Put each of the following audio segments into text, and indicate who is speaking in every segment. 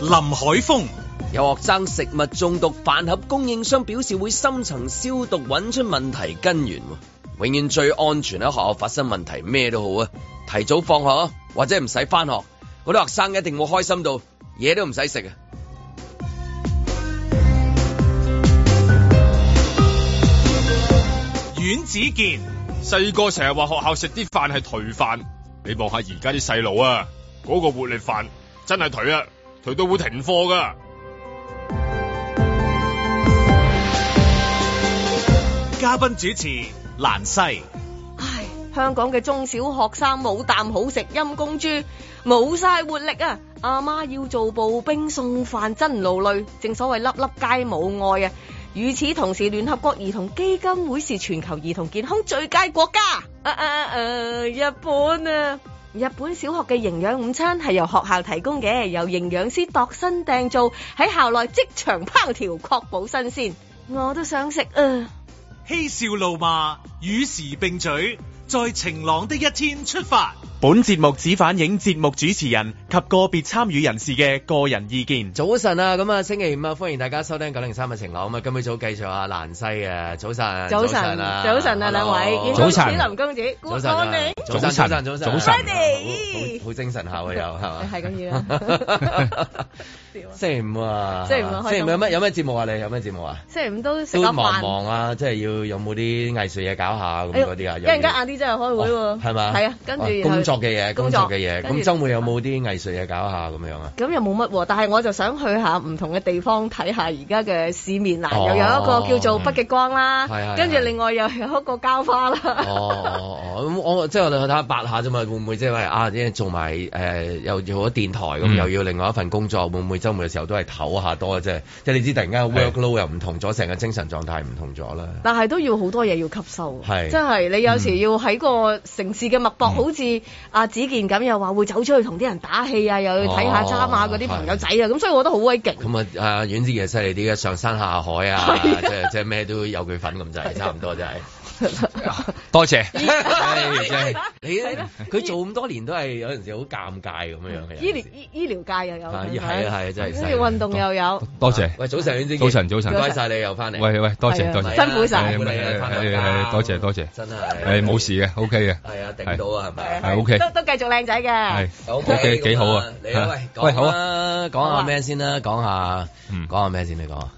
Speaker 1: 林海峰、
Speaker 2: 有學生食物中毒，飯盒供應商表示會深層消毒，揾出問題根源喎。永遠最安全喺學校發生問題咩都好啊，提早放學啊或者唔使返學，嗰啲學生一定會開心到嘢都唔使食啊！
Speaker 1: 阮子健、
Speaker 3: 細個成日話學校食啲飯係頹飯，你望下而家啲細路啊，嗰、個活力飯真係頹啊，頹到會停課噶。
Speaker 1: 嘉賓主持蘭西、
Speaker 4: 唉，香港嘅中小學生冇啖好食，陰公豬，冇晒活力啊！阿媽要做步兵送飯真勞累，正所謂粒粒皆母愛啊！與此同時，聯合國兒童基金會是全球兒童健康最佳國家。啊啊啊！日本啊！日本小學嘅營養午餐係由學校提供嘅，由營養師度身訂造，喺校內即場烹調，確保新鮮。我都想食啊！
Speaker 1: 嬉笑怒罵，與時並舉，在晴朗的一天出發。
Speaker 5: 本節目只反映節目主持人及個別參與人士嘅個人意見。
Speaker 2: 早晨啊，咁啊星期五啊，歡迎大家收聽九零三嘅晴朗咁啊，今朝早繼續啊蘭西嘅早晨，啊
Speaker 4: 早晨，早晨啊，兩位，見到
Speaker 6: 早晨
Speaker 4: 小林公子，
Speaker 2: 早
Speaker 4: 顧
Speaker 2: 晨啊
Speaker 4: 安你，
Speaker 2: 早晨，早晨，早晨，啊
Speaker 6: 早晨
Speaker 4: Daddy
Speaker 2: 好好精神下喎，又 係嘛？
Speaker 4: 係咁意啦笑啊
Speaker 2: 星期五啊，
Speaker 4: 星期五啊開心
Speaker 2: 星期五有乜有咩節目啊？你有咩節目啊？
Speaker 4: 星期五都食
Speaker 2: 都
Speaker 4: 下
Speaker 2: 忙
Speaker 4: 飯，
Speaker 2: 忙啊，即係要有冇啲藝術嘢搞下咁
Speaker 4: 哎呦
Speaker 2: 嗰啲啊？
Speaker 4: 一
Speaker 2: 有冇
Speaker 4: 陣間晏啲真係開會
Speaker 2: 哦
Speaker 4: 喎，
Speaker 2: 係嘛？
Speaker 4: 係啊，跟住
Speaker 2: 哦
Speaker 4: 然後
Speaker 2: 工作嘅嘢，工作嘅嘢，
Speaker 4: 跟住
Speaker 2: 咁週末有冇啲藝術嘢搞下咁樣啊？
Speaker 4: 咁又冇乜喎，但係我就想去下唔同嘅地方睇下而家嘅市面啦，
Speaker 2: 哦
Speaker 4: 又有一個叫做
Speaker 2: 嗯
Speaker 4: 北極光啦
Speaker 2: 係係，
Speaker 4: 跟住
Speaker 2: 係
Speaker 4: 另外又有一個膠花啦。
Speaker 2: 哦哦哦，咁我即係我哋去睇下八下啫嘛，會唔會即係話啊？即係做埋誒又做咗電台咁，
Speaker 6: 嗯
Speaker 2: 又要另外一份工作，會唔會週末嘅時候都係唞下多啊？即係即係你知突然間 workload 又唔同咗，成個精神狀態唔同咗啦。
Speaker 4: 但係都要好多嘢要吸收啊，
Speaker 2: 係
Speaker 4: 即係你有時要喺個城市嘅脈搏，
Speaker 2: 嗯
Speaker 4: 好似阿子健咁，又話會走出去同啲人打氣啊，又要睇下
Speaker 2: 哦
Speaker 4: 揸馬嗰啲
Speaker 2: 係
Speaker 4: 朋友仔啊，咁所以我覺得好鬼勁。
Speaker 2: 咁啊，阿阮子健犀利啲嘅，上山下海 啊，即係即係咩都有佢份咁就
Speaker 4: 啊
Speaker 2: 係，差唔多就係。
Speaker 6: 多謝。
Speaker 2: 係真係你
Speaker 4: 係啊啦
Speaker 2: 佢做咁多年都係有陣時好尷尬咁樣嘅。
Speaker 4: 醫療醫醫療界又有，
Speaker 2: 啊
Speaker 4: 係咪
Speaker 2: 係啊係啊真係
Speaker 4: 跟
Speaker 2: 犀利
Speaker 4: 住運動又有，
Speaker 6: 多謝，
Speaker 2: 喂，早晨，阮子健
Speaker 6: 早晨早晨
Speaker 2: 唔該晒你又翻嚟。
Speaker 6: 喂喂，多謝
Speaker 4: 係啊
Speaker 6: 多謝，
Speaker 4: 辛苦晒
Speaker 6: 係
Speaker 2: 辛苦你啊翻到
Speaker 6: 係
Speaker 2: 家
Speaker 6: 係多謝多謝，
Speaker 2: 真係
Speaker 6: 誒冇事嘅，OK 嘅，
Speaker 2: 係啊，頂到啊，係咪
Speaker 4: 係
Speaker 2: 啊？
Speaker 4: 係
Speaker 6: OK
Speaker 4: 都都繼續靚仔嘅
Speaker 6: 係。OK 幾好啊，
Speaker 2: 你
Speaker 6: 係
Speaker 2: 喂，
Speaker 6: 喂
Speaker 2: 講
Speaker 6: 好啊，
Speaker 2: 啦，講下咩先啦？講下
Speaker 6: 嗯
Speaker 2: 講下咩先？你講啊。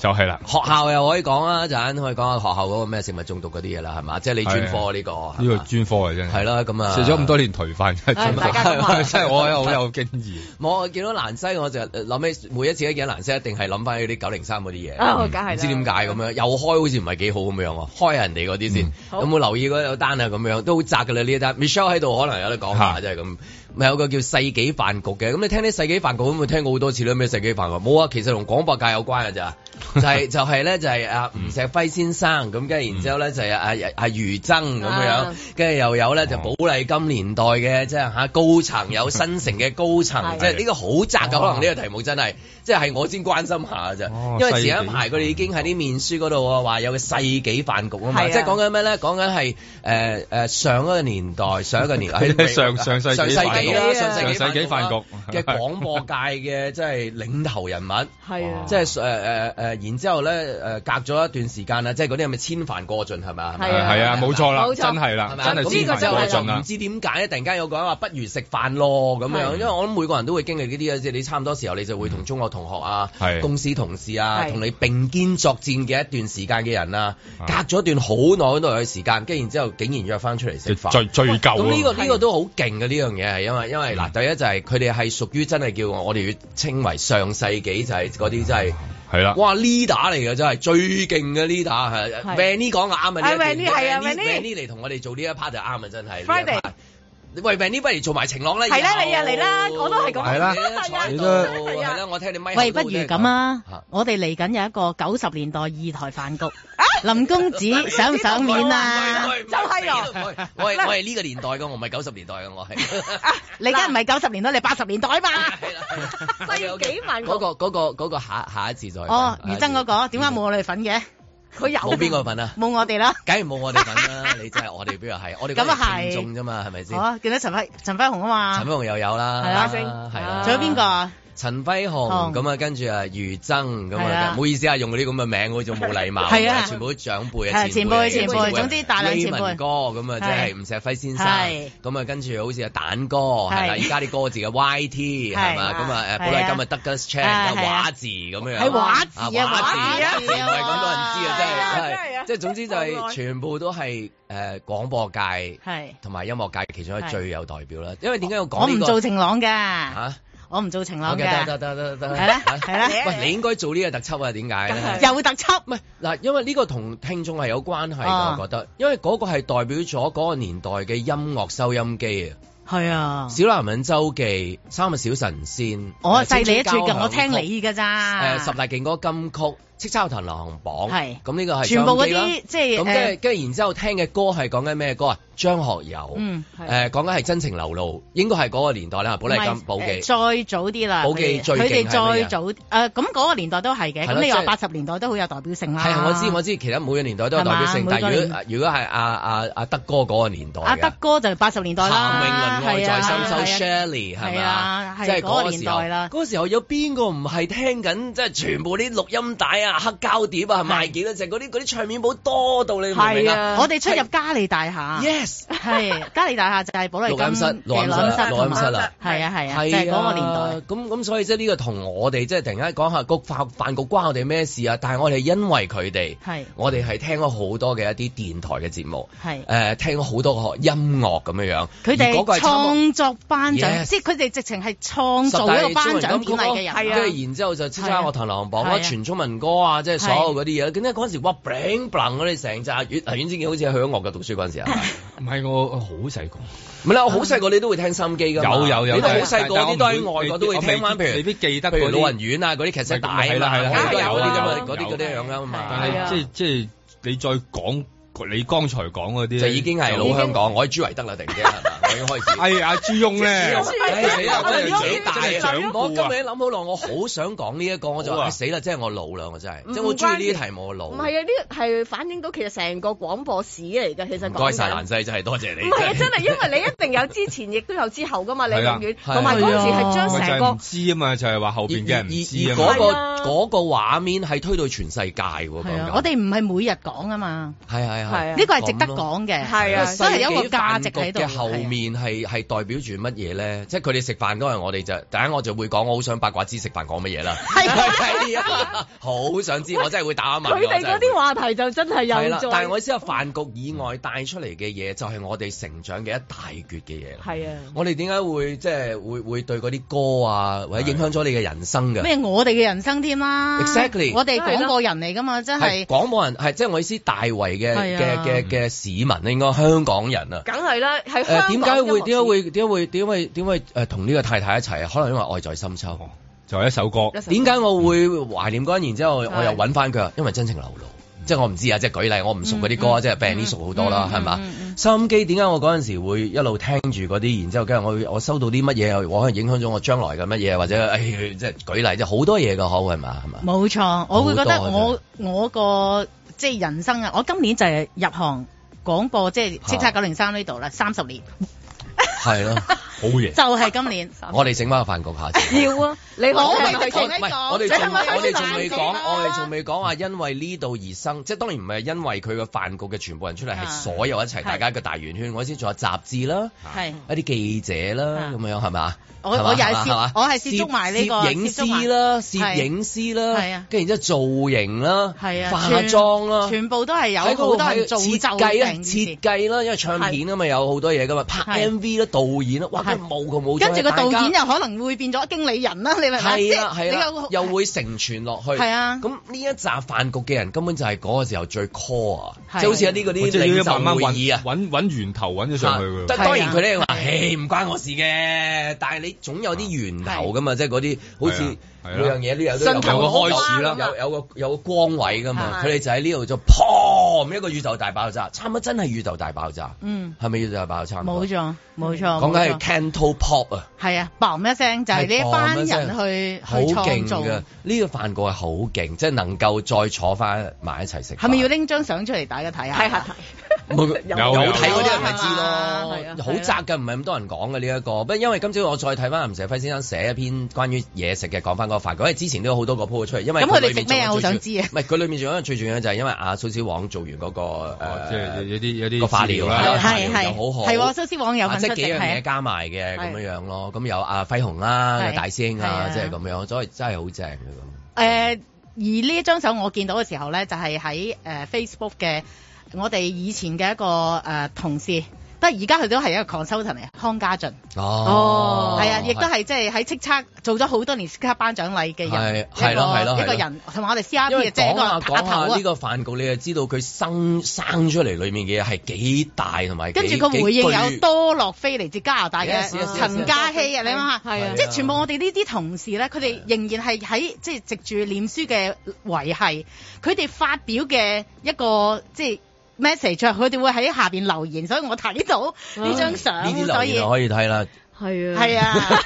Speaker 6: 就係啦，
Speaker 2: 學校又可以講啊，陣可以講下學校嗰個咩食物中毒嗰啲嘢啦，係嘛？即係你專科呢個係嘛
Speaker 6: 啊呢個 專科嚟真
Speaker 2: 係
Speaker 6: 係，
Speaker 2: 啦，咁啊
Speaker 6: 食咗咁多年頹飯真係專科
Speaker 4: 唉大家咁話
Speaker 6: 真係我有好有經驗，
Speaker 2: 我見到蘭西，我就呃諗起每一次一見到蘭西，一定係諗翻嗰啲九零三嗰啲嘢。
Speaker 4: 啊梗係啦
Speaker 2: 唔知點解咁樣，又開好似唔係幾好咁樣喎，開人哋嗰啲先
Speaker 6: 嗯。
Speaker 4: 好
Speaker 2: 有冇留意嗰有單啊？咁樣都好窄㗎啦呢一單。Michelle 喺度可能有得講下，
Speaker 6: 嚇
Speaker 2: 真係咁。咪有個叫世紀飯局嘅，咁你聽啲世紀飯局咁，咪聽過好多次啦。咩世紀飯局？冇啊，其實同廣播界有關㗎 咋。就係就係咧，就係阿吳石輝先生咁，跟住然之後咧就係阿阿余爭咁樣
Speaker 4: 嗯啊，
Speaker 2: 跟住又有咧就寶麗金年代嘅，即係嚇高層有新城嘅高層，
Speaker 4: 係
Speaker 2: 即係呢個好窄㗎。可能呢個題目真係，即係係我先關心下㗎啫
Speaker 6: 哦。
Speaker 2: 因為前一排佢哋已經喺啲面書嗰度啊話有個世紀飯局啊嘛，
Speaker 4: 係啊
Speaker 2: 即係講緊咩咧？講緊係誒誒上一個年代，上一個年 代係
Speaker 6: 上上世紀
Speaker 2: 上世紀啦，
Speaker 4: 飯局
Speaker 2: 上世
Speaker 6: 上世
Speaker 2: 紀飯
Speaker 6: 紀飯
Speaker 2: 局
Speaker 6: 局
Speaker 2: 嘅廣播界嘅即係領頭人物。
Speaker 4: 係啊，
Speaker 2: 即係誒誒誒，然之後咧誒、隔咗一段時間啦，即係嗰啲係咪千帆過盡係咪啊？
Speaker 4: 係啊
Speaker 6: 係啊，冇錯啦
Speaker 4: 冇，錯
Speaker 6: 真係啦
Speaker 2: 係，咪啊
Speaker 6: 真係
Speaker 2: 咁
Speaker 6: 千
Speaker 2: 呢個
Speaker 6: 帆
Speaker 2: 就
Speaker 6: 過
Speaker 2: 係
Speaker 6: 盡
Speaker 2: 就唔
Speaker 6: 啦，
Speaker 2: 知點解咧，突然間有個人話不如食飯咯咁樣，
Speaker 4: 係
Speaker 2: 因為我諗每個人都會經歷呢啲嘅，即係你差唔多時候你就會同中學同學啊、
Speaker 6: 係
Speaker 2: 公司同事啊，
Speaker 4: 係
Speaker 2: 同你並肩作戰嘅一段時間嘅人啊，
Speaker 6: 啊
Speaker 2: 隔咗一段好耐好耐嘅時間，跟住然之後竟然約翻出嚟食
Speaker 6: 就
Speaker 2: 飯。
Speaker 6: 最最舊啊
Speaker 2: 咁呢個
Speaker 6: 咯，
Speaker 2: 呢個都好勁嘅呢樣嘢係因為因為嗱，第一就係佢哋係屬於真係叫我哋要稱為上世紀就係嗰啲真係。
Speaker 6: 係啦，
Speaker 2: 哇！leader 嚟嘅真係最勁嘅 leader 係
Speaker 4: 係
Speaker 2: Vanny 講嘅啱啊！
Speaker 4: 係
Speaker 2: 呢一段
Speaker 4: Vanny，係啊
Speaker 2: Vanny-
Speaker 4: Vanny
Speaker 2: Vanny 嚟同我哋做呢一 part 就啱啊！真係
Speaker 4: Friday。
Speaker 2: 喂，Vanny 不如做埋晴朗啦！
Speaker 4: 係啦
Speaker 2: 以
Speaker 4: 你啊
Speaker 2: 後
Speaker 4: 嚟啦我都係咁
Speaker 6: 係啦
Speaker 2: 坐喺
Speaker 6: 你
Speaker 2: 度
Speaker 6: 都
Speaker 2: 係啦，我聽你咪。
Speaker 7: 喂，不如咁
Speaker 2: 嚇
Speaker 7: 啊！我哋嚟緊有一個九十年代二台飯局，林 公子想唔想面啊？
Speaker 2: 喂！喂喂
Speaker 4: 就係啊
Speaker 2: 死啦我係我係呢個年代嘅，我唔係九十年代嘅，我係。
Speaker 7: 你梗唔係九十年代，你八十年代 嘛？
Speaker 2: 係啦係啦
Speaker 4: 所以幾萬個
Speaker 2: 嗰個嗰個嗰個下下一次再講。啊
Speaker 7: 哦，余爭嗰個點解冇我哋份嘅？
Speaker 4: 佢有
Speaker 2: 冇邊個份啊？
Speaker 7: 冇我哋啦。
Speaker 2: 梗係冇我哋份啦！你真係我哋邊個 係？我哋
Speaker 7: 咁啊係
Speaker 2: 聽眾啫嘛，係咪先？
Speaker 7: 哦，見到陳輝陳輝雄啊
Speaker 2: 陳
Speaker 7: 嘛，
Speaker 2: 飛鴻又有啦，
Speaker 7: 係啊
Speaker 2: 係啦，
Speaker 7: 仲有邊個啊？
Speaker 2: 陳輝
Speaker 7: 雄
Speaker 2: 雄咁啊，跟住啊余爭咁
Speaker 7: 係
Speaker 2: 啊，
Speaker 7: 啊
Speaker 2: 唔好意思啊，用嗰啲咁嘅名好似冇禮貌，
Speaker 7: 係啊
Speaker 2: 全部都長輩
Speaker 7: 係
Speaker 2: 啊，輩
Speaker 7: 前輩前輩總之大量前輩
Speaker 2: 文哥咁啊，即係
Speaker 7: 係
Speaker 2: 吳石輝先生
Speaker 7: 係
Speaker 2: 咁啊，跟住好似啊蛋哥係啦，而家啲歌字嘅 YT 係嘛，
Speaker 7: 係
Speaker 2: 咁啊誒，寶
Speaker 7: 係
Speaker 2: 麗
Speaker 7: 啊
Speaker 2: 今日 Douglas
Speaker 7: 啊
Speaker 2: Chan
Speaker 7: 係啊
Speaker 2: 畫字咁樣，
Speaker 7: 係畫字
Speaker 2: 啊
Speaker 7: 啊，
Speaker 2: 畫字
Speaker 7: 畫
Speaker 2: 啊，
Speaker 7: 字
Speaker 2: 唔係
Speaker 7: 啊，
Speaker 2: 咁多人知啊，真
Speaker 4: 係啊
Speaker 2: 係
Speaker 4: 真係啊
Speaker 2: 係，即係總之就
Speaker 4: 好
Speaker 2: 係
Speaker 4: 耐
Speaker 2: 全部都係誒廣播界
Speaker 7: 係，
Speaker 2: 同埋音樂界其中係
Speaker 7: 係
Speaker 2: 最有代表啦。因為點解要
Speaker 7: 我
Speaker 2: 講
Speaker 7: 唔
Speaker 2: 呢個
Speaker 7: 做晴朗㗎，
Speaker 2: 嚇？
Speaker 7: 我唔做晴朗
Speaker 2: OK，
Speaker 7: 㗎，
Speaker 2: 得得得得得，
Speaker 7: 係啦
Speaker 2: 啊
Speaker 7: 係啦，
Speaker 2: 喂，你應該做呢個特輯啊？點解咧？
Speaker 7: 有特輯，
Speaker 2: 唔係嗱，因為呢個同聽眾係有關係
Speaker 7: 啊
Speaker 2: 嘅，我覺得，因為嗰個係代表咗嗰個年代嘅音樂收音機啊，
Speaker 7: 係啊，
Speaker 2: 《小男人周記》、《三個小神仙》
Speaker 7: 我啊
Speaker 2: 誒
Speaker 7: 細哦你一撮
Speaker 2: 青春交
Speaker 7: 㗎，
Speaker 2: 響
Speaker 7: 我聽啊
Speaker 2: 曲
Speaker 7: 你㗎咋，
Speaker 2: 誒十大勁歌金曲《叱咤樂壇流行榜》，
Speaker 7: 係
Speaker 2: 咁呢個係
Speaker 7: 全部嗰
Speaker 2: 收音機啦
Speaker 7: 啲即係
Speaker 2: 咁跟
Speaker 7: 誒
Speaker 2: 住跟住然之後聽嘅歌係講緊咩歌啊？張學友，
Speaker 7: 嗯。
Speaker 2: 誒講緊係真情流露，應該係嗰個年代啦，寶麗金、寶記
Speaker 7: 誒。再早啲啦，
Speaker 2: 寶記
Speaker 7: 佢哋
Speaker 2: 最勁
Speaker 7: 佢
Speaker 2: 係
Speaker 7: 哋
Speaker 2: 乜嘢啊
Speaker 7: 再早誒，咁嗰個年代都係
Speaker 2: 係
Speaker 7: 嘅。
Speaker 2: 咯
Speaker 7: 咁你
Speaker 2: 即
Speaker 7: 話
Speaker 2: 係
Speaker 7: 八十年代都好有代表性啦。
Speaker 2: 係啊，我知我知，其實每個年代都有代表性
Speaker 7: 係，嘛
Speaker 2: 但係
Speaker 7: 每個
Speaker 2: 如
Speaker 7: 年
Speaker 2: 果如果係阿阿阿德哥嗰個年代嘅，
Speaker 7: 嗯阿德哥就八十年代啦，
Speaker 2: 譚詠麟愛
Speaker 7: 係啊
Speaker 2: 在深秋
Speaker 7: 係啊
Speaker 2: Shelly 係咪
Speaker 7: 係啊
Speaker 2: 啊？
Speaker 7: 係
Speaker 2: 即係
Speaker 7: 嗰
Speaker 2: 嗰
Speaker 7: 個
Speaker 2: 個
Speaker 7: 年
Speaker 2: 時候
Speaker 7: 代啦
Speaker 2: 嗰個時候有邊個唔係聽緊即係全部啲錄音帶啊、黑膠碟啊、係賣幾多隻嗰啲嗰啲唱片簿多到你明唔明
Speaker 4: 係
Speaker 2: 啊
Speaker 4: 啊，
Speaker 7: 我哋出入嘉利大廈，
Speaker 2: ？Yes，
Speaker 7: 係嘉利大廈就係寶麗 金
Speaker 2: 錄音室
Speaker 7: 嘅
Speaker 2: 錄音室
Speaker 7: 錄
Speaker 2: 錄
Speaker 7: 音
Speaker 2: 音室
Speaker 7: 室啦
Speaker 2: 啦，
Speaker 7: 係啊係啊，
Speaker 2: 係
Speaker 7: 就係嗰個年代。
Speaker 2: 咁咁，所以即係呢個同我哋即係突然間講下個飯飯局關我哋咩事啊？但係我哋因為佢哋，
Speaker 7: 係
Speaker 2: 我哋係聽咗好多嘅一啲電台嘅節目。
Speaker 7: 係
Speaker 2: 誒、聽咗好多個音樂咁樣樣，
Speaker 7: 佢
Speaker 2: 而嗰個
Speaker 7: 哋
Speaker 2: 係差唔多
Speaker 7: 創作頒獎，
Speaker 2: Yes
Speaker 7: 即係佢哋直情係創
Speaker 2: 十
Speaker 7: 造
Speaker 2: 大
Speaker 7: 一個頒
Speaker 2: 中文
Speaker 7: 獎
Speaker 2: 金曲
Speaker 7: 典禮嘅
Speaker 2: 咯
Speaker 4: 啊
Speaker 7: 人。啊
Speaker 2: 跟住然之後就叱咤樂壇流行榜
Speaker 7: 係
Speaker 2: 啦，
Speaker 7: 啊
Speaker 2: 全中文歌啊，即係所有
Speaker 7: 係
Speaker 2: 嗰啲嘢。咁咧嗰陣時，哇 bling bling 我哋成扎阮啊阮之健好似喺響樂嘅讀書嗰陣時啊，
Speaker 6: 唔係我好細個，
Speaker 2: 唔係啦，我好細個你都會聽心機㗎嘛
Speaker 6: 有有有，
Speaker 2: 你都好
Speaker 6: 但
Speaker 2: 細個嗰
Speaker 6: 但我
Speaker 2: 啲都
Speaker 6: 唔
Speaker 2: 喺
Speaker 6: 會
Speaker 2: 外國都會
Speaker 6: 未必
Speaker 2: 聽翻，譬
Speaker 6: 未
Speaker 2: 如
Speaker 6: 必記得
Speaker 2: 譬
Speaker 6: 嗰
Speaker 2: 如
Speaker 6: 啲
Speaker 2: 老人院啊嗰啲劇集帶
Speaker 6: 係
Speaker 2: 啊
Speaker 6: 啦
Speaker 2: 嘛，
Speaker 6: 係啦
Speaker 2: 我哋都
Speaker 4: 係
Speaker 2: 有
Speaker 4: 啦
Speaker 2: 嗰啲咁嘅嗰
Speaker 6: 有
Speaker 2: 啲
Speaker 6: 有
Speaker 2: 嗰啲樣啊嘛。
Speaker 6: 但
Speaker 7: 係
Speaker 6: 係
Speaker 4: 啊
Speaker 6: 即係即係你再講你剛才講嗰啲
Speaker 2: 就嗯已經係老香港，我喺朱維德啦，突 然之間係嘛，我已經開始。
Speaker 6: 係哎阿朱庸咧，
Speaker 2: 唉哎死啦！我真係長大
Speaker 6: 真係長
Speaker 2: 啊！我今
Speaker 6: 顧啊
Speaker 2: 年諗好耐，我好想講呢一個，我就
Speaker 6: 好啊
Speaker 2: 話唉死啦！真係我老啦，我真係，
Speaker 4: 唔
Speaker 2: 即係我中意呢啲題目，我老。
Speaker 4: 唔係啊，呢個係反映到其實成個廣播史嚟㗎，其實
Speaker 2: 唔
Speaker 4: 講
Speaker 2: 該晒
Speaker 4: 緊
Speaker 2: 蘭西，真係多謝你。
Speaker 4: 唔係啊，真係因為你一定有之前，亦都有之後噶嘛，你
Speaker 6: 係
Speaker 4: 永
Speaker 6: 啦
Speaker 4: 遠
Speaker 2: 係啊
Speaker 4: 同埋嗰陣時係將
Speaker 6: 咪就
Speaker 4: 成
Speaker 6: 係
Speaker 4: 個
Speaker 6: 唔知啊嘛，就係話後邊嘅人唔知啊
Speaker 2: 而而
Speaker 6: 嘛
Speaker 2: 嗰。個
Speaker 4: 係啊
Speaker 2: 嗰個畫面係推到全世界喎，講
Speaker 7: 係啊
Speaker 2: 緊。
Speaker 7: 我哋唔係每日講啊嘛，
Speaker 2: 係係
Speaker 4: 係啊
Speaker 2: 係
Speaker 7: 呢個係值得
Speaker 2: 咁咯。
Speaker 7: 講嘅，
Speaker 4: 係啊
Speaker 7: 所以有一個價值喺度啊
Speaker 2: 嘅後面啊係係代表住乜嘢咧？即係佢哋食飯嗰日，我哋就第一我就會講，我好想八卦知食飯講乜嘢啦。係係啊，好想知，我真係會打一問。
Speaker 4: 佢哋
Speaker 2: 我
Speaker 4: 嗰
Speaker 2: 真係
Speaker 4: 啲
Speaker 2: 會
Speaker 4: 話題就真係
Speaker 2: 係
Speaker 4: 有
Speaker 2: 啦
Speaker 4: 做，，
Speaker 2: 但係我意思係飯局以外帶出嚟嘅嘢，就係我哋成長嘅一大橛嘅嘢啦。
Speaker 4: 係啊，
Speaker 2: 我哋點解會即係會會對嗰啲歌啊，或者影響咗你嘅人生嘅？
Speaker 7: 咩我哋嘅人生添啦
Speaker 2: Exactly
Speaker 7: 我哋廣播人嚟噶嘛，真
Speaker 2: 係
Speaker 7: 係
Speaker 2: 廣播人係即係我意思，大圍嘅
Speaker 7: 係
Speaker 2: 嘅
Speaker 7: 啊
Speaker 2: 嘅嘅市民咧，應該香港人啊。
Speaker 4: 梗係啦，係香
Speaker 2: 誒
Speaker 4: 港
Speaker 2: 點解會
Speaker 4: 音樂
Speaker 2: 點解會點解會點解會點解會誒同呢個太太一齊啊？可能因為愛在深秋。
Speaker 6: 就係一首歌，
Speaker 4: 史
Speaker 2: 點解我會懷念嗰陣？然之後
Speaker 4: 係
Speaker 2: 我又揾翻佢啊，因為真情流露。即係我唔知啊，即係舉例，我唔熟嗰啲歌，啊
Speaker 7: 嗯嗯
Speaker 2: 即係病啲熟好多啦，
Speaker 7: 嗯
Speaker 2: 係嘛
Speaker 7: 嗯嗯？
Speaker 2: 收音機點解我嗰陣時會一路聽 住嗰啲，然之後跟住我我收到啲乜嘢，我可能影響咗我將來嘅乜嘢，或者誒即係舉例，即係好多嘢嘅可係嘛係嘛？
Speaker 7: 冇錯。我會覺得
Speaker 2: 好多啊
Speaker 7: 我我個即係人生啊，我今年就係入行廣播，即係叱咤九零三呢度啦，三十年
Speaker 2: 係咯，
Speaker 6: 好嘢
Speaker 7: 就。係 今年。
Speaker 2: 我哋整翻個飯局下次。
Speaker 4: 要啊？你
Speaker 7: 我
Speaker 4: 講
Speaker 7: 咪
Speaker 4: 係
Speaker 7: 直情
Speaker 2: 我唔
Speaker 7: 喺
Speaker 2: 係
Speaker 7: 講
Speaker 2: 我哋
Speaker 7: 即係
Speaker 2: 仲
Speaker 7: 咪
Speaker 2: 我哋
Speaker 7: 好
Speaker 2: 仲未
Speaker 7: 難
Speaker 2: 講，
Speaker 7: 整啊
Speaker 2: 我哋仲未講話，因為呢度而生，即係當然唔係因為佢個飯局嘅全部人出嚟，
Speaker 7: 啊
Speaker 2: 係所有一齊大家嘅大圓圈。我先仲有雜誌啦，
Speaker 7: 係
Speaker 2: 一啲記者
Speaker 7: 啊
Speaker 2: 啦，咁樣係嘛？
Speaker 7: 我
Speaker 2: 係嘛
Speaker 7: 我又
Speaker 2: 係
Speaker 7: 係
Speaker 2: 嘛係
Speaker 7: 攝
Speaker 2: 嘛
Speaker 7: 我係攝足埋呢個
Speaker 2: 攝影師啦，攝影師
Speaker 7: 係啊
Speaker 2: 啦，跟住然之後造型啦，
Speaker 7: 係啊，
Speaker 2: 化
Speaker 7: 全
Speaker 2: 妝啦。
Speaker 7: 全部都係有
Speaker 2: 嗯喺
Speaker 7: 好
Speaker 2: 嗰度
Speaker 7: 多人造就
Speaker 2: 設計啦，
Speaker 7: 成件事
Speaker 2: 設計啦，因為唱片啊嘛，有好多嘢噶嘛，拍
Speaker 7: 係
Speaker 2: MV 啦，導演啦，哇，
Speaker 7: 係
Speaker 2: 佢冇佢冇咗。
Speaker 7: 跟住個
Speaker 2: 大
Speaker 7: 導
Speaker 2: 家
Speaker 7: 演又可能會變咗經理人啦，你明唔明啊？
Speaker 2: 係啦
Speaker 7: 即
Speaker 2: 係
Speaker 7: 係你
Speaker 2: 啦，又會承傳落去。
Speaker 7: 係啊
Speaker 2: 咁呢一紮飯局嘅人根本就係嗰個時候最 core 啊，
Speaker 7: 係
Speaker 2: 即係好似有啲嗰
Speaker 6: 我
Speaker 2: 啲
Speaker 6: 即係
Speaker 2: 領
Speaker 6: 要慢慢
Speaker 2: 袖會
Speaker 6: 揾
Speaker 2: 議啊。
Speaker 6: 揾揾源頭揾咗上去
Speaker 2: 啊
Speaker 6: 㗎
Speaker 2: 但
Speaker 7: 係啊
Speaker 2: 當然佢哋話：，誒唔關我事嘅，但係你總有啲源頭噶嘛，即係嗰啲好
Speaker 6: 係
Speaker 2: 似
Speaker 6: 啊係啊
Speaker 2: 每樣嘢都有都
Speaker 6: 有
Speaker 2: 有
Speaker 6: 個開始啦
Speaker 2: 有有個有個光位噶嘛，
Speaker 4: 係
Speaker 2: 佢哋就喺呢度就砰一個宇宙大爆炸，差唔多真係宇宙大爆炸，
Speaker 7: 嗯，
Speaker 2: 係咪宇宙大爆炸？
Speaker 7: 冇，錯冇錯，
Speaker 2: 嗯講緊
Speaker 7: 冇
Speaker 2: 係
Speaker 7: 錯
Speaker 2: Canto Pop 啊。
Speaker 7: 係啊，砰一聲就係呢一班人去
Speaker 2: 好
Speaker 7: 去
Speaker 2: 勁
Speaker 7: 創造，
Speaker 2: 嘅，呢個飯局係好勁，即係能夠再坐翻埋一齊食飯。
Speaker 7: 係咪要拎張相出嚟大家睇下？
Speaker 4: 係係係
Speaker 2: 冇
Speaker 7: 有
Speaker 2: 有
Speaker 6: 有
Speaker 2: 啊睇嗰啲人咪
Speaker 7: 係嘛係
Speaker 2: 知
Speaker 7: 啊
Speaker 2: 咯，好窄嘅，唔係咁多人講嘅呢一個。不因為今朝我再睇翻林石輝先生寫一篇關於嘢食嘅講翻嗰個飯局，因為之前都有好多個 po 出嚟，因為
Speaker 7: 咁佢哋
Speaker 2: 裏面
Speaker 7: 食咩啊
Speaker 2: 仲有
Speaker 7: 我想
Speaker 2: 最
Speaker 7: 知啊
Speaker 2: 唔係佢裏面仲有一個最重要嘅就係因為啊阿蘇小王做完嗰個呃
Speaker 6: 哦即係
Speaker 2: 誒
Speaker 6: 有啲有啊
Speaker 2: 個
Speaker 6: 啲
Speaker 2: 化
Speaker 6: 化
Speaker 2: 療
Speaker 6: 療
Speaker 2: 啦
Speaker 7: 係
Speaker 6: 啦，
Speaker 2: 係
Speaker 7: 係
Speaker 2: 又好好
Speaker 7: 係喎，蘇斯王有
Speaker 2: 啊
Speaker 7: 份
Speaker 2: 即
Speaker 7: 出
Speaker 2: 係幾
Speaker 7: 席
Speaker 2: 樣
Speaker 7: 係
Speaker 2: 嘢
Speaker 7: 啊
Speaker 2: 加埋嘅咁
Speaker 7: 係
Speaker 2: 樣樣咯。咁有阿輝紅啦，
Speaker 7: 係
Speaker 2: 有大師兄
Speaker 7: 係
Speaker 2: 啊
Speaker 7: 啊，
Speaker 2: 即係咁樣，所以真係好正嘅咁。
Speaker 7: 誒、呃而呢一張相我見到嘅時候咧，就係喺誒 Facebook 嘅我哋以前嘅一個誒、呃同事，不過而家佢都係一個 consultant 嚟，康家俊，
Speaker 2: 哦，
Speaker 7: 係啊，亦都係即係喺叱咤做咗好多年叱咤頒獎禮嘅人，
Speaker 2: 係係咯係咯係
Speaker 7: 一個
Speaker 2: 咯
Speaker 7: 一個人，同埋我哋 CRP
Speaker 2: 因為
Speaker 7: 嘅即係
Speaker 2: 講
Speaker 7: 一個
Speaker 2: 下
Speaker 7: 打
Speaker 2: 講
Speaker 7: 頭
Speaker 2: 下
Speaker 7: 啊
Speaker 2: 呢。個飯局，你就知道佢生生出嚟裏面嘅嘢係幾大同埋幾
Speaker 7: 跟住個回應
Speaker 2: 幾
Speaker 7: 有
Speaker 2: 巨
Speaker 7: 多洛菲嚟自加拿大嘅
Speaker 2: Yes, yes, yes,
Speaker 7: 陳嘉熙啊，你諗下，
Speaker 4: 係啊
Speaker 7: 即係全部我哋呢啲同事咧，佢
Speaker 2: 啊
Speaker 7: 哋仍然係喺即係藉住臉書嘅維係，佢哋發表嘅一個即係 message，佢啊哋會喺下邊留言，所以我睇到呢
Speaker 2: 嗯
Speaker 7: 張
Speaker 2: 呢啲
Speaker 7: 相，所
Speaker 2: 留
Speaker 7: 以
Speaker 2: 言可以睇 啦，
Speaker 4: 係啊，
Speaker 7: 係啊，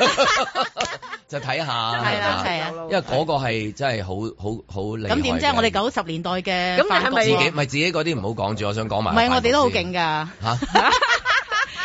Speaker 2: 就睇下
Speaker 7: 係啦係啊
Speaker 2: 因為嗰個係真係好好好厲害嘅。
Speaker 7: 咁點啫？啊我哋九十年代嘅
Speaker 4: 咁你係咪
Speaker 2: 自
Speaker 7: 飯局
Speaker 2: 己咪自己嗰啲唔好講住，我想講
Speaker 7: 唔
Speaker 2: 埋。
Speaker 7: 係我哋都好勁㗎。
Speaker 2: 嚇，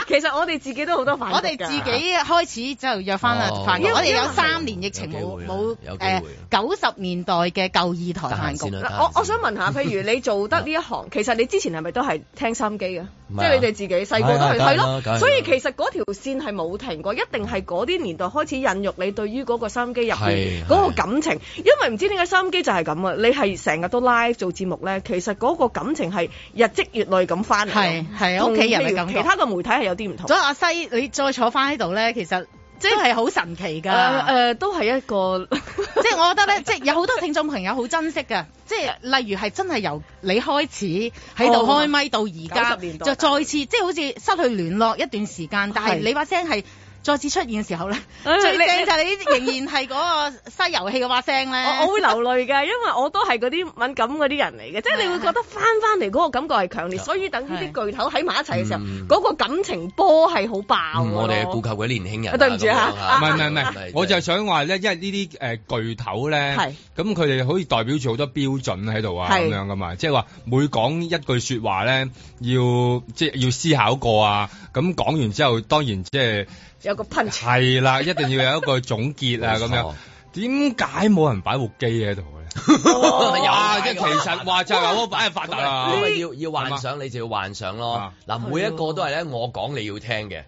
Speaker 4: 其實我哋自己都好多反
Speaker 7: 我哋自己開始就約翻啦
Speaker 2: 哦
Speaker 7: 飯局，
Speaker 2: 因為
Speaker 7: 我哋有三年疫情冇
Speaker 2: 有機會啦
Speaker 7: 冇
Speaker 2: 有機
Speaker 7: 誒
Speaker 2: 會啦啊
Speaker 7: 九十年代嘅舊二台
Speaker 2: 得閒
Speaker 7: 飯
Speaker 2: 先
Speaker 7: 局，
Speaker 2: 啦。
Speaker 4: 我我想問下，譬如你做得呢一 行，其實你之前係咪都係聽心機嘅？
Speaker 2: 唔
Speaker 4: 即
Speaker 2: 係啊
Speaker 4: 係你哋自己細個都
Speaker 2: 係
Speaker 4: 係
Speaker 2: 啊
Speaker 4: 係
Speaker 2: 梗係啦梗係
Speaker 4: 咯，
Speaker 2: 啦
Speaker 4: 所以其實嗰條線係冇停過，一定係嗰啲年代開始孕育你對於嗰個心機入
Speaker 2: 係
Speaker 4: 邊嗰個
Speaker 2: 係
Speaker 4: 感情，因為唔知點解心機就係咁啊！你係成日都 live 做節目咧，其實嗰個感情係日積月累咁翻嚟
Speaker 7: 係
Speaker 4: 咯，
Speaker 7: 係屋企人嘅
Speaker 4: 同
Speaker 7: 感
Speaker 4: 譬
Speaker 7: 覺
Speaker 4: 如其。他嘅媒體係有啲唔同
Speaker 7: 所。以阿西，你再坐翻喺度咧，其實即係好神奇㗎。
Speaker 4: 誒誒、都係一 個
Speaker 7: 即係我覺得咧，即係有好多聽眾朋友好珍惜㗎。即係例如係真係由你開始喺度開咪到而家，
Speaker 4: 90年代
Speaker 7: 就再次即係好似失去聯絡一段時間，但係
Speaker 4: 係
Speaker 7: 你把聲係再次出現嘅時候咧，
Speaker 4: 誒
Speaker 7: 最
Speaker 4: 你
Speaker 7: 正就係你仍然係嗰個西遊戲嘅把聲咧。
Speaker 4: 我我會流淚嘅，因為我都係嗰啲敏感嗰啲人嚟嘅，即係你會覺得翻翻嚟嗰個感覺係強烈，所以等呢啲巨頭喺埋一齊嘅時候，
Speaker 2: 嗯
Speaker 4: 嗰個感情波係好爆
Speaker 2: 嗯我哋
Speaker 4: 嘅
Speaker 2: 顧
Speaker 4: 咯。
Speaker 2: 及嗰啲年輕 人啊。
Speaker 4: 對唔住
Speaker 2: 咁
Speaker 4: 嚇
Speaker 2: 樣
Speaker 6: 唔
Speaker 4: 啊
Speaker 6: 係唔係唔係，我就係想話咧，因為呢啲誒巨頭咧，
Speaker 4: 係
Speaker 6: 咁佢哋可以代表住好多標準喺度啊，
Speaker 4: 係
Speaker 6: 咁樣噶嘛，即係話每講一句説話咧，要即係要思考過啊，咁講完之後，當然即係
Speaker 4: 有個 punch，
Speaker 6: 係啦，一定要有一個總結啊，咁樣。點解冇人擺部機喺度咧？
Speaker 2: 哦 有
Speaker 6: 啊，即係其實話就係我擺啊係發達啦。
Speaker 2: 因為要要幻想，你就要幻想咯
Speaker 6: 啊。
Speaker 2: 嗱，每一個都係咧，我講你要聽 嘅。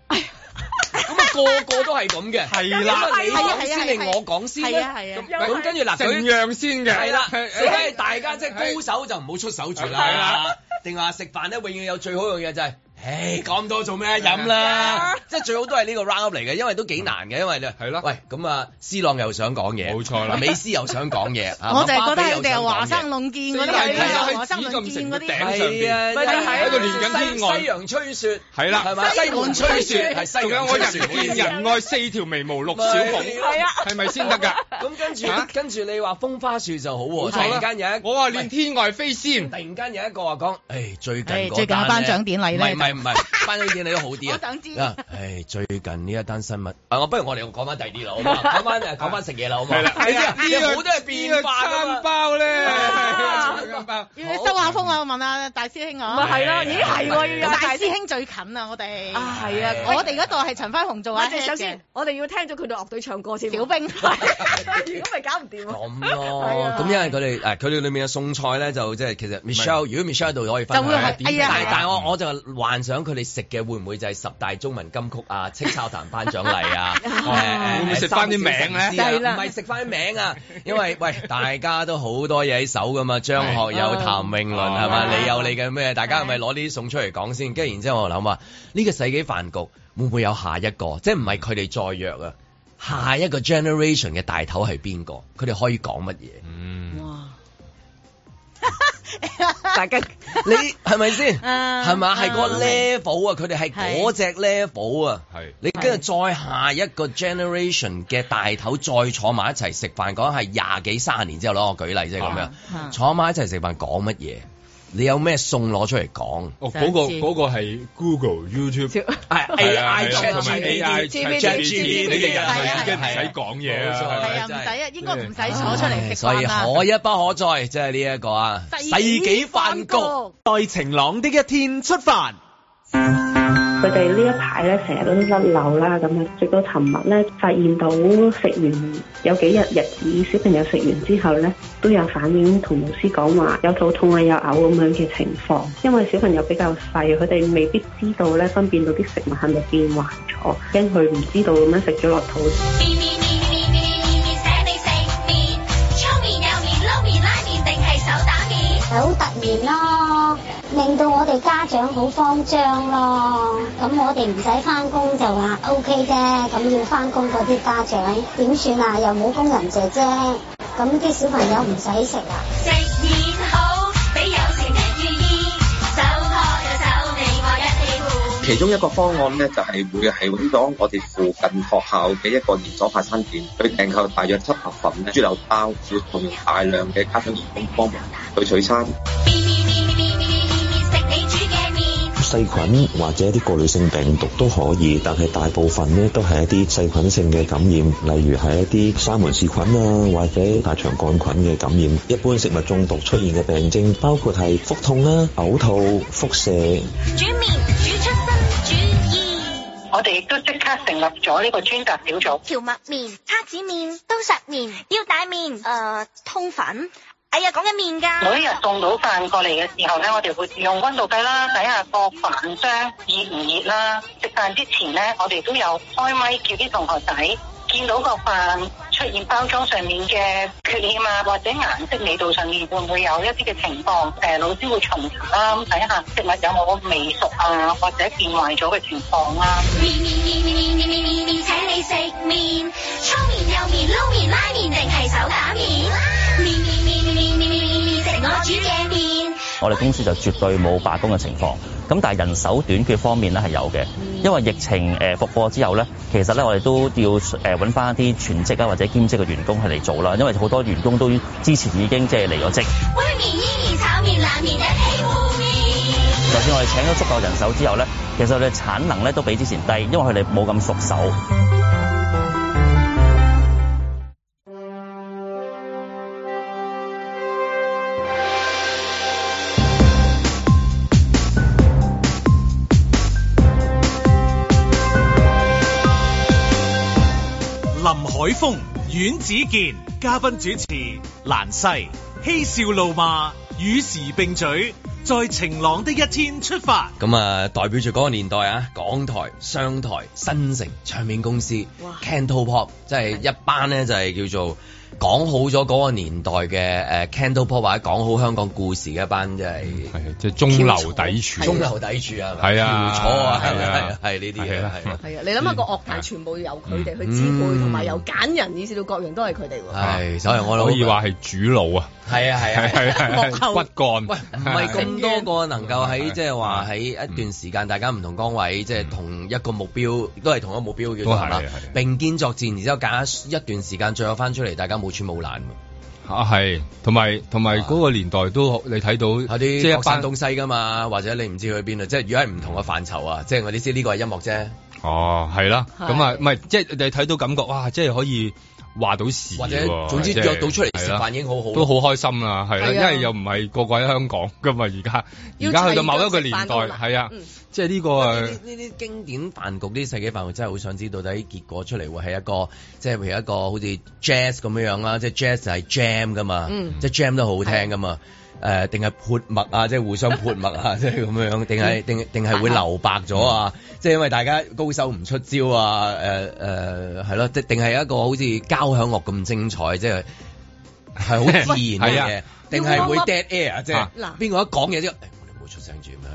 Speaker 2: 咁啊，個個都係咁嘅。
Speaker 6: 係
Speaker 2: 咁
Speaker 6: 啦
Speaker 2: 啊，你
Speaker 7: 係啊
Speaker 2: 講先
Speaker 7: 係啊
Speaker 2: 定我講先咧？
Speaker 7: 係啊係啊
Speaker 2: 咁咁跟住嗱，
Speaker 6: 成
Speaker 2: 佢
Speaker 6: 樣先嘅。
Speaker 2: 係啦，
Speaker 6: 誒
Speaker 2: 所以大家即係高手就唔好出手住啦。
Speaker 6: 係啊啦，
Speaker 2: 定話食飯咧，永遠有最好嘅嘢就係。唉，咁多 做咩？飲啦，即係最好都係呢個 round up 嚟嘅，因為都幾難嘅，因為你
Speaker 6: 係咯
Speaker 2: 喂，咁啊，斯朗又想講嘢，啊
Speaker 6: 冇錯啦
Speaker 2: 美斯又想講嘢， 啊
Speaker 7: 我就係
Speaker 2: 係
Speaker 7: 覺得佢哋係華生弄見嗰啲
Speaker 6: 所以係
Speaker 7: 係
Speaker 6: 係
Speaker 7: 華生論劍嗰
Speaker 6: 係
Speaker 7: 啲。
Speaker 6: 頂上
Speaker 2: 係
Speaker 6: 邊
Speaker 2: 啊，
Speaker 4: 咪就係
Speaker 2: 喺度
Speaker 4: 咯
Speaker 2: 練緊天外西西洋吹雪，
Speaker 6: 係啦
Speaker 2: 係嘛？西門吹雪係西
Speaker 6: 仲有
Speaker 2: 洋
Speaker 6: 我
Speaker 2: 吹
Speaker 6: 人
Speaker 2: 雪，唔好意
Speaker 6: 見
Speaker 2: 思
Speaker 6: 人愛四條眉毛六小鳳，
Speaker 4: 係啊，
Speaker 6: 係咪先得㗎？
Speaker 2: 咁跟住
Speaker 6: 啊
Speaker 2: 跟住你話風花雪就好喎，
Speaker 6: 冇
Speaker 2: 突
Speaker 6: 錯啦
Speaker 2: 然間有一
Speaker 6: 我話
Speaker 2: 喂
Speaker 6: 練天外飛仙
Speaker 2: 突。然間有一個話講，誒最近嗰
Speaker 7: 誒最近嘅
Speaker 2: 單
Speaker 7: 頒獎典禮咧
Speaker 2: 唔係唔係唔 係頒獎典禮都好啲啊！
Speaker 7: 我想知
Speaker 2: 嗱誒最近呢一單新聞，啊我不如我哋講翻第二啲啦，好嘛？講翻誒講翻食嘢啦，好嘛？
Speaker 6: 係啦，
Speaker 2: 你知啊
Speaker 6: 呢
Speaker 2: 有
Speaker 6: 個
Speaker 2: 好多係變化㗎嘛
Speaker 6: 呢個餐包咧，
Speaker 4: 啊
Speaker 6: 餐包
Speaker 7: 要收下風啊！我問下大師兄
Speaker 4: 咪
Speaker 7: 啊，
Speaker 4: 係咯，咦係喎，要有
Speaker 7: 大
Speaker 4: 大
Speaker 7: 師
Speaker 4: 師
Speaker 7: 兄最近啊，我哋
Speaker 4: 啊，係啊，
Speaker 7: 我哋嗰度係陳輝雄做啊
Speaker 4: 喂，，首先我哋要聽咗佢哋樂隊唱歌先，
Speaker 7: 小兵
Speaker 4: 如果咪搞唔掂啊，
Speaker 2: 咁
Speaker 4: 係
Speaker 2: 咯
Speaker 4: 啊，
Speaker 2: 咁因為佢哋誒佢哋裏面嘅餸菜咧，就即係其實 Michelle，如果 Michelle 喺度可以分享
Speaker 7: 就會係
Speaker 2: 一啲
Speaker 7: 哎呀
Speaker 2: 但係但係我我就幻想佢哋食嘅會唔會就係十大中文金曲啊、叱咤壇頒獎禮啊，誒
Speaker 6: 會唔會食返啲名咧
Speaker 2: 三小城市
Speaker 4: 係啦
Speaker 2: 啊唔係食翻啲名啊，因為喂大家都好多嘢喺手噶嘛，張學友、譚詠麟係嘛，
Speaker 7: 哦
Speaker 2: 你有你嘅咩？大家係咪攞呢啲餸出嚟講先？跟住然之後我諗話呢個世紀飯局會唔會有下一個？即係唔係佢哋再約啊？下一個 generation 嘅大頭係邊個？佢哋可以講乜嘢？
Speaker 6: 嗯
Speaker 4: 大家
Speaker 2: 你係咪先？
Speaker 7: 啊
Speaker 2: 係嘛？
Speaker 7: 啊
Speaker 2: 係嗰個 level 啊，佢哋係嗰只 level 啊。
Speaker 6: 係
Speaker 2: 你跟住再下一個 generation 嘅大頭再坐埋一齊
Speaker 6: 嗯
Speaker 2: 食飯，講係廿幾卅年之後咯。我舉例即係咁樣，
Speaker 7: 啊
Speaker 2: 坐埋一齊食飯講乜嘢？你有咩餸攞出嚟講？
Speaker 6: 哦，
Speaker 7: 上
Speaker 6: 嗰個
Speaker 7: 次
Speaker 6: 嗰個係 Google、YouTube。
Speaker 2: 係
Speaker 6: 係啊
Speaker 2: AI
Speaker 6: 係啊
Speaker 2: chat
Speaker 6: 同埋
Speaker 2: GPT
Speaker 6: AI
Speaker 2: ChatGPT
Speaker 6: 你嘅人係已
Speaker 2: 係
Speaker 6: 經唔
Speaker 2: 啊係啊
Speaker 6: 使講嘢
Speaker 2: 冇錯
Speaker 6: 啊，
Speaker 7: 係啊，唔使啊，應該唔使坐出嚟
Speaker 6: 哎
Speaker 2: 唉
Speaker 7: 食
Speaker 2: 所以
Speaker 7: 飯啊啦。
Speaker 2: 可一不可再，即係呢一個啊世紀飯局。
Speaker 5: 在晴朗的一天出發。
Speaker 8: 佢哋呢一排咧成日都甩漏啦，咁啊，直到尋日咧發現到食完有幾日日子，小朋友食完之後咧都有反映同老師講話有肚痛啊、有嘔咁樣嘅情況，因為小朋友比較細，佢哋未必知道咧分辨到啲食物係咪變壞咗，驚佢唔知道咁樣食咗落肚。
Speaker 9: 面面面面面面面面面寫你食面，粗面幼面撈面拉面定係手打面？
Speaker 10: 手突面咯，令到我哋家長好慌張咯。咁我哋唔使翻工就話 O K 啫，咁要翻工嗰啲家長點算啊？又冇工人姐姐，咁啲小朋友唔使食啊！
Speaker 9: 食面好，俾有情人寓意，手拖咗手，你我一起換。
Speaker 11: 其中一個方案咧，就係、會係揾咗我哋附近學校嘅一個連鎖快餐店，去訂購大約七百份咧豬柳包，要動用大量嘅家長義工幫忙去取餐。
Speaker 9: 面面面面面面面面食你煮嘅面。
Speaker 11: 細菌或者一啲過濾性病毒都可以，但係大部分咧都係一啲細菌性嘅感染，例如係一啲沙門氏菌啊，或者大腸桿菌嘅感染。一般食物中毒出現嘅病症包括係腹痛啦、嘔吐、腹瀉。
Speaker 9: 煮面煮出新主意，
Speaker 10: 我哋亦都即刻成立咗呢個專責小組。
Speaker 9: 荞麥面、叉子面、刀削面、腰帶面、誒通粉。哎呀，講緊面㗎。
Speaker 10: 每一日送到飯過嚟嘅時候咧，我哋會用温度計啦，睇下個飯箱熱唔熱啦。食飯之前咧，我哋都有開咪叫啲同學仔見到個飯出現包裝上面嘅缺陷啊，或者顏色味道上面會唔會有一啲嘅情況？誒、呃老師會巡查啦，咁啊睇下食物有冇未熟啊，或者變壞咗嘅情況啊啦、
Speaker 9: 面面面面面面面面面，請你食面，粗面幼面撈面拉麵定係手打面？面面面面面面面面食我煮嘅面，
Speaker 11: 我哋公司就絕對冇罷工嘅情況。咁但係人手短缺方面咧係有嘅，因為疫情誒復課之後咧，其實咧我哋都要誒揾翻一啲全職啊或者兼職嘅員工去嚟做啦，因為好多員工都之前已經即係離咗職。
Speaker 9: 煨麵伊麵炒麵冷麵一起糊面。
Speaker 11: 就算我哋請咗足夠人手之後咧，其實我哋產能咧都比之前低，因為佢哋冇咁熟手。
Speaker 1: 林海峰、阮子健，嘉賓主持蘭西，嬉笑怒罵，與時並舉，在晴朗的一天出發。
Speaker 2: 咁啊，代表住嗰個年代啊，港台、商台、新城唱片公司、Cantopop，即係一班咧就係叫做講好咗嗰個年代嘅誒 Cantopop 或者講好香港故事嘅一班，即係啊
Speaker 6: 係啊即係中流砥柱，
Speaker 2: 中流砥柱啊，
Speaker 6: 嗯係啊
Speaker 2: 錯啊，係
Speaker 6: 係
Speaker 2: 啊
Speaker 6: 啊，
Speaker 2: 係呢啲嘢，
Speaker 6: 係啦
Speaker 2: 係啊
Speaker 4: 係啊，你諗下個樂壇全部由佢哋去支配，
Speaker 2: 嗯
Speaker 4: 同埋由揀人以至到各樣都係佢哋喎。
Speaker 2: 係，所以我諗
Speaker 6: 可以話係主腦啊，
Speaker 2: 係啊，係啊。
Speaker 6: 係係
Speaker 4: 幕後
Speaker 6: 係骨幹。
Speaker 2: 喂，唔係咁多個能夠喺
Speaker 6: 係嗯
Speaker 2: 即係話喺一段時間，大家唔同崗位，即係同一個目標，都係同一個目標叫做
Speaker 6: 都係
Speaker 2: 係嘛
Speaker 6: 係係
Speaker 2: 並肩作戰，然之後隔一段時間最後翻出嚟，大家冇穿冇爛喎，
Speaker 6: 啊係，同埋同埋嗰個年代都你睇到
Speaker 2: 啊有啲
Speaker 6: 即係
Speaker 2: 各山
Speaker 6: 一班
Speaker 2: 東西㗎嘛，或者你唔知去邊啊？即係如果係唔同嘅範疇啊，即係我哋知呢個係音樂啫，
Speaker 6: 哦係啦，
Speaker 4: 係
Speaker 6: 咁啊唔係即係你睇到感覺哇，即係可以話到事喎，
Speaker 2: 或者總之
Speaker 6: 即係啊
Speaker 2: 約到出嚟食
Speaker 6: 係啊啦
Speaker 2: 飯已經好好
Speaker 6: 都
Speaker 2: 啦。
Speaker 6: 好開心啦，係啦，
Speaker 4: 係
Speaker 6: 因
Speaker 4: 啊
Speaker 6: 為又唔係個個喺香港噶嘛，而家
Speaker 4: 要
Speaker 6: 而家去
Speaker 4: 齊腳
Speaker 6: 到某一個
Speaker 4: 食
Speaker 6: 年
Speaker 4: 飯
Speaker 6: 代，
Speaker 4: 㗎嘛
Speaker 6: 係啊
Speaker 4: 嗯，
Speaker 6: 即係呢個
Speaker 2: 呢啲
Speaker 6: 誒
Speaker 2: 呢啲經典飯局，呢啲世紀飯局真係好想知道到底結果出嚟會係一個，即係譬如一個好似 jazz 咁樣樣啦，即係 jazz 就係 jam 噶嘛，
Speaker 4: 嗯
Speaker 2: 即係 jam 都好好聽噶嘛。誒，定係潑墨啊，即係互相潑墨啊，即係咁樣，定係定定係會留白咗啊，即係因為大家高手唔出招啊，誒誒係咯，即定係一個好似交響樂咁精彩，即係係好自然嘅
Speaker 6: 係啊
Speaker 2: 嘢，定係會
Speaker 4: 要 warm up
Speaker 2: dead air 啊即係
Speaker 4: 嗱
Speaker 2: 邊個一講嘢之後，誒我哋唔好出聲住咪，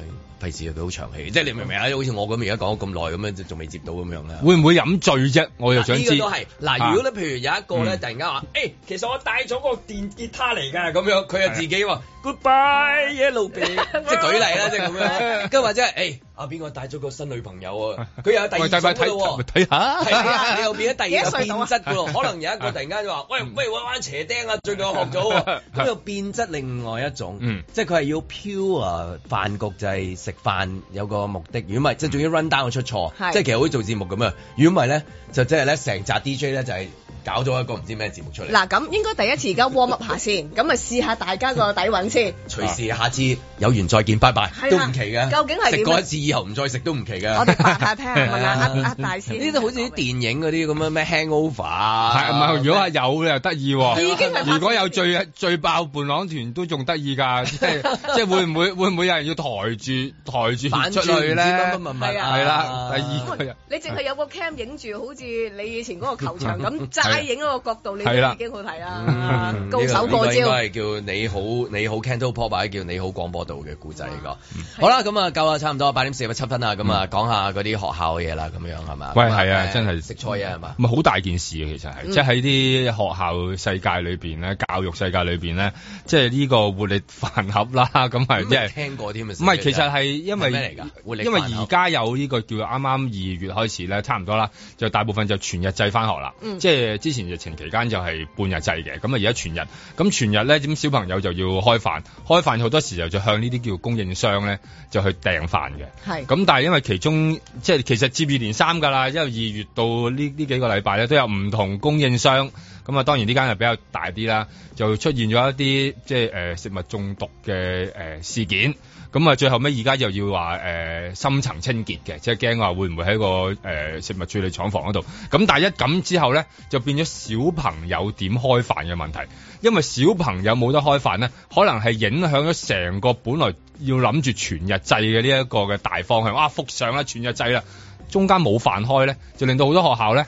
Speaker 2: 費事佢好長氣，即係你明唔明啊？好似我咁而家講咗咁耐咁啊樣，仲未接到咁樣咧。
Speaker 6: 會唔會飲醉啫？我又
Speaker 2: 嗱
Speaker 6: 想
Speaker 2: 呢
Speaker 6: 知啊嗯
Speaker 2: 個都係嗱，哎啊如果咧譬如有一個咧突然間話，誒其實我帶咗個電吉他嚟㗎咁樣，佢又自己話 Goodbye Yellow Bee，即係舉例啦，即係咁樣。跟住或者係誒啊邊個帶咗個新女朋友 啊？佢又有第二
Speaker 6: 喂
Speaker 2: 種
Speaker 6: 大
Speaker 2: 㗎
Speaker 6: 家睇
Speaker 2: 咯喎。
Speaker 6: 睇下，
Speaker 2: 係啊，你又變咗第二個
Speaker 6: 幾
Speaker 2: 變
Speaker 6: 多歲
Speaker 2: 質噶咯，
Speaker 6: 到啊嗯
Speaker 2: 可能有一個突然間就 話：喂，不如玩玩斜釘啊，最近我學咗喎，咁又變質另外一種，
Speaker 6: 嗯
Speaker 2: 即係佢係要 pure 啊飯局就係食飯有個目的，如果唔係即係仲要
Speaker 6: 嗯
Speaker 2: run down 出錯，
Speaker 12: 係
Speaker 2: 即係其實好似做節目咁啊，如果唔係咧就即係咧成扎 DJ 咧就係搞咗一個唔知咩節目出嚟。
Speaker 4: 嗱咁應該第一次而家 warm up 下先，咁咪試下大家個底韻先。
Speaker 2: 隨時
Speaker 6: 啊
Speaker 2: 下次有緣再見，拜拜
Speaker 4: 係啦
Speaker 2: 都唔奇嘅。
Speaker 4: 究竟係點啊
Speaker 2: 食過一次以後唔再食都唔奇嘅。
Speaker 4: 我哋白下聽下問下 呃呃大師
Speaker 2: 呢啲好似啲電影嗰啲咁樣咩 hangover 啊，
Speaker 6: 係唔係？如果係有嘅又得意喎，
Speaker 2: 已經係拍
Speaker 6: 如果有最最爆伴郎團都仲得意 㗎，即係即係會唔會會唔會有人要抬住抬住
Speaker 2: 反
Speaker 6: 出去
Speaker 2: 轉唔知乜
Speaker 6: 咧？
Speaker 2: 乜乜乜啊
Speaker 6: 係啦，第二個人
Speaker 4: 你淨係有個 cam 影住，好似你以前嗰個球場 咁，齋影嗰個角度，你都
Speaker 2: 係啦
Speaker 4: 已經好睇
Speaker 6: 啊
Speaker 4: 啦
Speaker 2: 嗯。
Speaker 4: 高手過
Speaker 2: 呢個應該
Speaker 4: 招，
Speaker 2: 係叫你好你好 Canto Pop 或者叫你好廣播道嘅故仔嚟個。
Speaker 6: 嗯
Speaker 2: 好啦，咁啊夠啦，差唔多八點四十七分啊，咁啊講下嗰啲學校嘅嘢啦，咁樣係嘛？
Speaker 6: 喂，
Speaker 2: 咁
Speaker 6: 係啊，
Speaker 2: 誒
Speaker 6: 真係
Speaker 2: 食錯嘢係嘛？
Speaker 6: 唔係好大件事嘅，其實係，
Speaker 2: 嗯
Speaker 6: 即係喺啲學校世界裏邊咧，教育世界裏邊咧，即係呢個活力飯盒啦，咁係即係
Speaker 2: 聽過添啊
Speaker 6: 唔係，其實係因為
Speaker 2: 係咩嚟㗎活力飯
Speaker 6: 因
Speaker 2: 盒
Speaker 6: 為而家有呢個叫啱啱二月開始咧，差唔多啦，就大部分就全日制翻學啦。
Speaker 3: 嗯
Speaker 6: 即係之前疫情期間就係半日制嘅，咁啊而家全日，咁全日咧咁小朋友就要開飯，開飯好多時候就向呢啲叫供應商咧就去訂飯嘅。
Speaker 4: 係
Speaker 6: 咁但係因為其中即係其實接二連三㗎啦，因為二月到呢呢幾個禮拜咧都有唔同供應商，咁啊當然呢間係比較大啲啦，就出現咗一啲即係誒、呃食物中毒嘅誒、呃事件。咁啊，最後尾而家又要話誒、呃深層清潔嘅，即係驚話會唔會喺個誒、呃食物處理廠房嗰度。咁但係一咁之後咧，就變咗小朋友點開飯嘅問題，因為小朋友冇得開飯咧，可能係影響咗成個本來要諗住全日制嘅呢一個嘅大方向。啊，復上啦，全日制啦，中間冇飯開咧，就令到好多學校咧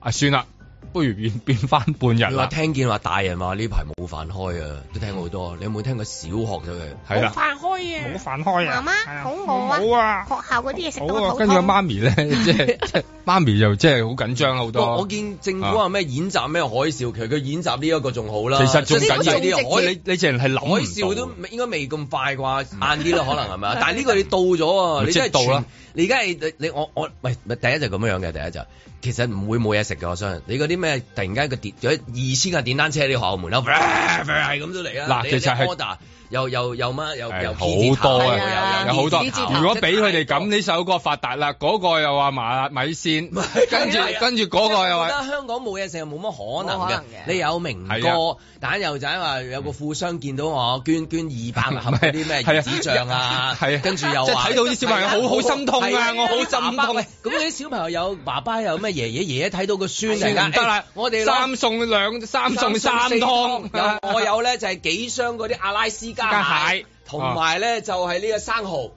Speaker 6: 啊，算啦，不如變變翻半日
Speaker 2: 你話
Speaker 6: 啦。
Speaker 2: 聽見話大人話呢排冇飯開啊，都聽好多。你有冇聽過小學就係
Speaker 6: 係啦冇
Speaker 13: 飯開啊！
Speaker 6: 冇飯開啊
Speaker 13: 媽媽好餓啊！學校嗰啲嘢食到個
Speaker 6: 好啊，
Speaker 13: 肚
Speaker 6: 跟住阿
Speaker 13: 痛。
Speaker 6: 媽咪咧，即係即係媽咪又即係好緊張啦好多。啊
Speaker 2: 我我見政府話咩演習咩海嘯，其實佢演習呢一個仲好啦，
Speaker 6: 其實仲緊要
Speaker 2: 即係呢個海
Speaker 6: 你你你淨係諗唔到
Speaker 2: 海嘯都應該未咁快啩，晏啲啦可能係咪 啊？但係呢個你到咗啊，
Speaker 6: 咪
Speaker 2: 你真係
Speaker 6: 即係到啦
Speaker 2: 全。你而家係你你我我喂，咪第一就咁樣樣嘅，第一就其實唔會冇嘢食嘅，我相信。你嗰啲咩突然間個電有二千架電單車喺你學校門口，係咁都嚟啊！
Speaker 6: 嗯嗱
Speaker 2: 你
Speaker 6: 其實係
Speaker 2: 你 order 又又又乜又又
Speaker 6: 係好多啊，
Speaker 2: 啊，
Speaker 6: 有好多。
Speaker 2: 呢支頭
Speaker 6: 如果俾佢哋咁呢首歌發達啦，嗰個又話麻辣米線，跟住
Speaker 2: 係啊
Speaker 6: 跟住嗰個又
Speaker 2: 即係我覺
Speaker 6: 話
Speaker 2: 得香港冇嘢食係冇乜可能
Speaker 6: 冇可
Speaker 2: 嘅
Speaker 6: 能。
Speaker 2: 你有明
Speaker 6: 係啊
Speaker 2: 哥，但又仔話有個富商見到我捐捐二百盒嗰啲咩
Speaker 6: 係
Speaker 2: 魚
Speaker 6: 啊
Speaker 2: 子醬啊，
Speaker 6: 係啊
Speaker 2: 跟住又
Speaker 6: 即係
Speaker 2: 話
Speaker 6: 睇到啲小朋友好好心痛啊
Speaker 2: 係
Speaker 6: 我好心痛
Speaker 2: 爸爸喂咁啲小朋友有爸爸有咩爺爺爺爺睇到個孫突
Speaker 6: 算
Speaker 2: 然間
Speaker 6: 唔啊得啦
Speaker 2: 哎，我哋攞
Speaker 6: 三餸兩三餸三
Speaker 2: 四
Speaker 6: 湯，
Speaker 2: 有我 有咧就係幾箱嗰啲阿拉斯加
Speaker 6: 加
Speaker 2: 蟹
Speaker 6: 蟹，
Speaker 2: 同埋咧就係呢個生蠔、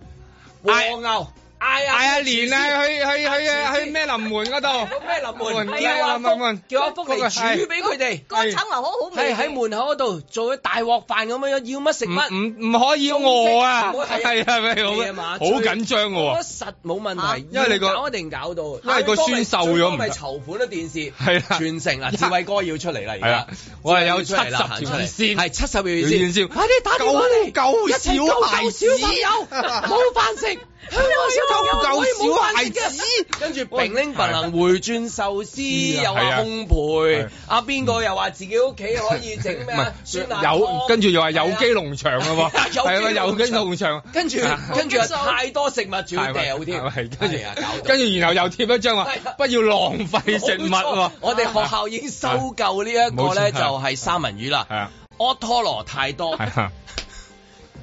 Speaker 2: 和牛。嗌
Speaker 6: 嗌阿蓮啊，去去去去咩臨門嗰度？
Speaker 2: 咩臨門？
Speaker 6: 咩
Speaker 2: 叫阿
Speaker 6: 臨
Speaker 2: 福
Speaker 6: 門？，
Speaker 2: 叫阿福嚟煮俾佢哋。
Speaker 4: 嗰個橙牛河好味
Speaker 2: 係喺門口嗰度做咗大鑊飯咁樣，要乜食
Speaker 6: Ừ,
Speaker 2: 乜，
Speaker 6: 唔唔唔可以餓啊
Speaker 2: 中式唔可以
Speaker 6: 係啊咪好
Speaker 2: 夜晚
Speaker 6: 好
Speaker 2: 最
Speaker 6: 緊張喎
Speaker 2: 我覺得啊實冇問題，
Speaker 6: 因為你個
Speaker 2: 要搞一定搞到，
Speaker 6: 因為個孫瘦咗
Speaker 2: 最多
Speaker 6: 唔得
Speaker 2: 咪籌款咯電視
Speaker 6: 係啦
Speaker 2: 全城嗱，志偉哥要出嚟啦，而
Speaker 6: 係
Speaker 2: 家
Speaker 6: 啦我係有
Speaker 2: 志偉哥要出嚟啦
Speaker 6: 70條
Speaker 2: 行出嚟
Speaker 6: 線
Speaker 2: 係七十條
Speaker 6: 條
Speaker 2: 線
Speaker 6: 線先
Speaker 2: 快啲打電話嚟，
Speaker 6: 救
Speaker 2: 一
Speaker 6: 救
Speaker 2: 齊救救
Speaker 6: 小孩子
Speaker 2: 小朋友 冇飯食，香港小朋友可以冇飯食嘅，跟住平拎白能回轉壽司，又話
Speaker 6: 係啊
Speaker 2: 烘焙，阿邊個又話自己屋企可以整咩啊酸辣
Speaker 6: 有
Speaker 2: 湯
Speaker 6: 跟住又話 有機農場啊喎，
Speaker 2: 有機
Speaker 6: 係啊有機農場，
Speaker 2: 跟住
Speaker 6: 啊
Speaker 2: 跟住太多食物仲要掉添，
Speaker 6: 係跟住
Speaker 2: 啊係啊搞到
Speaker 6: 跟住然後又貼一張話不要浪費食物
Speaker 2: 冇錯
Speaker 6: 喎。
Speaker 2: 我哋學校已經收購呢一個咧，
Speaker 6: 冇錯
Speaker 2: 就係三文魚啦。阿托羅太多，
Speaker 6: 係啊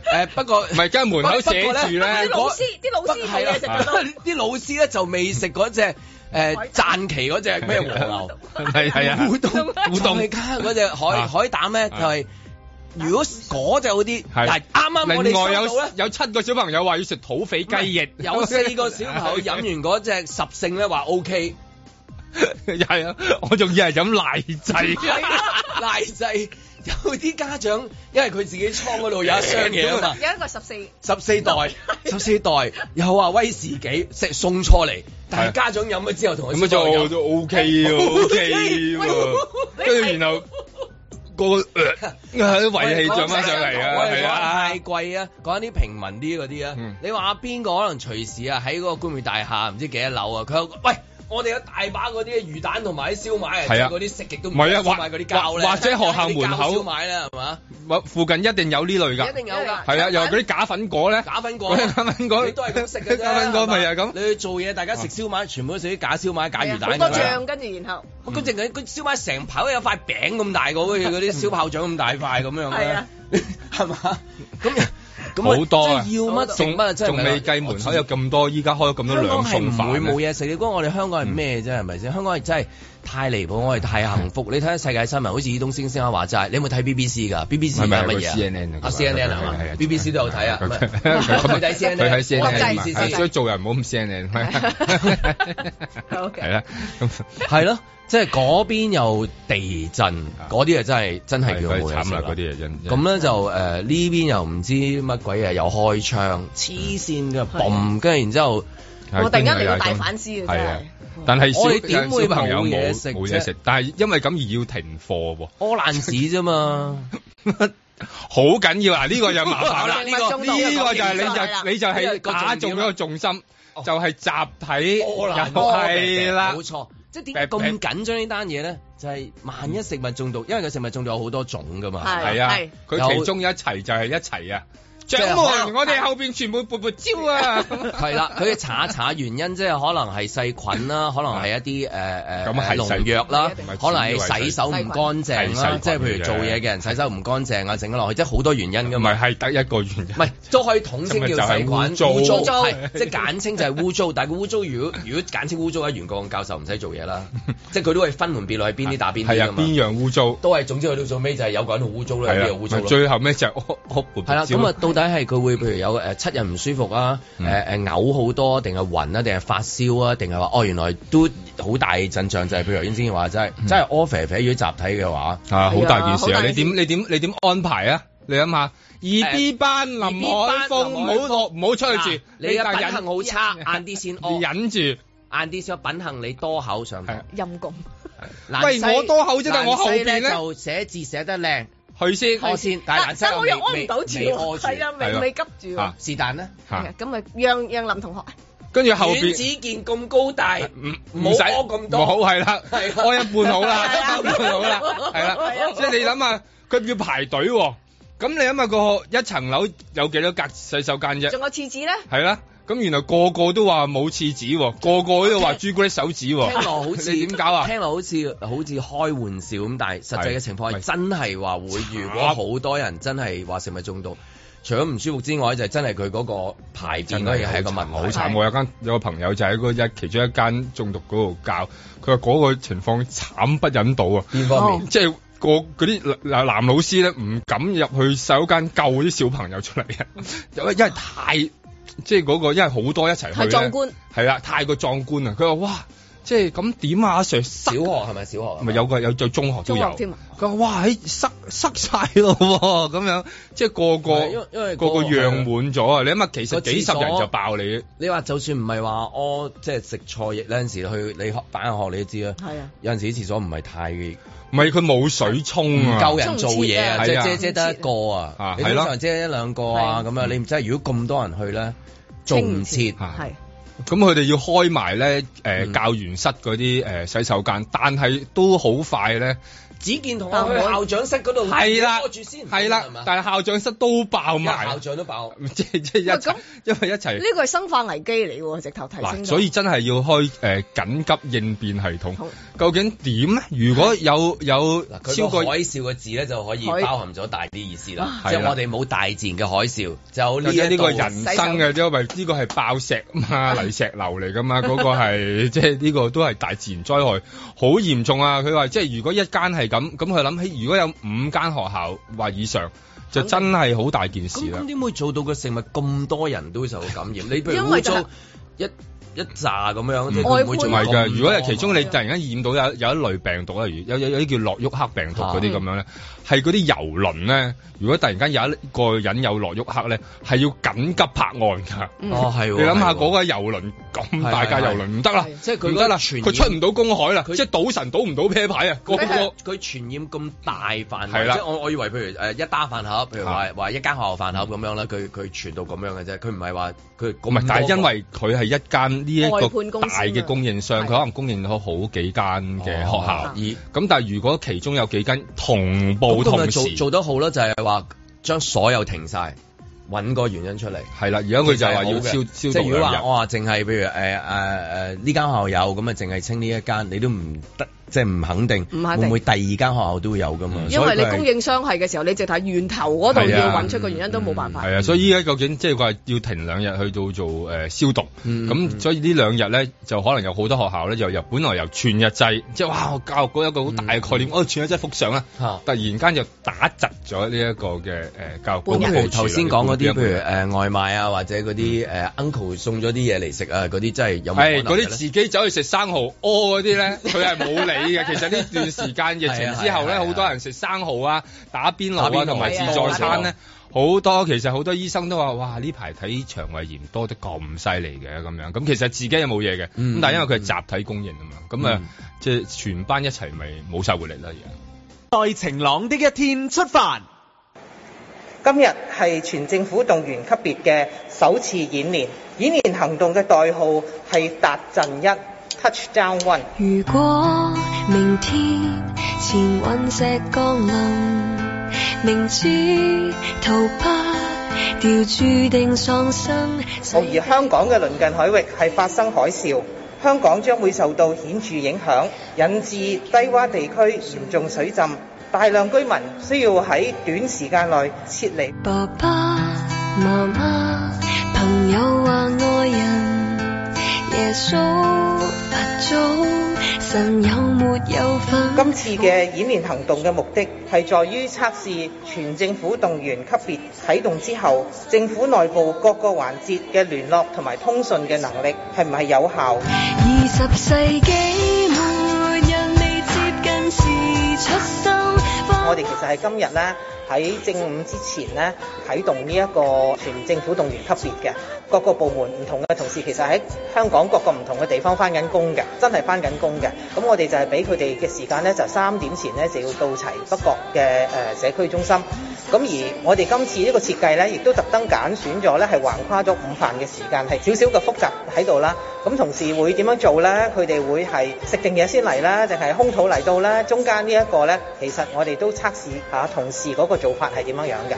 Speaker 2: 誒不過
Speaker 6: 唔係跟住門口寫住咧
Speaker 2: 不過
Speaker 6: 啲老
Speaker 4: 師啲老師冇嘢食
Speaker 2: 不
Speaker 4: 咪
Speaker 2: 過啲老師咧就未食嗰只誒讚奇嗰只咩和 牛，
Speaker 6: 係係啊
Speaker 2: 烏冬烏冬嗰只海
Speaker 6: 啊
Speaker 2: 海膽咧就係。如果嗰就好啲，但係啱啱我哋
Speaker 6: 另外
Speaker 2: 收
Speaker 6: 有
Speaker 2: 到咧，
Speaker 6: 有七個小朋友話要食土匪雞翼，
Speaker 2: 有四個 小朋友飲完嗰只十勝咧話 O K，
Speaker 6: 係啊，我仲以為飲奶
Speaker 2: 係
Speaker 6: 制。
Speaker 2: 奶製。有啲家長因為佢自己倉嗰度有一箱嘢啊嘛，
Speaker 4: 有一個十四。
Speaker 2: 十四袋，十四袋又話威士忌食送錯嚟，但係
Speaker 6: 係啊
Speaker 2: 家長飲咗之後同佢
Speaker 6: 咁啊就就 O K 喎，O K 喎，跟住然後個個呃遺氣漲翻上嚟啊，嗯
Speaker 2: 喂
Speaker 6: 係啊
Speaker 2: 講緊太。貴啊！講緊啲平民啲嗰啲啊，你話阿邊個可能隨時啊喺嗰個官媒大廈唔知幾多樓啊，佢有喂。我哋有大把嗰啲魚蛋同埋啲燒賣，
Speaker 6: 係啊
Speaker 2: 即嗰啲食極都唔
Speaker 6: 唔係啊
Speaker 2: 夠
Speaker 6: 或
Speaker 2: 買嗰啲膠咧，
Speaker 6: 或或者學校
Speaker 2: 嗰
Speaker 6: 門口
Speaker 2: 啲膠燒賣啦，係嘛？
Speaker 6: 或附近一定有呢類㗎，
Speaker 2: 一定有㗎
Speaker 6: 係啊，又係嗰啲假粉果咧，
Speaker 2: 假粉果
Speaker 6: 嗰啲假粉果，
Speaker 2: 你都係咁食嘅啫
Speaker 6: 假粉果咪係
Speaker 2: 係嘛
Speaker 6: 咁。哦
Speaker 2: 你去做嘢，大家食燒賣，全部都食啲假燒賣、假魚蛋
Speaker 4: 啊好
Speaker 2: 㗎嘛
Speaker 4: 多醬，跟住然後
Speaker 6: 嗯
Speaker 2: 咁淨係佢燒賣成排都有塊餅咁大個，好 似嗰啲燒炮仗咁大塊咁樣
Speaker 4: 係啊
Speaker 2: 咧， 係嘛？ 咁咁啊
Speaker 6: 好多啊！
Speaker 2: 即係要乜食乜啊！真係
Speaker 6: 仲未計門口有咁多，依家開咗咁多
Speaker 2: 香
Speaker 6: 兩
Speaker 2: 港係
Speaker 6: 餸
Speaker 2: 唔會
Speaker 6: 飯啊嗯
Speaker 2: 冇嘢食，你估我哋香港係咩啫？係咪先？香港係真係太離譜，我哋太幸福。你睇下世界新聞，好似爾東先生話齋，你有冇睇 BBC 㗎？BBC 係
Speaker 6: 唔係唔係
Speaker 2: 乜嘢啊
Speaker 6: CNN 啊
Speaker 2: 啊 CNN 係嘛
Speaker 6: 係啊
Speaker 2: ？BBC 都有睇啊，唔係 佢睇 CNN，
Speaker 6: 佢睇 C N
Speaker 2: 我
Speaker 6: N，
Speaker 2: BBC
Speaker 6: 係所以做人唔好咁 C N N，係啦，咁
Speaker 2: 係咯，即係嗰邊有地震，嗰啲啊真係真係叫冇嘢
Speaker 6: 係佢係慘
Speaker 2: 食
Speaker 6: 啦嗰啲嘢真
Speaker 2: 咁咧就誒呢邊又唔知乜鬼啊，又開槍，
Speaker 6: 嗯
Speaker 2: 黐線嘅，嘣！跟住然之後，
Speaker 4: 我突然間嚟個大反思啊！真
Speaker 6: 係啊
Speaker 4: 係，
Speaker 6: 但係
Speaker 2: 我哋
Speaker 6: 小
Speaker 2: 點會
Speaker 6: 小朋友
Speaker 2: 冇嘢
Speaker 6: 冇
Speaker 2: 食
Speaker 6: 冇嘢
Speaker 2: 啫
Speaker 6: 食，但係因為咁而要停課喎，
Speaker 2: 屙爛屎啫嘛，
Speaker 6: 好緊要啊！呢個就麻 煩啦，
Speaker 2: 呢
Speaker 6: 呢
Speaker 2: 個
Speaker 6: 個呢個就係
Speaker 2: 呢個啊
Speaker 6: 你就你就係打中咗個重心，
Speaker 2: 哦
Speaker 6: 就係集體
Speaker 2: 屙爛
Speaker 6: 又係啦，
Speaker 2: 冇錯。即係點解咁緊張呢單嘢咧？就係萬一食物中毒，因為佢食物中毒有好多種噶嘛，
Speaker 6: 係啊
Speaker 2: 有，
Speaker 6: 佢其中一齊就係一齊啊！
Speaker 2: 即係
Speaker 6: 掌門，我哋後邊全部撥撥招啊！
Speaker 2: 係啦，佢查一查原因，即係可能係細菌 啦，可能係一啲誒
Speaker 6: 咁
Speaker 2: 誒
Speaker 6: 係
Speaker 2: 農藥啦，可能係洗手唔乾淨啦
Speaker 6: 係細菌，
Speaker 2: 即係譬如做嘢嘅人洗手唔乾淨啊，整咗落去，即係好多原因噶嘛。
Speaker 6: 唔係係得一個原因， 唔
Speaker 2: 係都可以統稱叫細
Speaker 6: 就
Speaker 2: 菌，
Speaker 6: 係污糟
Speaker 2: 係即係簡稱就係污糟。但係個污糟如果 如果簡稱污糟嘅袁國勇教授唔使做嘢 啦，即係佢都會分門別類，邊啲打邊啲
Speaker 6: 係
Speaker 2: 㗎
Speaker 6: 啊，
Speaker 2: 嘛。
Speaker 6: 邊樣污糟？
Speaker 2: 都係總之去到最尾就係有個人好污糟啦，
Speaker 6: 係
Speaker 2: 有啲
Speaker 6: 啦
Speaker 2: 又污糟啦。
Speaker 6: 最後尾就係屙屙撥
Speaker 2: 係啦，
Speaker 6: 撥招
Speaker 2: 咁啊，到底係佢會譬如有誒七日唔舒服啊，
Speaker 6: 嗯
Speaker 2: 誒誒嘔好多，定係暈啊，定係發燒啊，定係話哦原來都好大陣仗，就係譬如頭先先話真係
Speaker 6: 嗯
Speaker 2: 真係屙肥肥，如果集體嘅話
Speaker 6: 啊，好大件事啊！你點你點你點安排啊？你諗下，二 B 班林海峰唔好落唔好出去住，
Speaker 2: 啊你嘅品行
Speaker 6: 忍
Speaker 2: 好 差，晏啲先屙，
Speaker 6: 忍住，
Speaker 2: 晏啲先屙品行你多口 上堂。
Speaker 4: 陰公。
Speaker 2: 蘭西
Speaker 6: 喂我多口啫但係我後邊呢
Speaker 2: 蘭西就寫字寫得靚，
Speaker 6: 去先
Speaker 2: 我先，但係蘭西
Speaker 4: 但我又
Speaker 2: 未
Speaker 4: 安唔到住
Speaker 2: 未
Speaker 4: 喎，
Speaker 2: 屙住
Speaker 4: 係啊，
Speaker 6: 係
Speaker 4: 未
Speaker 6: 咯
Speaker 4: 未急住喎
Speaker 6: 啊。
Speaker 2: 是但啦。
Speaker 6: 嚇
Speaker 4: 咁咪讓讓林同學
Speaker 6: 跟住後邊
Speaker 2: 阮子健咁高大，唔
Speaker 6: 唔使
Speaker 2: 屙咁多，
Speaker 6: 好係啦，
Speaker 2: 係啦
Speaker 6: 屙一半好啦，
Speaker 2: 係啊
Speaker 6: 一半好啦，係
Speaker 2: 係
Speaker 6: 啦
Speaker 2: 啊，
Speaker 6: 即係你諗下，佢要排隊喎，咁你諗下個一層樓有幾多格洗手間啫
Speaker 4: 仲？有廁紙咧，
Speaker 6: 係啦，咁原來個個都話冇廁紙喎，個個都話朱古力手指喎，
Speaker 2: 聽落好似
Speaker 6: 你點搞啊？
Speaker 2: 聽落好似好似開玩笑咁，但係實際嘅情況係真係話會，如果好多人真係話食物中毒，除咗唔舒服之外，就係真係佢嗰個排便嗰嘢係一個問題。
Speaker 6: 好慘！我有間有個朋友就喺嗰一其中一間中毒嗰度教，佢話嗰個情況慘不忍睹啊！
Speaker 2: 邊方
Speaker 4: 哦
Speaker 2: 面
Speaker 6: 即係個嗰啲男男老師咧，唔敢入去洗手間救啲小朋友出嚟啊！
Speaker 2: 嗯
Speaker 6: 因為因為太即係嗰個，因為好多一齊去
Speaker 4: 太
Speaker 6: 呢
Speaker 4: 壯觀，
Speaker 6: 係啦，太過壯觀啊！佢話哇，即係咁點啊，阿 Sir？小學
Speaker 2: 係咪小學？
Speaker 6: 咪有個有就中學都
Speaker 4: 中
Speaker 6: 有
Speaker 4: 學。添啊，
Speaker 6: 佢話：哇，喺塞塞曬咯喎，咁樣即係個個
Speaker 2: 係因為因為
Speaker 6: 個個
Speaker 2: 嗰個
Speaker 6: 樣滿咗啊！你諗下，其實
Speaker 2: 個廁所
Speaker 6: 幾十人就爆你，
Speaker 2: 你話就算唔係話屙，即係食錯嘢嗰陣時去你學返學你都知啦。
Speaker 4: 係啊，
Speaker 2: 有陣時啲廁所唔係太
Speaker 6: 唔係佢冇水沖
Speaker 2: 唔
Speaker 6: 啊，
Speaker 2: 夠人做嘢啊，即
Speaker 6: 係
Speaker 2: 係
Speaker 6: 啊
Speaker 2: 遮遮得一個啊
Speaker 6: 啊，
Speaker 2: 你
Speaker 6: 係
Speaker 2: 通
Speaker 6: 咯
Speaker 2: 常遮一兩個啊咁樣，你唔知如果咁多人去咧，做唔切。
Speaker 4: 係
Speaker 6: 咁佢哋要開埋咧誒教員室嗰啲誒洗手間，但係都好快咧，
Speaker 2: 子健同我去校長室嗰度
Speaker 6: 係啦
Speaker 2: 拖住先，
Speaker 6: 係啦啊
Speaker 2: 係嘛，
Speaker 6: 但係校長室都爆埋，
Speaker 2: 校長都爆，
Speaker 6: 即係即係一齊，因為一齊
Speaker 4: 呢個係生化危機嚟喎，直頭提升
Speaker 6: 嗱，
Speaker 4: 咗
Speaker 6: 所以真係要開誒、呃、緊急應變系統，究竟點咧？如果有有
Speaker 2: 佢
Speaker 6: 超
Speaker 2: 個
Speaker 6: 過
Speaker 2: 海嘯嘅字咧就可以
Speaker 6: 海
Speaker 2: 包含咗大啲意思啦，
Speaker 6: 係
Speaker 2: 即
Speaker 6: 啦
Speaker 2: 係我哋冇大自然嘅海嘯，就
Speaker 6: 或
Speaker 2: 呢
Speaker 6: 者
Speaker 2: 一啊
Speaker 6: 呢個
Speaker 2: 個
Speaker 6: 人生嘅，因為呢個係爆石 嘛，泥石流嚟噶嘛，嗰、個係 即係呢個都係大自然災害，好嚴重啊！佢話即係如果一間係咁，咁佢諗起如果有五間學校或以上，就真係好大件事啊
Speaker 2: 咁
Speaker 6: 啦
Speaker 2: 咁。點會做到個食物咁多人都會受到感染？你譬
Speaker 4: 因
Speaker 2: 如污
Speaker 4: 為就係
Speaker 2: 糟一一扎咁樣，即係佢
Speaker 6: 唔
Speaker 2: 唔會啊
Speaker 6: 會
Speaker 2: 做嗯
Speaker 6: 唔係㗎，如果係其中你突然間染到有有一類病毒咧，有有有啲叫諾沃克病毒嗰啲咁樣咧，係嗰啲遊輪咧，如果突然間有一個人有諾沃克咧，係要緊急泊岸㗎。
Speaker 2: 嗯哦係喎
Speaker 6: 你諗下
Speaker 2: 係喎
Speaker 6: 嗰個遊輪咁大架遊
Speaker 2: 係係
Speaker 6: 輪唔得啦，
Speaker 2: 即係佢
Speaker 6: 唔得啦，
Speaker 2: 嗰個傳染
Speaker 6: 佢出唔到公海啦，即係賭神賭唔到啤牌啊！個個
Speaker 2: 佢佢傳染咁大範
Speaker 6: 係
Speaker 2: 圍，
Speaker 6: 啦
Speaker 2: 即係我我以為譬如誒呃一打飯盒，譬如話話一間學校飯盒咁樣啦，佢佢傳到咁樣嘅啫，佢唔係話佢咁
Speaker 6: 唔係，但係
Speaker 2: 為
Speaker 6: 因為佢係一間呢一
Speaker 2: 外
Speaker 6: 個
Speaker 2: 判公司啊
Speaker 6: 大嘅供應商，佢可能供應咗好幾間嘅
Speaker 2: 哦
Speaker 6: 學校。咁但係如果其中有幾間同步
Speaker 2: 咁佢咪
Speaker 6: 同
Speaker 2: 做
Speaker 6: 時，
Speaker 2: 做得好啦，就係話將所有停晒。揾個原因出嚟，
Speaker 6: 係啦，而家佢就係話
Speaker 2: 其實係好
Speaker 6: 要
Speaker 2: 嘅
Speaker 6: 消
Speaker 2: 即
Speaker 6: 消毒
Speaker 2: 係如果
Speaker 6: 兩
Speaker 2: 話
Speaker 6: 日
Speaker 2: 我話淨係譬如誒誒誒呢間學校有咁啊，淨係清呢一間，你都唔得，即係唔肯定，
Speaker 4: 唔肯
Speaker 2: 會唔
Speaker 4: 定
Speaker 2: 會第二間學校都會有噶嘛？
Speaker 4: 因為
Speaker 2: 所以佢
Speaker 4: 你
Speaker 2: 係
Speaker 4: 供應商係嘅時候，你直睇源頭嗰度
Speaker 6: 係
Speaker 4: 要
Speaker 6: 啊
Speaker 4: 揾出個原因都冇辦法。
Speaker 6: 係啊，所以依家究竟即係話要停兩日去到做誒、呃消毒，咁、所以呢兩日咧就可能有好多學校咧就由本來由全日制，即係哇我教育局有一個好大嘅概念，哦全日制復上啦，突然間就打窒咗呢一個嘅誒、呃教育局
Speaker 2: 咁
Speaker 6: 嘅
Speaker 2: 譬如
Speaker 6: 部署啦
Speaker 2: 頭先講嗰啊啲，譬
Speaker 6: 半半
Speaker 2: 如誒外賣啊，或者嗰啲誒 uncle 送咗啲嘢嚟食啊，嗰啲真係有冇可
Speaker 6: 係
Speaker 2: 能
Speaker 6: 嗰
Speaker 2: 嘅
Speaker 6: 啲
Speaker 2: 呢
Speaker 6: 自己走去食生蠔屙嗰 啲咧，佢係冇理嘅。其實呢段時間疫情之
Speaker 2: 係啊
Speaker 6: 後
Speaker 2: 係
Speaker 6: 咧，
Speaker 2: 啊
Speaker 6: 好多人食生蠔啊、打邊
Speaker 2: 打
Speaker 6: 爐
Speaker 2: 邊
Speaker 6: 啊，
Speaker 2: 爐
Speaker 6: 同埋自助餐
Speaker 2: 啊
Speaker 6: 咧，好多其實好多醫生都話：哇！呢排睇腸胃炎多得咁犀利嘅咁樣。咁其實自己又冇嘢嘅，咁
Speaker 2: 嗯
Speaker 6: 但係因為佢係集體供應啊嘛，咁啊即係全班一齊咪冇晒活力啦而家。
Speaker 5: 在晴朗的一天出發。
Speaker 12: 今日係全政府動員級別嘅首次演練，演練行動嘅代號係達陣一 （Touchdown One）。
Speaker 14: 如果明天前隕石降臨，明知逃不掉注定喪生，
Speaker 12: 無疑香港嘅鄰近海域係發生海嘯，香港將會受到顯著影響，引致低洼地區嚴重水浸，大量居民需要喺短時間內撤離。
Speaker 14: 爸爸媽媽朋友話愛人，耶穌佛祖神有沒有份？
Speaker 12: 今次嘅演練行動嘅目的係在於測試全政府動員級別啟動之後，政府內部各個環節嘅聯絡同埋通訊嘅能力係唔係有效？
Speaker 14: 二十世紀末人未接近時出生。
Speaker 12: 我哋其實係今日咧喺正午之前咧啟動呢一個全政府動員級別嘅各個部門唔同嘅同事，其實喺香港各個唔同嘅地方翻緊工嘅，真係翻緊工嘅。咁我哋就係俾佢哋嘅時間咧，就三點前咧就要到齊北角嘅誒社區中心。咁而我哋今次呢個設計咧，亦都特登揀選咗咧係橫跨咗午飯嘅時間，係少少嘅複雜喺度啦。咁同事會點樣做咧？佢哋會係食定嘢先嚟啦，定係空肚嚟到咧？中間呢一個咧，其實我哋都測試下同事嗰個做法係點樣樣嘅。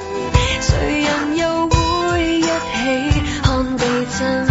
Speaker 14: 誰人又會一起看地震？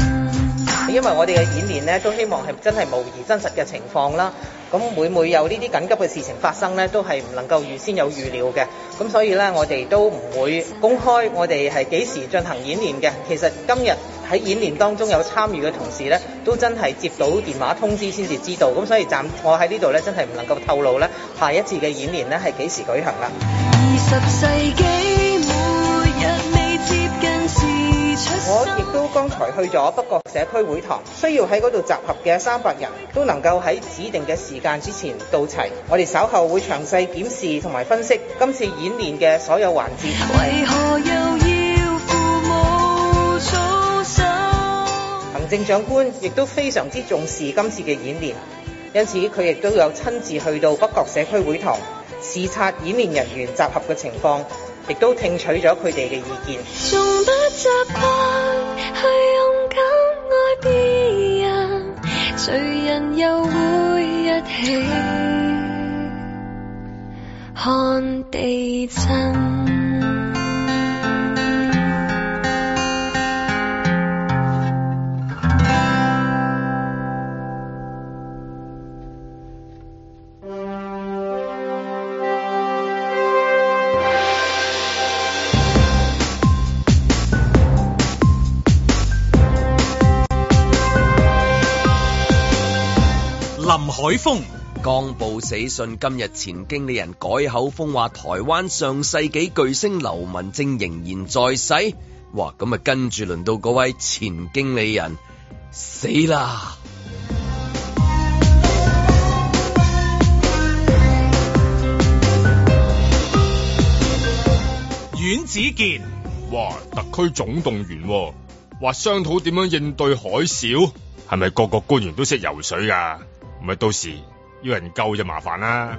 Speaker 12: 因為我哋嘅演練咧，都希望係真係模擬真實嘅情況啦。咁每每有呢啲緊急嘅事情發生咧，都係唔能夠預先有預料嘅。咁所以咧，我哋都唔會公開我哋係幾時進行演練嘅。其實今日喺演練當中有參與嘅同事咧，都真係接到電話通知先至知道。咁所以暫我喺呢度咧，真係唔能夠透露咧下一次嘅演練咧係幾時舉行啦。
Speaker 14: 二十世紀末日未接近時出
Speaker 12: 我亦都剛才去咗北角社區會堂，需要喺嗰度集合嘅三百人都能夠喺指定嘅時間之前到齊。我哋稍後會詳細檢視同埋分析今次演練嘅所有環節。
Speaker 14: 為何又要父母操心？
Speaker 12: 行政長官亦都非常之重視今次嘅演練，因此佢亦都有親自去到北角社區會堂視察演練人員集合嘅情況，亦都聽取咗佢哋嘅意見。
Speaker 14: 仲不習慣去勇敢愛別人，誰人又會一起看地震？
Speaker 2: 林海峰剛報死訊，今日前經理人改口風話，台灣上世紀巨星劉文正仍然在世。哇，咁啊跟住輪到嗰位前經理人死啦！
Speaker 3: 阮子健，哇！特區總動員喎、話商討點樣應對海嘯，係咪個個官員都識游水㗎？唔係到時要人救就麻煩啦。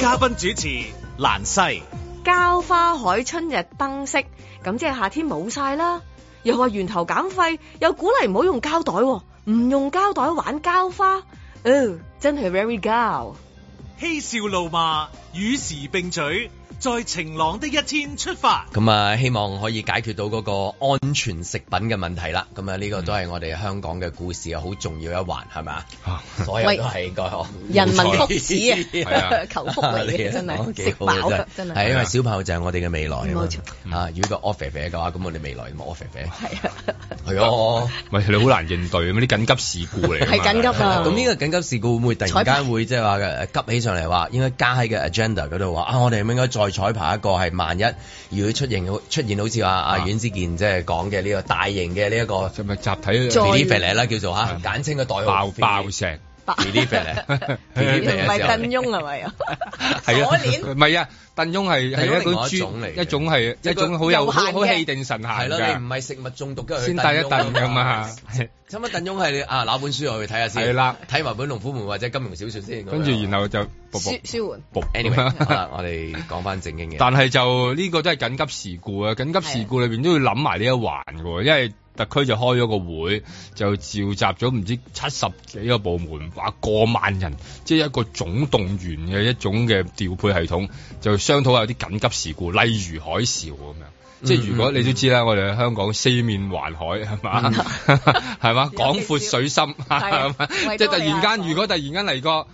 Speaker 1: 嘉賓主持蘭西，
Speaker 6: 嗯
Speaker 4: 膠花海春日燈飾，咁即係夏天冇晒啦。又話源頭減廢，又鼓勵唔好用膠袋喎，唔用膠袋玩膠花，哦，真係 very gal。
Speaker 1: 嬉笑怒罵，與時並舉，在晴朗的一天出發。
Speaker 2: 咁啊，希望可以解決到嗰個安全食品嘅問題啦。咁啊，呢個都係我哋香港嘅故事啊，好重要一環，係咪啊？ 所有都係個
Speaker 4: 人民福祉
Speaker 2: 係
Speaker 4: 啊， 求福嚟嘅真
Speaker 2: 哦
Speaker 4: 係食飽㗎真係。
Speaker 2: 啊係因為小朋友就係我哋嘅未來啊嘛
Speaker 4: 冇錯
Speaker 2: 啊，如果個 offer 嘅話，咁我哋未來咪 offer 嘅。
Speaker 4: 係啊，
Speaker 2: 係啊，
Speaker 6: 喂，你好難應對咁啲緊急事故嚟㗎嘛。
Speaker 2: 係緊急啊咁呢
Speaker 6: 個
Speaker 2: 緊急事故會唔會突然間會即係話誒急起上嚟話，應該加喺嘅 agenda 嗰度話啊，我哋應該再彩排一個係萬一如果出現好出現好似話
Speaker 4: 啊
Speaker 2: 阿阮之健即係講嘅呢個大型嘅呢一個
Speaker 6: 哦就咪集體
Speaker 4: 再啊
Speaker 2: p d 嚟啦叫做嚇，簡稱嘅代號
Speaker 6: 爆爆石。
Speaker 2: p d 嚟 p
Speaker 4: 唔
Speaker 2: d
Speaker 4: 係鄧翁係咪啊？
Speaker 6: 係
Speaker 4: 鎖
Speaker 6: 啊
Speaker 4: 鏈，
Speaker 6: 唔係啊，鄧翁係
Speaker 2: 鄧
Speaker 6: 係
Speaker 2: 翁
Speaker 6: 一個
Speaker 2: 另外一種
Speaker 6: 專
Speaker 2: 嚟
Speaker 6: 一種係一種好有
Speaker 2: 有限
Speaker 6: 好
Speaker 2: 嘅
Speaker 6: 好氣定神閒
Speaker 2: 係咯，你唔
Speaker 6: 㗎，
Speaker 2: 係食物中毒，跟住去
Speaker 6: 先第一啊
Speaker 2: 鄧翁
Speaker 6: 鄧㗎 嘛。係
Speaker 2: 差唔多鄧庸係啊，攞本書我去睇下先。
Speaker 6: 係啦，
Speaker 2: 睇埋本《龍虎門》或者《金融小説》先。
Speaker 6: 跟住然後就卜卜
Speaker 4: 舒 舒緩。
Speaker 6: 卜
Speaker 2: anyway，好啦我哋講翻正經嘢。
Speaker 6: 但係就呢、個都係緊急事故啊！緊急事故裏邊都要諗埋呢一環嘅喎，因為特區就開咗個會，就召集咗唔知七十幾個部門，話過萬人，即係一個總動員嘅一種嘅調配系統，就商討有啲緊急事故，例如海嘯咁樣。即係如果你都知啦，我哋喺香港四面環海係嘛，係 嘛，廣闊水深，
Speaker 4: 啊
Speaker 6: 係嘛
Speaker 3: 維多利亞
Speaker 6: 即係突然間，如果突然間嚟個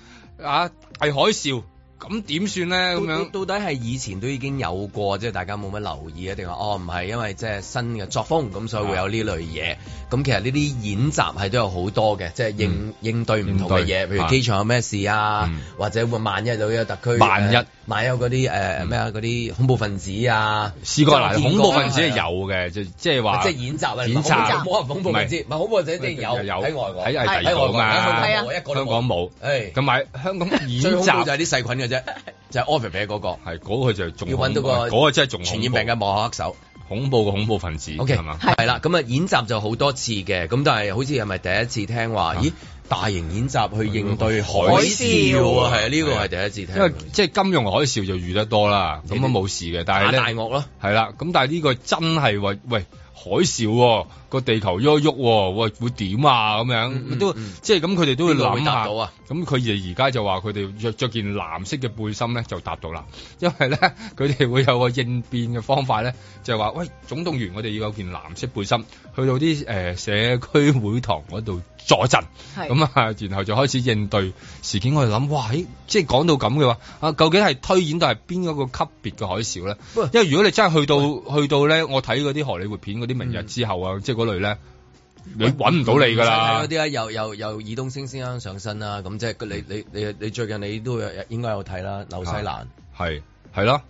Speaker 6: 啊大海嘯，咁點算咧？咁樣
Speaker 2: 到到底係以前都已經有過，即係大家冇乜留意啊？定話哦唔係，因為即係新嘅作風，咁所以會有呢類嘢。
Speaker 6: 嗯
Speaker 2: 咁其實呢啲演習係都有好多嘅，即係應應對唔同嘅嘢，譬
Speaker 6: 嗯應對嗯
Speaker 2: 如機場有咩事啊，或者會萬一有一個特區，
Speaker 6: 萬一嗯
Speaker 2: 呃萬一有嗰啲誒咩啊嗰啲恐怖分子啊，
Speaker 6: 試過嗱，
Speaker 2: 見
Speaker 6: 恐怖分子係
Speaker 2: 係啊
Speaker 6: 有嘅，即即係話
Speaker 2: 即係演習啊！
Speaker 6: 演習
Speaker 2: 冇人恐怖分子，唔係恐怖分子一定有
Speaker 6: 有
Speaker 2: 喺外國，
Speaker 6: 喺喺第二
Speaker 2: 外
Speaker 6: 度
Speaker 2: 國
Speaker 6: 嘛，
Speaker 2: 喺香港一個都
Speaker 6: 香港冇
Speaker 2: 唉，
Speaker 6: 同埋香 港演
Speaker 2: 哎最恐怖
Speaker 6: 習
Speaker 2: 就係啲細菌嘅 啫，就係 offer 俾嗰個，
Speaker 6: 係嗰個就仲
Speaker 2: 要揾到
Speaker 6: 恐怖
Speaker 2: 個
Speaker 6: 啊嗰個真係仲
Speaker 2: 傳染病嘅幕後黑手。
Speaker 6: 恐怖嘅恐怖分子
Speaker 2: O K，
Speaker 6: 係嘛？
Speaker 2: 係啦，咁啊演習就好多次嘅，咁但係好似係咪第一次聽話？咦，大型演習去應對海嘯喎，係啊，呢個係第一次聽
Speaker 6: 因。為即係金融海嘯就遇得多啦，咁啊冇事嘅，但係
Speaker 2: 嗯打
Speaker 6: 咧
Speaker 2: 大鱷咯，
Speaker 6: 係啦，咁但係呢個真係話喂海嘯喎個地球喐一喐喎，喂會點啊咁樣都即係咁佢哋都會
Speaker 2: 嗯邊個會
Speaker 6: 諗
Speaker 2: 答
Speaker 6: 下
Speaker 2: 到啊。
Speaker 6: 咁佢哋而家就話佢哋着着件藍色嘅背心咧就答到啦， 因為咧佢哋會有個應變嘅方法咧，就係話喂總動員我哋要有件藍色背心去到啲誒、呃社區會堂嗰度助陣。
Speaker 3: 係
Speaker 6: 咁啊，然後就開始應對事件。我哋諗，哇！咦即係講到咁嘅話，啊，究竟係推演到係邊一個級別嘅海嘯咧？因為如果你真係去到去到咧，我睇嗰啲荷里活片嗰啲明日之後啊，即係嗰類咧，你揾唔到你㗎
Speaker 2: 嗰
Speaker 6: 啦。
Speaker 2: 啲啊，又又又爾冬升先啱上身啦，咁即係你你你你最近你都有應該有睇啦，紐西蘭
Speaker 6: 係係啦，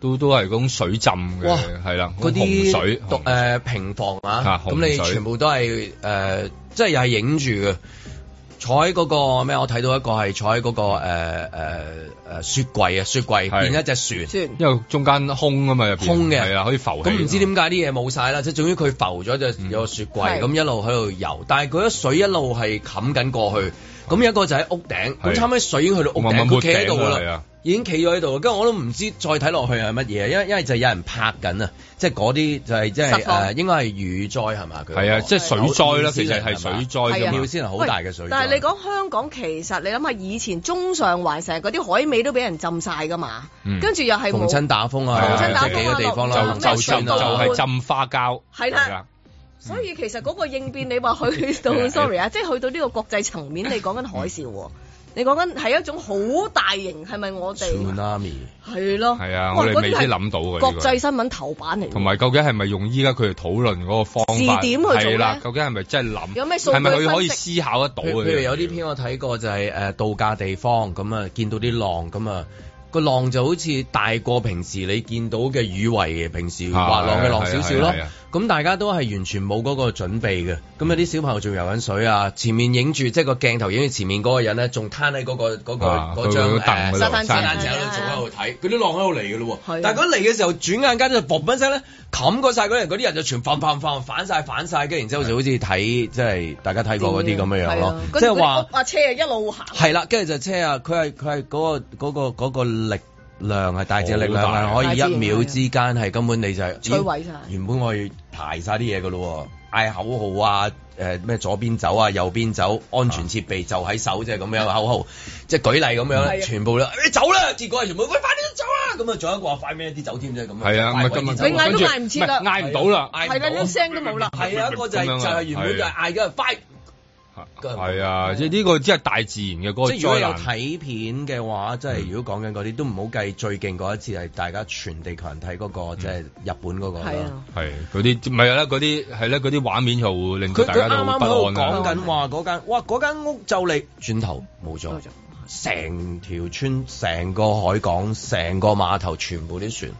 Speaker 6: 都都係嗰種水浸嘅，
Speaker 2: 哇
Speaker 6: 係啦，
Speaker 2: 嗰
Speaker 6: 洪
Speaker 2: 啲
Speaker 6: 水
Speaker 2: 獨誒平房啊
Speaker 6: 啊，
Speaker 2: 咁
Speaker 6: 洪水
Speaker 2: 你全部都係誒，即係又係影住嘅。坐喺嗰個咩？我睇到一個係坐喺嗰個誒誒誒雪櫃啊，雪櫃
Speaker 6: 係
Speaker 2: 變一隻船。
Speaker 6: 因為中間空啊嘛，入邊
Speaker 2: 空嘅
Speaker 6: 係啊，可以浮起。
Speaker 2: 咁唔知點解啲嘢冇晒啦，即係總之佢浮咗就
Speaker 6: 嗯
Speaker 2: 有個雪櫃，
Speaker 6: 係
Speaker 2: 咁一路喺度游，但係佢啲水一路係冚緊過去，咁有一個就喺屋頂，咁
Speaker 6: 係
Speaker 2: 差唔多水已經去到屋
Speaker 6: 慢慢
Speaker 2: 頂，佢企喺度
Speaker 6: 啊抹頂啦
Speaker 2: 㗎
Speaker 6: 係啊
Speaker 2: 啦，已經企咗喺度，跟住我都唔知再睇落去係乜嘢，因為因為就有人拍緊啊，即係嗰啲就係即係
Speaker 6: 實況
Speaker 2: 誒應該係雨災係嘛？佢
Speaker 6: 係啊即係水災啦其實係水災
Speaker 4: 係啊
Speaker 2: 要先係好大嘅水災。
Speaker 4: 喂但係你講香港，其實你諗下以前中上環成日嗰啲海味都俾人浸晒㗎嘛，
Speaker 6: 嗯
Speaker 4: 跟住又係
Speaker 2: 逢
Speaker 4: 冇
Speaker 2: 親打風啊，
Speaker 6: 係啊
Speaker 2: 即係幾
Speaker 6: 逢親打風啊
Speaker 2: 個地方
Speaker 6: 就
Speaker 2: 啦，啊
Speaker 6: 就算啊就係浸花啊膠，
Speaker 4: 係啦所以其實嗰個應變，你話去到 sorry 啊，即係去到呢個國際層面，你講緊海嘯喎，你講緊係一種好大型，係咪我哋
Speaker 2: tsunami
Speaker 4: 係咯？
Speaker 6: 係啊，
Speaker 4: 哇
Speaker 6: 我哋
Speaker 4: 嗰啲
Speaker 6: 未必
Speaker 4: 係
Speaker 6: 諗到嘅。
Speaker 4: 國
Speaker 6: 呢個
Speaker 4: 際新聞頭版嚟
Speaker 6: 同
Speaker 4: 㗎，
Speaker 6: 埋究竟係咪用依家佢哋討論嗰個方法？
Speaker 4: 字典去做咧
Speaker 6: 係啦，究竟係咪真係諗？
Speaker 4: 有咩數據
Speaker 6: 係咪佢可以
Speaker 4: 分析
Speaker 6: 思考得到
Speaker 2: 譬
Speaker 6: 嘅？
Speaker 2: 譬如有啲篇我睇過就係、呃度假地方咁啊，見到啲浪咁啊。個浪就好似大過平時你見到嘅雨圍，平時滑浪嘅浪少少咯
Speaker 6: 係啊係啊係啊係啊。
Speaker 2: 咁大家都係完全冇嗰個準備嘅。咁有啲小朋友仲游緊水啊，前面影住即係個鏡頭影住前面嗰個人咧，仲攤喺嗰個嗰個
Speaker 6: 啊
Speaker 2: 嗰張
Speaker 6: 佢嗰凳嗰
Speaker 2: 誒
Speaker 6: 度
Speaker 2: 沙灘
Speaker 6: 沙
Speaker 2: 紙
Speaker 6: 灘
Speaker 2: 嗰
Speaker 6: 紙
Speaker 2: 度仲喺度睇，啊佢啲浪喺度嚟嘅咯喎。但係佢嚟嘅時候，轉眼間就嘣一聲咧，冚過晒嗰啲人，嗰啲人就全反反反反晒反晒，跟住然之後就好似睇即係大家睇過嗰啲咁樣樣咯，即係話。
Speaker 4: 啊車啊一路行，
Speaker 2: 係啦，跟住就車啊，佢係佢係嗰個嗰、個嗰、個力量係大隻力量
Speaker 6: 好大
Speaker 2: 係可以
Speaker 4: 大隻
Speaker 2: 一秒之間係根本你就係
Speaker 4: 摧毀晒
Speaker 2: 咦原本我要排晒啲嘢㗎咯喎，嗌口號啊。誒咩、左邊走啊，右邊走，安全設備就喺手，即係咁樣口號，即係舉例咁
Speaker 6: 啊係啊
Speaker 2: 樣，全部都你走啦，結果係全部喂快啲走啦，咁啊仲有一個話快咩啲走添啫，咁樣
Speaker 6: 係啊
Speaker 2: 快
Speaker 6: 咪
Speaker 2: 快啲
Speaker 6: 咁啊
Speaker 2: 走
Speaker 6: 你嗌都嗌唔切啦
Speaker 2: 跟住
Speaker 6: 嗌唔到啦
Speaker 2: 嗌唔
Speaker 4: 係啦，
Speaker 2: 到
Speaker 4: 啲聲都冇啦。
Speaker 2: 係啊，一個就係、
Speaker 6: 咁樣啊
Speaker 2: 就係、原本就係嗌緊
Speaker 6: 啊
Speaker 2: 快。
Speaker 6: 係啊，即係呢個即係大自然嘅嗰個
Speaker 2: 即係如果
Speaker 6: 災
Speaker 2: 有
Speaker 6: 難。嗯
Speaker 2: 睇片嘅話，即係如果講緊嗰啲都唔好計最勁嗰一次係大家全地球人睇嗰
Speaker 6: 嗯
Speaker 2: 個，即係日本嗰個啦。
Speaker 6: 係啊嗰啲唔係啦，嗰啲係啦，嗰啲畫面就會令
Speaker 2: 佢
Speaker 6: 到大
Speaker 2: 佢
Speaker 6: 家
Speaker 2: 啱
Speaker 6: 都
Speaker 2: 啱
Speaker 6: 好
Speaker 2: 喺度
Speaker 6: 不
Speaker 2: 講
Speaker 6: 安啊
Speaker 2: 緊
Speaker 6: 啦。
Speaker 2: 話嗰間，哇嗰間屋就嚟轉頭冇咗，成條村、成個海港、成個碼頭，全部啲船。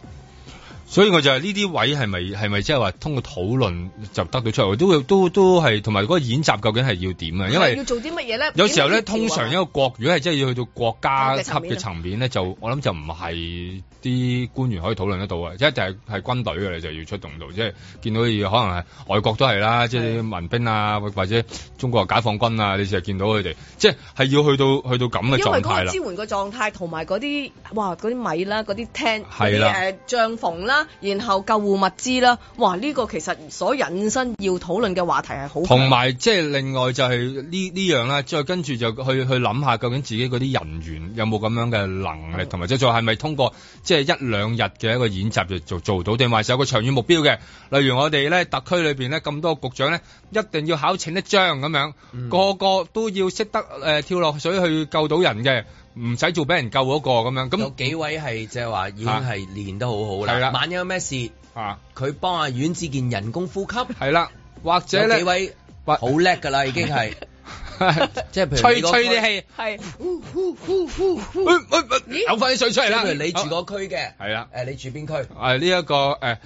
Speaker 6: 所以我就係呢啲位係咪係咪即係話通過討論就得到出嚟？都會都都係同埋嗰個演習究竟係要點啊？因
Speaker 4: 要
Speaker 6: 為
Speaker 4: 做啲乜嘢咧？
Speaker 6: 有時候咧，
Speaker 4: 點樣協調啊
Speaker 6: 通常一個國如果係真係要去到國家級
Speaker 4: 嘅
Speaker 6: 嘅層面咧，就我諗就唔係啲官員可以討論得到啊！一定係係軍隊嘅你就要出動到，即係見到要可能係外國都係啦，即係民兵啊，或或者中國解放軍啊，你就係見到佢哋，即係係要去到去到咁嘅
Speaker 4: 因為嗰
Speaker 6: 狀態
Speaker 4: 個
Speaker 6: 啦
Speaker 4: 支。援個狀態同埋嗰啲哇嗰啲米啦、嗰啲 tent、嗰
Speaker 6: 係
Speaker 4: 啲
Speaker 6: 啦
Speaker 4: 誒帳篷啦，然後救護物資啦，哇！呢、個其實所引申要討論嘅話題係好
Speaker 6: 同埋即係另外就係呢呢樣啦，再跟住就去去諗下究竟自己嗰啲人員有冇咁樣嘅能力，同埋即係再係咪通過即係一兩日嘅一個演習就做做到，定還是有個長遠目標嘅？例如我哋咧特區裏邊咧咁多局長咧，一定要考請一張咁樣，
Speaker 2: 嗯
Speaker 6: 個個都要識得誒、呃跳落水去救到人嘅，唔使做俾人救嗰、個咁樣。咁
Speaker 2: 有幾位係即係話已經係練得好好
Speaker 6: 係
Speaker 2: 啦
Speaker 6: 啦，
Speaker 2: 萬一有咩事
Speaker 6: 啊，
Speaker 2: 佢幫阿阮志健人工呼吸，
Speaker 6: 係啦，或者
Speaker 2: 有
Speaker 6: 咧
Speaker 2: 幾 位好叻㗎啦，已經係即係譬如
Speaker 6: 吹
Speaker 2: 你嗰
Speaker 6: 吹
Speaker 2: 區
Speaker 6: 啲氣，
Speaker 4: 係呼呼呼呼呼，
Speaker 6: 有翻啲水出嚟啦。
Speaker 2: 即係譬如你住嗰區嘅，
Speaker 6: 係啦，
Speaker 2: 誒你住邊區？
Speaker 6: 誒呢一個誒、呃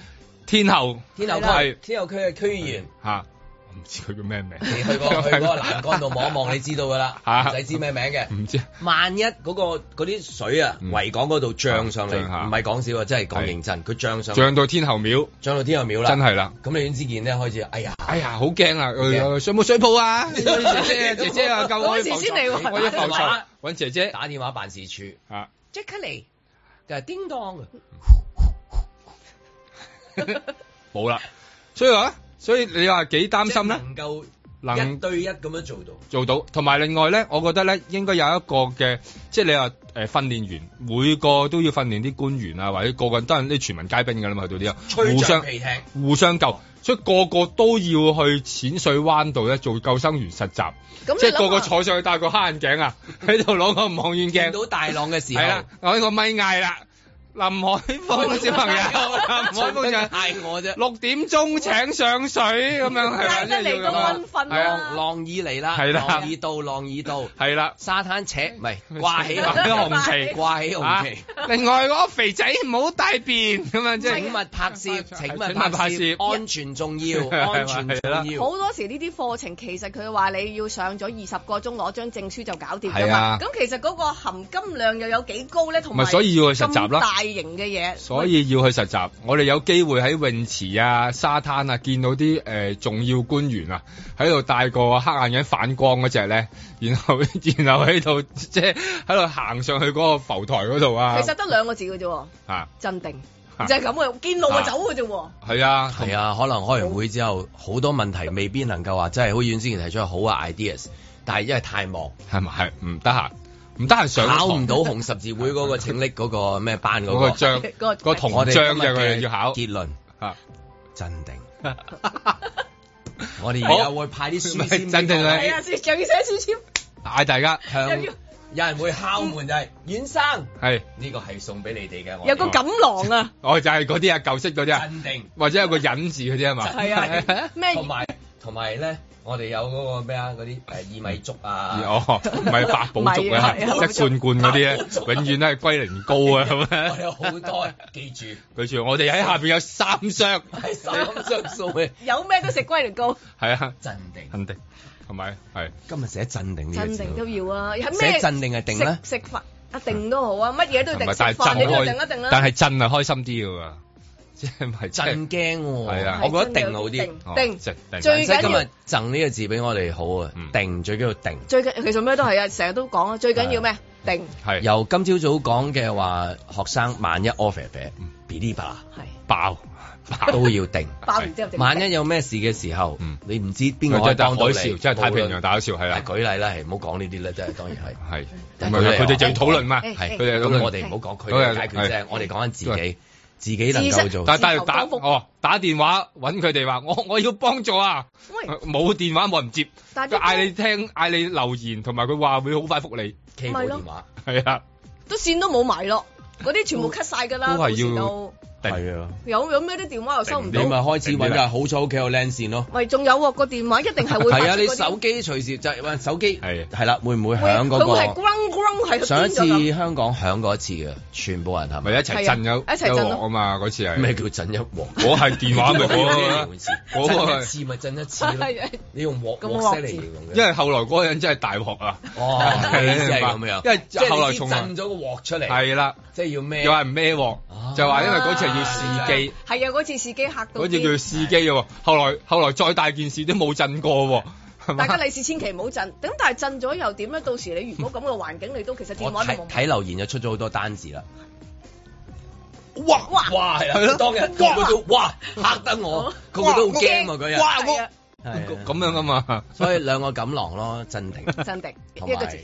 Speaker 6: 天后
Speaker 2: 天后
Speaker 6: 係
Speaker 2: 區，天后區嘅區議員，
Speaker 6: 嚇，我唔知佢叫咩名。
Speaker 2: 你去 過去嗰個欄杆度望一望，你知道㗎啦，
Speaker 6: 嚇
Speaker 2: 唔使知咩名嘅。
Speaker 6: 唔知
Speaker 2: 萬一嗰個嗰啲水啊，維港嗰度漲上嚟，
Speaker 6: 漲嗯下
Speaker 2: 唔係講笑啊，真係講認真，佢漲上嚟
Speaker 6: 漲到天后廟，
Speaker 2: 漲到天后廟啦，
Speaker 6: 真係啦。
Speaker 2: 咁你阮志健咧開始，哎呀，
Speaker 6: 哎呀，好驚啊！
Speaker 2: 驚
Speaker 6: 呃水冇水泡 啊？姐姐姐姐啊，救
Speaker 2: 嗰
Speaker 6: 我！
Speaker 2: 時先嚟喎
Speaker 6: 我要浮
Speaker 2: 打電話
Speaker 6: 床，揾姐姐
Speaker 2: 打電話辦事處。
Speaker 6: 啊！
Speaker 2: 即刻嚟嘅叮當，啊
Speaker 6: 冇啦，所以話，所以你話幾擔心咧？
Speaker 2: 能夠
Speaker 6: 能
Speaker 2: 一對一咁樣做到。
Speaker 6: 做到，同埋另外咧，我覺得咧應該有一個嘅，即係你話誒、呃、訓練員每個都要訓練啲官員啊，或者個個人當然啲全民皆兵㗎啦嘛，去到呢度
Speaker 2: 吹
Speaker 6: 互
Speaker 2: 橡
Speaker 6: 相
Speaker 2: 皮艇，
Speaker 6: 互相救，所以個個都要去淺水灣度咧做救生員實習，
Speaker 4: 咁
Speaker 6: 即
Speaker 4: 你諗
Speaker 6: 係
Speaker 4: 下
Speaker 6: 個個坐上去戴個黑眼鏡啊， 喺度攞個望遠
Speaker 2: 見
Speaker 6: 鏡，
Speaker 2: 到大浪嘅時
Speaker 6: 係啦
Speaker 2: 候，，
Speaker 6: 我呢個咪嗌啦，林海 峰啊小朋友，林海峰就
Speaker 2: 嗌我啫，
Speaker 6: 六點鐘請上水咁樣係啦，
Speaker 4: 嗌得嚟都溫瞓
Speaker 6: 係啊
Speaker 4: 啦。
Speaker 2: 浪已嚟啦，
Speaker 6: 係啦
Speaker 2: 浪已到，浪已到，
Speaker 6: 係啦。
Speaker 2: 沙灘扯唔 係掛起
Speaker 6: 掛起紅旗
Speaker 2: 掛起紅旗。
Speaker 6: 啊另外嗰個肥仔唔好大便咁啊樣，即係
Speaker 2: 請勿拍攝，請勿
Speaker 6: 請勿
Speaker 2: 拍
Speaker 6: 拍
Speaker 2: 攝，
Speaker 6: 攝
Speaker 2: 安全重要，
Speaker 6: 係啦
Speaker 2: 安全重要。
Speaker 4: 好多時呢啲課程其實佢話你要上咗二十個鐘攞張證書就搞掂㗎
Speaker 6: 係
Speaker 4: 嘛，
Speaker 6: 啊
Speaker 4: 咁、其實嗰個含金量又有幾高咧，同埋
Speaker 6: 咪所以要去實習啦
Speaker 4: 咁大型嘅嘢，
Speaker 6: 所以要去實習。我哋有機會喺泳池啊、沙灘啊，見到啲誒、呃重要官員啊，喺度戴個黑眼鏡反光嗰只咧，然後 然後喺度即係喺度行上去嗰個浮台嗰度啊。
Speaker 4: 其實得兩個字嘅啫喎，
Speaker 6: 啊，
Speaker 4: 鎮定
Speaker 6: 啊
Speaker 4: 就係咁嘅，見路就走嘅啫喎。
Speaker 6: 係啊，
Speaker 2: 係啊，可能開完會之後，好多問題未必能夠話，真係好遠之前提出好嘅 ideas，但係因為太忙，
Speaker 6: 係咪係唔得閒？唔得閒上
Speaker 2: 考唔
Speaker 6: 堂
Speaker 2: 到紅十字會嗰個請力嗰個咩班嗰
Speaker 6: 嗰個
Speaker 2: 個。
Speaker 6: 章
Speaker 4: 嗰個
Speaker 6: 個銅
Speaker 2: 我哋
Speaker 6: 章
Speaker 2: 今
Speaker 6: 嘅
Speaker 2: 日
Speaker 6: 佢哋
Speaker 2: 嘅
Speaker 6: 要考
Speaker 2: 結論
Speaker 6: 啊。
Speaker 2: 鎮定。 我哋而家會派啲書先俾
Speaker 6: 鎮定
Speaker 2: 各位
Speaker 4: 係
Speaker 6: 啊係
Speaker 4: 啊，仲要寫書簽，
Speaker 6: 嗌大家
Speaker 2: 向
Speaker 4: 又要
Speaker 2: 有人會敲門就係阮生，
Speaker 6: 係，
Speaker 2: 呢個係送俾你哋 嘅。我哋
Speaker 4: 有個錦 囊啊，
Speaker 6: 我就係嗰啲啊舊式嗰啲啊，
Speaker 2: 鎮定，
Speaker 6: 或者有個忍字嗰啲啊嘛。
Speaker 4: 係啊，咩
Speaker 2: 同埋同埋咧我哋有嗰個咩啊？嗰啲誒薏米粥啊，
Speaker 6: 哦，唔係八寶粥
Speaker 2: 米
Speaker 6: 啊，
Speaker 2: 啊係啊
Speaker 6: 即罐罐嗰啲咧，永遠都係龜苓膏啊咁
Speaker 2: 我有
Speaker 6: 樣。
Speaker 2: 好多，記住
Speaker 6: 佢住我哋喺下邊有三箱，
Speaker 2: 係三張數嘅，
Speaker 4: 有咩都食龜苓膏，
Speaker 6: 係啊，
Speaker 2: 鎮定，
Speaker 6: 鎮定，同埋係
Speaker 2: 今日寫鎮定呢個
Speaker 4: 鎮定都
Speaker 2: 字，
Speaker 4: 要啊！係
Speaker 2: 寫
Speaker 4: 咩？
Speaker 2: 鎮定係定咧
Speaker 4: 食食飯啊，定都好啊，乜嘢都要
Speaker 6: 同
Speaker 4: 定，
Speaker 6: 埋
Speaker 4: 食
Speaker 6: 但係
Speaker 4: 飯
Speaker 6: 震
Speaker 4: 你都要定
Speaker 6: 開
Speaker 4: 一定啦。
Speaker 6: 但係震係開心啲嘅喎，即係咪
Speaker 2: 震驚喎，
Speaker 6: 係啊
Speaker 2: 我覺得定好啲，
Speaker 4: 定定定
Speaker 2: 哦
Speaker 4: 最緊要
Speaker 2: 即係今日贈呢個字俾我哋好啊，
Speaker 6: 嗯
Speaker 2: 定最緊要定。
Speaker 4: 最緊其實咩都係啊，成日都講啊，最緊要咩？定
Speaker 6: 係
Speaker 2: 由今朝早講嘅話，學生萬一 offer 俾
Speaker 6: 嗯
Speaker 2: b i l i 吧，
Speaker 6: 爆
Speaker 2: 啊
Speaker 6: 啊
Speaker 2: 都要 定。
Speaker 4: 爆完之後定。
Speaker 2: 萬一有咩事嘅時候，你唔知邊個可以
Speaker 6: 即嗯係
Speaker 2: 幫到你。
Speaker 6: 海嘯即係太平洋大海
Speaker 2: 潮係啦。啊舉例啦，係唔好講呢啲啦， 真係當然係。
Speaker 6: 係啊佢哋就要討論嘛
Speaker 2: 係
Speaker 6: 佢哋討論
Speaker 2: 咁我哋唔好講佢
Speaker 6: 啊
Speaker 2: 哋解決啫，我哋講緊自己，自己能夠做。
Speaker 6: 但但係打哦打電話揾佢哋話我我要幫助啊，冇電話我唔接，
Speaker 4: 但
Speaker 6: 佢
Speaker 4: 係
Speaker 6: 嗌你聽嗌你留言，同埋佢話會好快覆你，
Speaker 4: 咪冇咯電
Speaker 2: 話
Speaker 6: 係啊，
Speaker 4: 都線都冇埋咯，嗰啲全部 cut 晒㗎啦，
Speaker 2: 都係要
Speaker 4: 到時就
Speaker 2: 係啊，
Speaker 4: 有有咩啲電話又收唔
Speaker 2: 你
Speaker 4: 到
Speaker 2: 咪，開始揾啊！好彩屋企有 LAN 線咯。
Speaker 4: 咪仲有喎個電話一定 係會
Speaker 2: 係啊，
Speaker 4: 發出
Speaker 2: 你
Speaker 4: 嗰啲
Speaker 2: 手機隨時就係喂手 機係
Speaker 6: 啊
Speaker 2: 係啦，會唔會響
Speaker 4: 佢會
Speaker 2: 嗰
Speaker 4: 係 grung grung 係
Speaker 2: 個？上一
Speaker 4: 癲咗咁
Speaker 2: 次香港響過一次嘅，全部人係咪
Speaker 6: 咪一齊震有
Speaker 4: 係啊一齊震咯一鑊
Speaker 6: 啊嘛？嗰次係
Speaker 2: 咩叫震一鑊？
Speaker 6: 我係電話咪嗰 個
Speaker 2: 回事，
Speaker 6: 嗰個
Speaker 2: 震一
Speaker 6: 係
Speaker 2: 次咪震一 次咯。
Speaker 4: 啊
Speaker 2: 你用鑊
Speaker 6: 咁
Speaker 2: 鑊聲嚟形容嘅。
Speaker 6: 因為後來嗰個人真係大鑊啊！
Speaker 2: 哦，意思係咁樣，
Speaker 6: 因
Speaker 2: 即
Speaker 6: 為
Speaker 2: 係
Speaker 6: 後來
Speaker 2: 你
Speaker 6: 從
Speaker 2: 知
Speaker 6: 來
Speaker 2: 震咗個鑊出嚟，
Speaker 6: 係啦，
Speaker 2: 即係要啊孭，
Speaker 6: 又話唔孭鑊，就話因為嗰次係要試機。
Speaker 4: 係啊，嗰次試機嚇到
Speaker 6: 嗰只叫
Speaker 4: 啲，
Speaker 6: 試機嘅喎，後來後來再大件事都冇震過喎，係
Speaker 4: 大
Speaker 6: 嘛
Speaker 4: 家？利是千祈唔好震。咁但係震咗又點咧？到時你如果咁嘅環境，你都其實電
Speaker 2: 我
Speaker 4: 話都
Speaker 2: 睇
Speaker 4: 冇埋。
Speaker 2: 睇留言就出咗好多單字啦。
Speaker 4: 哇哇
Speaker 2: 哇，係
Speaker 6: 係
Speaker 2: 啦
Speaker 6: 咯，
Speaker 2: 當日個個都哇嚇得我，個個都好驚啊嗰日。
Speaker 4: 哇我
Speaker 2: 係啊
Speaker 6: 咁樣噶嘛，
Speaker 2: 所以兩個錦囊咯，鎮 定，
Speaker 4: 鎮定
Speaker 2: 同
Speaker 4: 一個
Speaker 2: 埋
Speaker 4: 字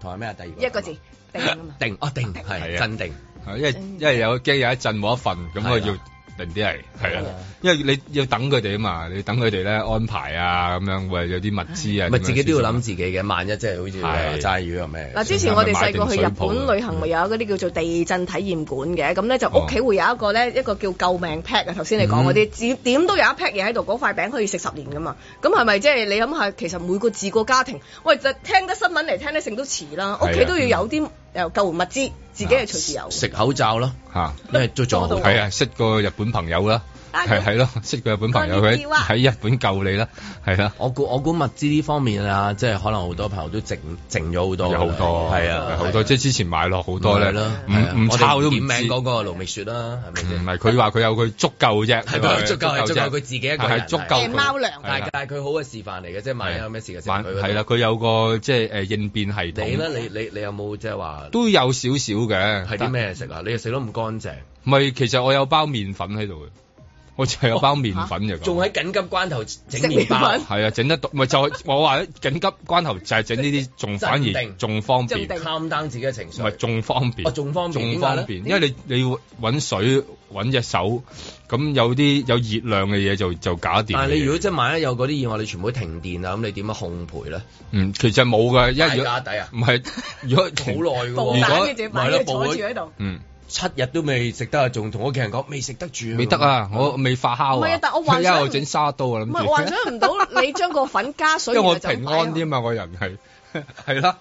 Speaker 2: 同埋咩啊？第二個
Speaker 4: 一個字定啊嘛。
Speaker 2: 定啊 定係鎮定。
Speaker 6: 啊係因為因為有驚有一陣冇一份，咁我要定啲係係啦，因為你要等佢哋啊嘛，你要等佢哋咧安排啊咁樣，喂有啲物資啊，
Speaker 2: 咪自己都要諗
Speaker 6: 自己嘅，萬一即係好似
Speaker 2: 呃齋魚又咩
Speaker 4: 嗱，之前我哋細個去日
Speaker 6: 啊
Speaker 4: 本旅行，咪有一個啲叫做地震體驗館嘅，咁咧就屋企會有一個咧一個叫救命 pack 啊，頭先你講嗰
Speaker 6: 嗯
Speaker 4: 啲，點點都有一 pack 嘢喺度，嗰塊餅可以食十年噶嘛，咁係咪即係你諗下，其實每個自個家庭，喂就聽得新聞嚟聽得成都遲
Speaker 2: 係啊
Speaker 4: 啦，屋企都要
Speaker 6: 嗯
Speaker 4: 有啲誒救援物資，自己係隨時有。
Speaker 2: 食口罩咯
Speaker 6: 啊嚇，
Speaker 2: 因為都仲好
Speaker 6: 係啊，識個日本朋友啦，係係咯，識個日本朋友佢喺喺日本救你啦，係啦。
Speaker 2: 我估我估物資呢方面啊，即係可能好多朋友都剩剩咗好多，
Speaker 6: 有好多
Speaker 2: 係啊，
Speaker 6: 好多即係之前買落好多咧，
Speaker 2: 係啦
Speaker 6: 唔
Speaker 2: 係啊
Speaker 6: 唔
Speaker 2: 我哋
Speaker 6: 抄都唔
Speaker 2: 點
Speaker 6: 知。
Speaker 2: 名嗰個盧覓雪啦，係咪先？
Speaker 6: 唔係佢話佢有佢足夠啫，
Speaker 2: 係
Speaker 6: 佢話
Speaker 2: 佢足夠係足夠
Speaker 6: 啫
Speaker 2: 佢自己一個人
Speaker 6: 係足夠
Speaker 2: 但係
Speaker 6: 佢係啦
Speaker 2: 但係佢好嘅示範嚟嘅，即係萬一有咩事嘅時候，佢嗰度
Speaker 6: 係啦，。佢有個即係誒應變系統。
Speaker 2: 你咧，你你你有冇即係話
Speaker 6: 都有少少嘅。
Speaker 2: 係啲咩食啊？你又食得唔乾淨，
Speaker 6: 唔係，其實我有包麵粉喺度嘅，我就有包麵粉就
Speaker 2: 哦仲
Speaker 6: 咁。
Speaker 2: 喺緊急關頭整麵包，
Speaker 6: 係啊，整得到，咪就係我話緊急關頭就係整呢啲，仲反
Speaker 2: 鎮
Speaker 6: 而
Speaker 2: 定
Speaker 6: 仲方
Speaker 2: 即
Speaker 6: 便，
Speaker 2: 係
Speaker 6: 唔
Speaker 2: calm down 自己嘅情緒。
Speaker 6: 係仲方便，
Speaker 2: 哦仲方便
Speaker 6: 仲方
Speaker 2: 點
Speaker 6: 便，
Speaker 2: 解
Speaker 6: 因
Speaker 2: 咧
Speaker 6: 為你你要揾水揾隻手，咁有啲有熱量嘅嘢就就搞掂嘅嘢。
Speaker 2: 但係你如果即係萬一有嗰啲意外，你全部都停電啊，咁你點樣烘焙咧？
Speaker 6: 嗯，其實冇嘅，因為如果
Speaker 2: 大家底啊
Speaker 6: 唔係如果
Speaker 2: 好耐嘅喎
Speaker 6: 如果
Speaker 2: 咪咯報咗
Speaker 4: 度
Speaker 6: 嗯，
Speaker 2: 七日都未食得啊，仲同屋企人講未食得住，
Speaker 6: 未得啊，我未發酵啊，
Speaker 4: 唔係啊但我幻想
Speaker 6: 因為我整沙刀啊，諗
Speaker 4: 唔
Speaker 6: 住
Speaker 4: 係我幻想唔到你將個粉加水，
Speaker 6: 因為我
Speaker 4: 然後就
Speaker 6: 平
Speaker 4: 咁
Speaker 2: 啊
Speaker 6: 安啲嘛，我人係 係啦。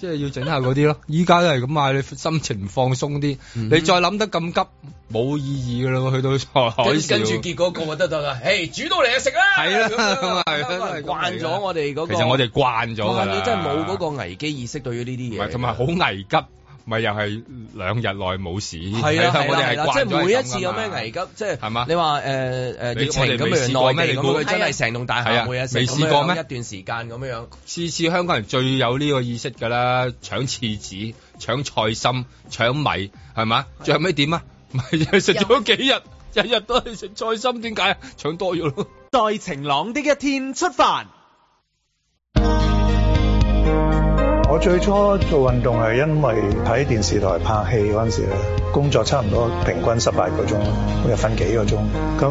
Speaker 6: 即係要整下嗰啲咯，依家都係咁啊！你心情放鬆啲，
Speaker 2: 嗯
Speaker 6: 你再諗得咁急冇意義㗎啦，去到海
Speaker 2: 跟
Speaker 6: 嘯
Speaker 2: 跟住結果個個都得啊，誒煮到嚟就食啦，
Speaker 6: 係啦咁啊係啦
Speaker 2: 咁
Speaker 6: 都係咁嚟㗎
Speaker 2: 慣咗我哋嗰個，
Speaker 6: 其實我哋慣咗㗎
Speaker 2: 慣
Speaker 6: 啦，
Speaker 2: 咗真係冇嗰個危機意識對於呢
Speaker 6: 唔
Speaker 2: 啲嘢，
Speaker 6: 係同埋好危急，咪又係兩日內冇事。
Speaker 2: 係啦
Speaker 6: 係啦 我哋
Speaker 2: 係
Speaker 6: 係
Speaker 2: 啦
Speaker 6: 慣
Speaker 2: 即
Speaker 6: 咗
Speaker 2: 係每一
Speaker 6: 咁
Speaker 2: 次
Speaker 6: 㗎
Speaker 2: 有
Speaker 6: 嘛
Speaker 2: 咩危急，即係
Speaker 6: 係嘛？
Speaker 2: 你話誒誒
Speaker 6: 你
Speaker 2: 疫情
Speaker 6: 我哋
Speaker 2: 咁
Speaker 6: 未試過
Speaker 2: 樣
Speaker 6: 咩
Speaker 2: 內地
Speaker 6: 你
Speaker 2: 咁
Speaker 6: 估
Speaker 2: 樣，真係成棟大
Speaker 6: 係啊
Speaker 2: 廈每日食
Speaker 6: 未
Speaker 2: 咁
Speaker 6: 試過
Speaker 2: 樣
Speaker 6: 咩
Speaker 2: 一段時間咁樣。
Speaker 6: 次次香港人最有呢個意識㗎啦，搶廁紙、搶菜心、搶米，係嘛？最後尾點啊？咪就係食咗幾日，日日都係食菜心，點解啊？搶多咗咯。
Speaker 5: 在晴朗的一天出發。
Speaker 15: 我最初做運動係因為喺電視台拍戲嗰陣時咧，工作差唔多平均十八個鐘，每日瞓幾個鐘，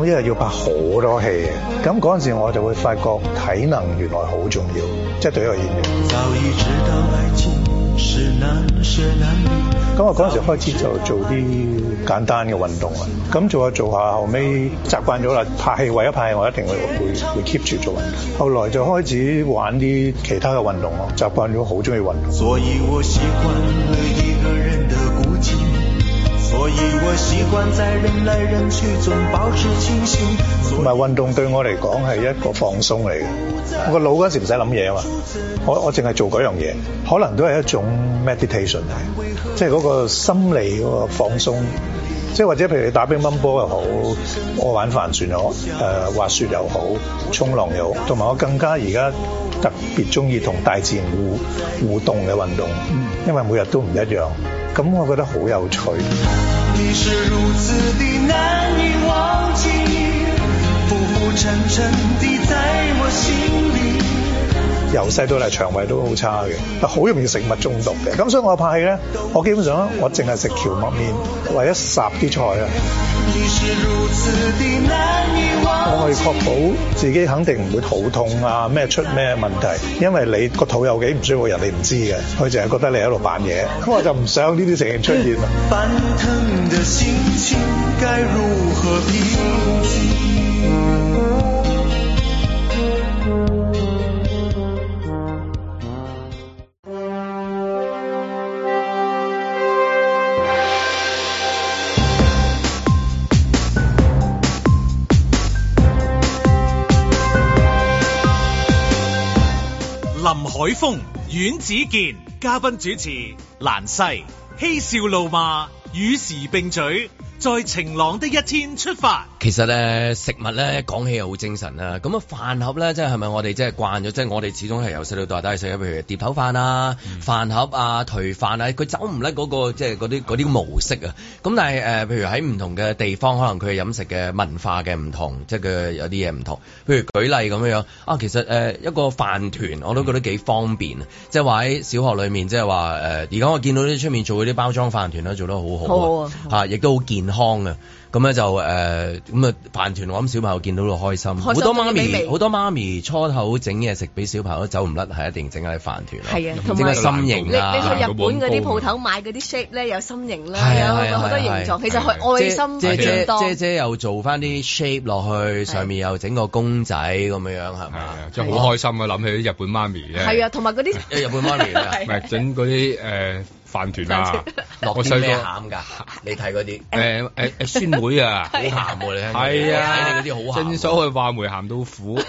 Speaker 15: 咁一日要拍好多戲嘅。咁嗰陣時我就會發覺體能原來好重要，即係對一個演員。
Speaker 16: 是难舍难离。
Speaker 15: 咁我嗰陣時開始就做啲簡單嘅運動啊，咁做下做下，後尾習慣咗啦，拍戲為一拍戲，我一定會會會 keep 住做運動。後來就開始玩啲其他嘅運動咯，習慣咗好中意運動。
Speaker 16: 所以我习惯了一个人的孤寂，所以我习惯在人来人去中保持清醒。
Speaker 15: 同埋運動對我嚟講係一個放鬆嚟嘅，我個腦嗰陣時唔使諗嘢啊嘛，我我淨係做嗰樣嘢，可能都係一種 meditation 嚟，即係嗰個心理嗰個放鬆。即係或者譬如你打乒乓波又好，我玩帆船又好，誒、滑雪又好，衝浪又好，同埋我更加而家特別中意同大自然互互動嘅運動，啊因為每日都唔一樣，咁我覺得好有趣。
Speaker 16: 你是如此的难以忘记，浮浮沉沉的在我心里。
Speaker 15: 由細到大腸胃都好差嘅，但好容易食物中毒嘅。咁所以我拍戲咧，我基本上咧，我淨係食蕎麥麵或者烚啲菜啊。
Speaker 16: 你是如此的难以忘
Speaker 15: 我去確保自己肯定唔會肚痛啊，咩出咩問題，因為你個肚有幾唔舒服，人哋唔知嘅，佢淨係覺得你喺度扮嘢，咁我就唔想呢啲情形出現 啦。
Speaker 16: 翻腾的心情该如何平静？
Speaker 1: 林海峰、阮子健，嘉賓主持蘭西，嬉笑怒罵，與時並舉，在晴朗的一天出發。
Speaker 2: 其實咧食物咧講起又好精神啦，咁啊飯盒咧即係係咪我哋即係慣咗？即係我哋始終係由細到大都係食，譬如碟頭飯啊、飯盒啊、頹飯啊，佢走唔甩嗰個即係嗰啲嗰啲模式啊。咁但係誒、呃譬如喺唔同嘅地方，可能佢嘅飲食嘅文化嘅唔同，即係佢有啲嘢唔同。譬如舉例咁樣啊，其實誒、呃一個飯團我都覺得幾方便，啊即係話喺小學裏面，即係話誒呃而家我見到啲出面做嗰啲包裝飯團咧，做得好好
Speaker 4: 好好
Speaker 2: 啊
Speaker 4: 啊
Speaker 2: 嚇，亦都好健康啊。咁咧就誒咁啊飯團，我諗小朋友見到都開心，
Speaker 4: 心
Speaker 2: 好多媽
Speaker 4: 仲要美
Speaker 2: 咪
Speaker 4: 味
Speaker 2: 好多媽咪初頭整嘢食俾小朋友都走唔甩，係一定整下啲飯團啦，
Speaker 4: 係啊，
Speaker 2: 整
Speaker 4: 同
Speaker 2: 個
Speaker 4: 埋
Speaker 2: 心形啦，
Speaker 4: 你你去日本嗰啲鋪頭買嗰啲 shape 咧，有心形啦，
Speaker 2: 係啊係
Speaker 4: 有
Speaker 2: 啊
Speaker 4: 好多
Speaker 2: 係
Speaker 4: 形
Speaker 2: 啊係啊
Speaker 4: 狀，其實佢愛心
Speaker 2: 姐姐
Speaker 4: 相當。
Speaker 2: 姐姐又做翻啲 shape 落去，上面又整個公仔咁樣樣係嘛？
Speaker 6: 真係好開心啊！諗起啲日本媽咪咧，
Speaker 4: 係啊，同埋嗰啲
Speaker 2: 日本媽咪啊
Speaker 6: 唔係整嗰啲誒飯 團啊，
Speaker 2: 落
Speaker 6: 我
Speaker 2: 啲
Speaker 6: 細
Speaker 2: 咩
Speaker 6: 個。
Speaker 2: 餡㗎？你睇嗰啲
Speaker 6: 誒誒誒酸 梅啊，
Speaker 2: 好鹹喎你聽講
Speaker 6: 係啊，
Speaker 2: 睇你嗰啲好鹹喎
Speaker 6: 正所謂話梅鹹到苦，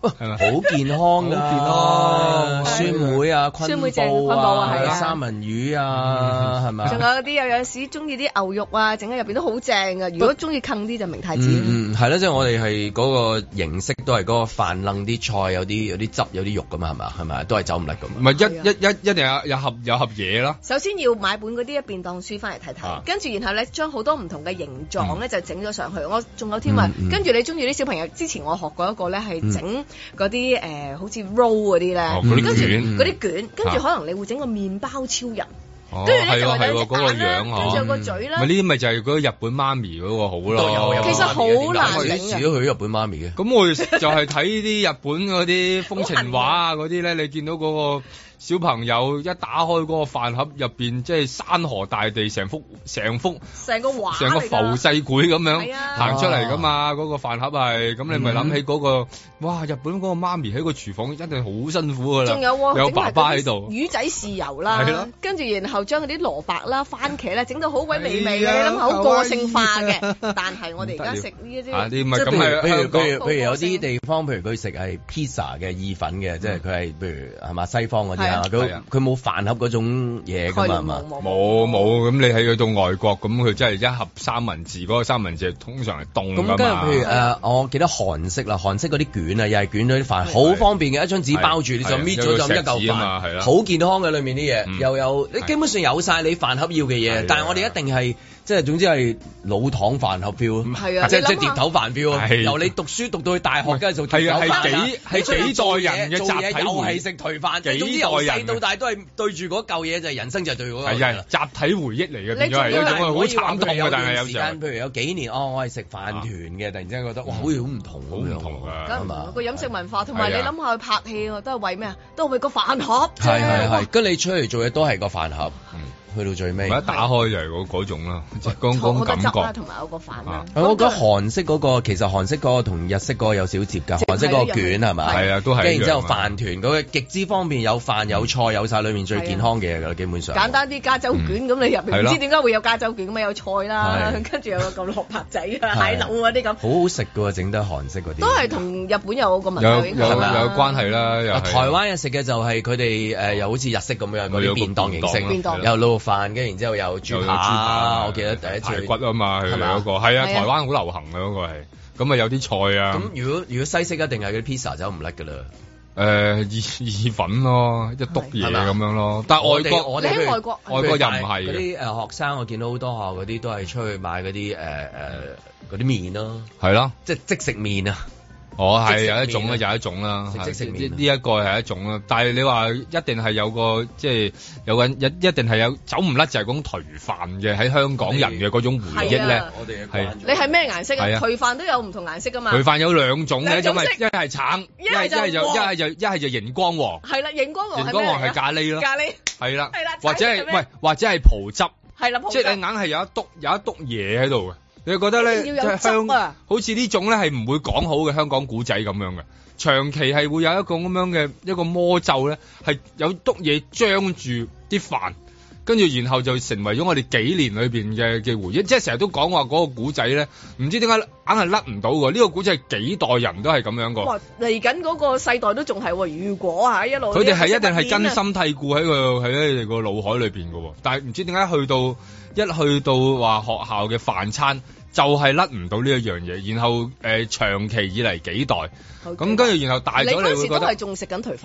Speaker 2: 好健康㗎，
Speaker 6: 好健康
Speaker 2: 酸梅啊，
Speaker 4: 酸
Speaker 2: 昆
Speaker 4: 梅正
Speaker 2: 布
Speaker 4: 昆布啊係
Speaker 2: 啊，
Speaker 4: 啊
Speaker 2: 三文魚啊，係咪
Speaker 4: 仲有
Speaker 2: 啊？
Speaker 4: 嗰啲有有時中意啲牛肉啊，整喺入邊都好正噶。如果中意啃啲就明太
Speaker 2: Ừ,
Speaker 4: 子。
Speaker 2: 嗯嗯，係啦，即係我哋係嗰個形式都係嗰個飯楞啲菜有啲有啲汁有啲肉㗎嘛，係咪？係咪？都係走唔甩㗎嘛。
Speaker 6: 唔係一一一一定有有盒有盒嘢啦。
Speaker 4: 首先要買本嗰啲便當書翻嚟睇
Speaker 6: 啊
Speaker 4: 睇，跟住然後咧將好多唔同嘅形狀咧就整咗上去。我仲有添啊
Speaker 2: 嗯嗯，
Speaker 4: 跟住你中意啲小朋友，之前我學過一個咧係整嗰啲誒好似 à, roll 嗰啲
Speaker 6: 哦
Speaker 4: 咧，
Speaker 6: 嗰
Speaker 4: 跟
Speaker 6: 啲
Speaker 4: 住
Speaker 6: 卷
Speaker 4: 嗰啲卷，跟住
Speaker 6: 啊
Speaker 4: 可能你會整個麵包超人，
Speaker 6: 哦
Speaker 4: 跟住咧
Speaker 6: 係
Speaker 4: 就
Speaker 6: 喎
Speaker 4: 話
Speaker 6: 係
Speaker 4: 有隻
Speaker 6: 喎，嗰個
Speaker 4: 眼啦
Speaker 6: 樣哦
Speaker 4: 跟住有
Speaker 6: 嗬。
Speaker 4: 個嘴
Speaker 6: 咪
Speaker 4: 啦，
Speaker 6: 呢啲咪就係嗰個日本媽咪嗰個好
Speaker 2: 有
Speaker 6: 咯。
Speaker 2: 有
Speaker 4: 其實好難
Speaker 2: 有
Speaker 4: 整
Speaker 2: 少少。
Speaker 4: 啊
Speaker 2: 去日本媽咪嘅。
Speaker 6: 咁我就係睇啲日本嗰啲風情畫啊嗰啲咧，你見到嗰個小朋友一打開嗰個飯盒入邊，即係山河大地，成幅成幅
Speaker 4: 成個畫
Speaker 6: 成個
Speaker 4: 嚟
Speaker 6: 浮
Speaker 4: 㗎
Speaker 6: 世繪咁樣
Speaker 4: 係啊
Speaker 6: 行出嚟噶嘛，嗰個飯盒係，咁你咪諗起嗰個，哇！日本嗰個媽咪喺個廚房一定好辛苦噶啦，
Speaker 4: 仲有喎，
Speaker 6: 有
Speaker 4: 整埋
Speaker 6: 爸爸
Speaker 4: 嗰啲
Speaker 6: 喺度，
Speaker 4: 魚仔豉油
Speaker 6: 係咯
Speaker 4: 啦，跟住然後將嗰啲蘿蔔啦、番茄啦，整到好鬼美味嘅，你
Speaker 6: 係啊
Speaker 4: 諗下好個性化
Speaker 6: 可愛
Speaker 4: 嘅。但係我哋而家食呢一
Speaker 2: 啊
Speaker 4: 啲，
Speaker 2: 啲
Speaker 6: 咪
Speaker 2: 咁
Speaker 6: 咁係
Speaker 2: 譬如譬如
Speaker 6: 香港
Speaker 2: 譬如譬如有啲地方，譬如佢食係 pizza 嘅意粉嘅，即係佢係譬如係嘛西方嗰啲
Speaker 6: 係啊
Speaker 2: 啊，
Speaker 6: 係啊
Speaker 2: 佢佢冇飯盒嗰種嘢㗎嘛，係嘛？
Speaker 6: 冇冇，咁你喺佢到外國，咁佢真係一盒三文治，嗰、個三文治通常係凍
Speaker 2: 咁
Speaker 6: 㗎
Speaker 2: 跟住
Speaker 6: 嘛。
Speaker 2: 譬如誒，呃我記得韓式啦，韓式嗰啲卷啊，又係卷咗啲飯，好方便嘅，一張紙包住你就
Speaker 6: 係
Speaker 2: 搣咗就咁一
Speaker 6: 有個錫
Speaker 2: 嚿
Speaker 6: 紙啊嘛係啦嗯啊
Speaker 2: 飯，好健康嘅裏面啲嘢，又有你基本上有晒你飯盒要嘅嘢，但係我哋一定係。即係總之係老糖飯盒 feel 咯，
Speaker 4: 係啊
Speaker 2: 即係即
Speaker 4: 你諗下
Speaker 2: 係碟頭飯 feel 啊！
Speaker 6: 嗯係
Speaker 2: 由你讀書讀到去大學，跟住做碟
Speaker 6: 係
Speaker 2: 頭
Speaker 6: 啊
Speaker 2: 飯
Speaker 6: 係
Speaker 2: 啦
Speaker 6: 幾
Speaker 2: 你出嚟
Speaker 6: 係啊幾代
Speaker 2: 做嘢
Speaker 6: 人嘅
Speaker 2: 做
Speaker 6: 集
Speaker 2: 嘢
Speaker 6: 體
Speaker 2: 又
Speaker 6: 回
Speaker 2: 係食頹飯，即係
Speaker 6: 幾
Speaker 2: 總之由
Speaker 6: 代人
Speaker 2: 細到大都係對住嗰嚿嘢就係人生就係對嗰嚿
Speaker 6: 係
Speaker 2: 嘢
Speaker 6: 啊
Speaker 2: 啦。
Speaker 6: 集體回憶嚟嘅，
Speaker 2: 你
Speaker 6: 變咗係一種係好慘痛嘅，但係有
Speaker 2: 時
Speaker 6: 時
Speaker 2: 間，
Speaker 6: 候啊
Speaker 2: 譬如有幾年哦，我係食飯團嘅，突然之間覺得哇，好似好唔同咁樣，
Speaker 4: 梗
Speaker 2: 係
Speaker 4: 唔
Speaker 2: 嘛
Speaker 4: 同？個飲食文化，同埋你
Speaker 2: 係啊
Speaker 4: 諗下去拍戲喎，都係為咩啊？都係為個飯盒啫。
Speaker 2: 係係
Speaker 4: 哇
Speaker 2: 係，跟住你出嚟做嘢都係個飯盒，嗯去到最尾。
Speaker 6: 一打開就係嗰嗰種啦，即係嗰嗰
Speaker 4: 我覺
Speaker 6: 種
Speaker 4: 得啊
Speaker 6: 感
Speaker 4: 汁啦，
Speaker 6: 覺
Speaker 4: 同。埋有個飯啦。
Speaker 2: 我覺得韓式嗰個其實韓式嗰個同日式嗰個有少少接㗎，韓式嗰個卷係咪？
Speaker 6: 係啊都係一樣啊
Speaker 2: 跟住然之後飯團嗰個極之方便，有飯有菜有晒裏面最健康嘅嘢㗎啦，基本上。
Speaker 4: 啊簡單啲加州卷咁，你入
Speaker 2: 係
Speaker 4: 面唔
Speaker 2: 咯
Speaker 4: 知點解會有加州卷咁啊？有菜啦，
Speaker 2: 係
Speaker 4: 跟住有個蘿蔔仔啊、
Speaker 2: 係
Speaker 4: 蟹柳啊啲咁，
Speaker 2: 好好食㗎喎，整得韓式嗰啲。
Speaker 4: 都係同日本有個文
Speaker 2: 有
Speaker 4: 化影響
Speaker 2: 有
Speaker 4: 啦。
Speaker 2: 有
Speaker 6: 關係啦，又
Speaker 2: 啊台灣嘅食嘅就係佢哋誒又好似日式咁樣嗰
Speaker 6: 有
Speaker 2: 啲
Speaker 6: 個
Speaker 2: 便當形式，
Speaker 6: 便當
Speaker 2: 有滷肉飯，跟住然之後有
Speaker 6: 又
Speaker 2: 豬
Speaker 6: 有
Speaker 2: 扒
Speaker 6: 啊
Speaker 2: 啊，我記得第一
Speaker 6: 排
Speaker 2: 次
Speaker 6: 骨啊嘛，佢哋
Speaker 2: 係嘛
Speaker 6: 嗰個係啊，
Speaker 2: 係啊
Speaker 6: 台灣好流行啊嗰個係，咁啊有啲菜啊。
Speaker 2: 咁如果如果西式一定係嗰啲 pizza 走唔甩㗎啦。
Speaker 6: 誒呃意意粉咯，一篤嘢咁樣咯。但係外國，
Speaker 2: 我哋
Speaker 4: 你喺外國
Speaker 6: 外國又唔係
Speaker 2: 嗰
Speaker 6: 嘅，
Speaker 2: 啲誒學生，我見到好多學校嗰啲都係出去買嗰啲誒誒嗰啲麵咯，
Speaker 6: 係咯，
Speaker 2: 即係即食麵啊，
Speaker 6: 我
Speaker 2: 即
Speaker 6: 係
Speaker 2: 食麵啊
Speaker 6: 有一種啦，有一種啦，
Speaker 2: 食即食麵
Speaker 6: 係
Speaker 2: 啊
Speaker 6: 呢呢一個係一種啦。但係你話一定係有個即係有個一一定係有走唔甩就係講頹飯嘅喺香港人嘅嗰種回憶
Speaker 4: 係
Speaker 6: 咧
Speaker 4: 啊，
Speaker 6: 係
Speaker 4: 你係咩顏色啊
Speaker 6: 係？啊
Speaker 4: 頹飯都有唔同顏色噶嘛？
Speaker 6: 頹飯有兩種嘅，一
Speaker 4: 兩種
Speaker 6: 種係
Speaker 4: 色
Speaker 6: 一係橙，
Speaker 4: 一係
Speaker 6: 一
Speaker 4: 就
Speaker 6: 係就一
Speaker 4: 黃
Speaker 6: 係就一係就熒光黃，
Speaker 4: 係啦，熒光黃
Speaker 6: 熒
Speaker 4: 係
Speaker 6: 光
Speaker 4: 咩
Speaker 6: 黃
Speaker 4: 嚟
Speaker 6: 係
Speaker 4: 㗎？
Speaker 6: 咖喱咯，
Speaker 4: 咖喱
Speaker 6: 係啦
Speaker 4: 係啦，
Speaker 6: 或者係
Speaker 4: 橙色係咩
Speaker 6: 喂或者係葡汁。
Speaker 4: 係啦，
Speaker 6: 即係你硬係有一篤有一篤嘢喺度嘅。你覺得咧，
Speaker 4: 一
Speaker 6: 即
Speaker 4: 定要
Speaker 6: 係
Speaker 4: 有
Speaker 6: 香
Speaker 4: 汁啊
Speaker 6: 好似呢種咧係唔會講好嘅香港古仔咁樣嘅，長期係會有一個咁樣嘅一個魔咒咧，係有篤嘢張住啲飯，跟住然後就成為咗我哋幾年裏邊嘅嘅回憶。即係成日都講話嗰個古仔咧，唔知點解硬係甩唔到喎。呢、個古仔係幾代人都係咁樣個，
Speaker 4: 哇！嚟緊嗰個世代都仲係喎，如果啊一路
Speaker 6: 佢哋係一定
Speaker 4: 呢個食物鏈啊
Speaker 6: 係根深蒂固喺個喺佢哋個腦海裏邊嘅喎。但係唔知點解去到一去到話學校嘅飯餐，就係甩唔到呢一樣嘢。然後誒、呃、長期以嚟幾代，
Speaker 4: 好
Speaker 6: 咁跟住然後大
Speaker 4: 你
Speaker 6: 咗，
Speaker 4: 嗰
Speaker 6: 你
Speaker 4: 時
Speaker 6: 會
Speaker 4: 都
Speaker 6: 覺
Speaker 4: 係
Speaker 6: 得
Speaker 4: 仲食緊頹飯，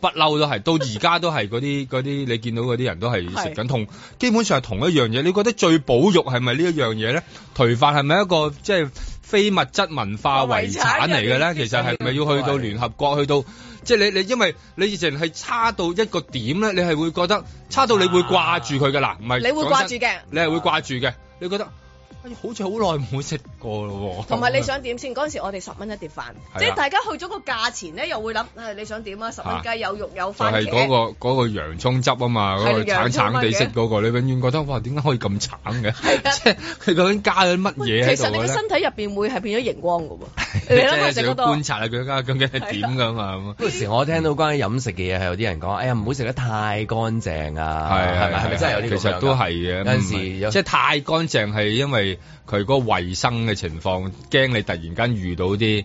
Speaker 6: 不嬲都係，到而家都係嗰啲 嗰啲，你見到嗰啲人都係食緊同，基本上係同一樣嘢。你覺得最保育係咪呢一樣嘢咧？頹飯係咪一個即係非物質文化遺產嚟嘅咧？其實係咪要去到聯合國去到？即係你你因為你以前係差到一個點咧，你係會覺得差到你會掛住佢㗎啦，唔係
Speaker 4: 你會
Speaker 6: 講
Speaker 4: 掛住
Speaker 6: 真
Speaker 4: 嘅。
Speaker 6: 你係會掛住嘅，你覺得哎好似好耐冇食過咯喎，
Speaker 4: 同埋你想點先？嗰陣時我哋十蚊一碟飯，即係大家去咗個價錢咧，又會諗，唉，你想點啊？十蚊雞有肉有
Speaker 6: 就
Speaker 4: 番
Speaker 6: 係
Speaker 4: 茄，
Speaker 6: 嗰、個嗰、個洋葱汁啊嘛，嗰、個
Speaker 4: 係洋
Speaker 6: 橙
Speaker 4: 葱
Speaker 6: 橙地色
Speaker 4: 乜嘢
Speaker 6: 嗰、個，你永遠覺得哇點解可以咁橙嘅？即係 佢究竟加咗乜嘢喺
Speaker 4: 啊其實你
Speaker 6: 度嘅
Speaker 4: 個
Speaker 6: 咧
Speaker 4: 身？體入邊會係變咗熒光嘅喎。你諗下
Speaker 6: 即係
Speaker 4: 食
Speaker 6: 就要
Speaker 4: 嗰啊
Speaker 6: 觀
Speaker 4: 度，
Speaker 6: 察下佢家究竟係點㗎嘛。啊
Speaker 2: 嗰時我聽到關於飲食嘅嘢係有啲人講，哎呀唔好食得太乾淨啊，
Speaker 6: 係
Speaker 2: 係咪係咪真係有啲咁樣㗎
Speaker 6: 其實都係嘅，
Speaker 2: 有陣時
Speaker 6: 唔係
Speaker 2: 有
Speaker 6: 即係太乾淨係因為佢嗰個衞生嘅情況，驚你突然間遇到啲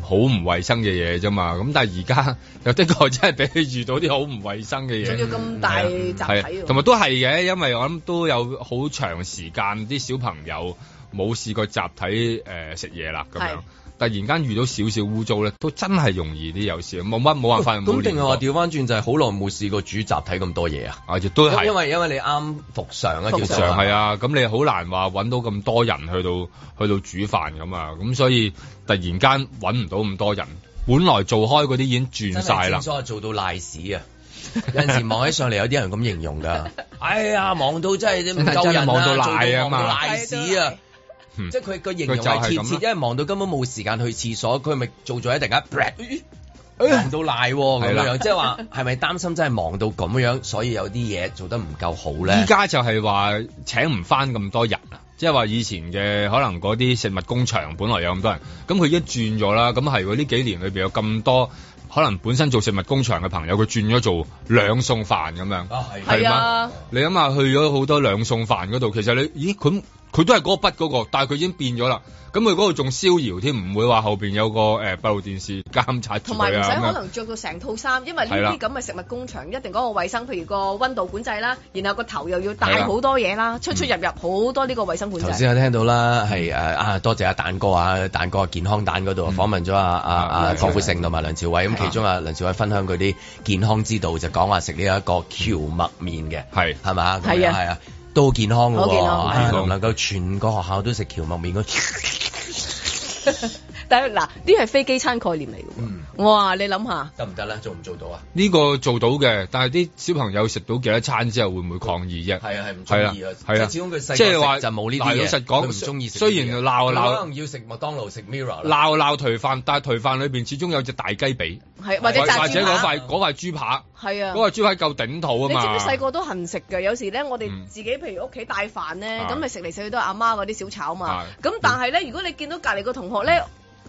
Speaker 6: 好唔衞生嘅嘢啫嘛。咁但係而家 又的確真係俾你遇到啲好唔衞生嘅嘢，
Speaker 4: 仲要咁大集體
Speaker 6: 係
Speaker 4: 喎
Speaker 6: 啊同埋都係嘅，因為我諗都有好長時間啲小朋友冇試過集體誒、呃食嘢啦咁樣
Speaker 2: 係。
Speaker 6: 突然間遇到少少污糟咧，都真係容易啲有時，冇乜冇辦法冇
Speaker 2: 哦咁定
Speaker 6: 練
Speaker 2: 係話
Speaker 6: 過。
Speaker 2: 調翻轉就係好耐冇試過煮集體咁多嘢啊？
Speaker 6: 啊，亦都係
Speaker 2: 因為因為你啱復常啊，叫
Speaker 6: 通
Speaker 2: 做
Speaker 6: 常係啊，咁你好難話揾到咁多人去到去到煮飯咁啊，咁所以突然間揾唔到咁多人，本來做開嗰啲已經轉晒啦，
Speaker 2: 所以做到賴屎啊！ 有陣時望起上嚟有啲人咁形容 㗎，哎呀忙到真係唔夠
Speaker 6: 真係
Speaker 2: 人
Speaker 6: 忙
Speaker 2: 啊，
Speaker 6: 到
Speaker 2: 做到
Speaker 6: 賴啊嘛
Speaker 2: 忙到賴屎啊！
Speaker 6: 嗯
Speaker 2: 即係佢個形容
Speaker 6: 佢就係
Speaker 2: 係貼
Speaker 6: 咁
Speaker 2: 切，
Speaker 6: 啦
Speaker 2: 因為忙到根本冇時間去廁所，佢咪做咗一突然 間忙到賴喎咁
Speaker 6: 係啦
Speaker 2: 樣，即係話係咪擔心真係忙到咁樣，所以有啲嘢做得唔夠好咧
Speaker 6: 依？家就係話請唔翻咁多人啊，即係話以前嘅可能嗰啲食物工場本來有咁多人，咁佢已經轉咗啦，咁係喎呢幾年裏邊有咁多。可能本身做食物工場嘅朋友，佢轉咗做兩餸飯咁樣，
Speaker 4: 係
Speaker 6: 嘛
Speaker 4: 啊，
Speaker 6: 你諗下去咗好多兩餸飯嗰度，其實你咦佢佢都係嗰個筆嗰、個，但係佢已經變咗啦。咁佢嗰度仲逍遙添，唔會話後邊有個誒閉路電視監察住
Speaker 4: 同埋
Speaker 6: 佢
Speaker 4: 唔使
Speaker 6: 啊咁
Speaker 4: 可
Speaker 6: 樣。
Speaker 4: 能着到成套衫，因為呢
Speaker 6: 係啦
Speaker 4: 啲咁嘅食物工場一定嗰個衞生，譬如個温度管制啦，然後個頭又要
Speaker 2: 係
Speaker 4: 戴
Speaker 2: 啦
Speaker 4: 好多嘢啦，
Speaker 6: 嗯
Speaker 4: 出出入入好多呢個衞生管
Speaker 2: 頭
Speaker 4: 制。
Speaker 2: 先有聽到啦，係誒啊，多謝阿蛋哥啊，蛋哥健康蛋嗰度啊
Speaker 6: 嗯
Speaker 2: 訪問咗阿阿
Speaker 6: 啊
Speaker 2: 阿郭富城同埋梁朝偉，咁其中啊梁朝偉分享佢啲健康之道，就講話食呢一個蕎麥麵嘅，
Speaker 6: 係
Speaker 2: 係嘛？咁樣
Speaker 4: 係啊
Speaker 2: 係啊。都好健康㗎
Speaker 4: 好健
Speaker 2: 喎，
Speaker 6: 嗯
Speaker 4: 康
Speaker 2: 係唔能夠全個學校都食蕎麥麵嗰
Speaker 4: 但係嗱，呢係飛機餐概念嚟嘅
Speaker 6: 嗯
Speaker 4: 喎。哇，你諗下，
Speaker 2: 得唔得咧？做唔做到啊？
Speaker 6: 呢個做到嘅，但係啲小朋友食到幾多餐之後會唔會抗議啫？
Speaker 2: 係啊，係唔
Speaker 6: 係
Speaker 2: 中
Speaker 6: 啦
Speaker 2: 意啊，，
Speaker 6: 係啊，
Speaker 2: 即係始終佢細
Speaker 6: 即
Speaker 2: 個
Speaker 6: 係話
Speaker 2: 食就冇呢
Speaker 6: 嗱
Speaker 2: 啲嘢，
Speaker 6: 老實
Speaker 2: 佢唔
Speaker 6: 講，
Speaker 2: 中意食呢啲
Speaker 6: 雖
Speaker 2: 嘢。
Speaker 6: 然鬧
Speaker 2: 佢可
Speaker 6: 鬧
Speaker 2: 能要食麥當勞食 Mirror 啦。
Speaker 6: 鬧鬧頹飯，但係頹飯裏邊始終有隻大雞髀，
Speaker 4: 係或者炸
Speaker 6: 或者
Speaker 4: 豬
Speaker 6: 嗰
Speaker 4: 扒，
Speaker 6: 塊嗰塊豬扒，
Speaker 4: 係啊
Speaker 6: 嗰。塊豬扒夠頂肚啊
Speaker 4: 你知
Speaker 6: 嘛
Speaker 4: 唔知。細個都痕食㗎？有時咧，我哋
Speaker 6: 嗯
Speaker 4: 自己譬如屋企帶飯咧，
Speaker 6: 啊
Speaker 4: 咁咪食嚟食去都係阿媽嗰啲小炒嘛
Speaker 6: 啊。嗯
Speaker 4: 咁但係咧，如果你見到隔離個同學咧，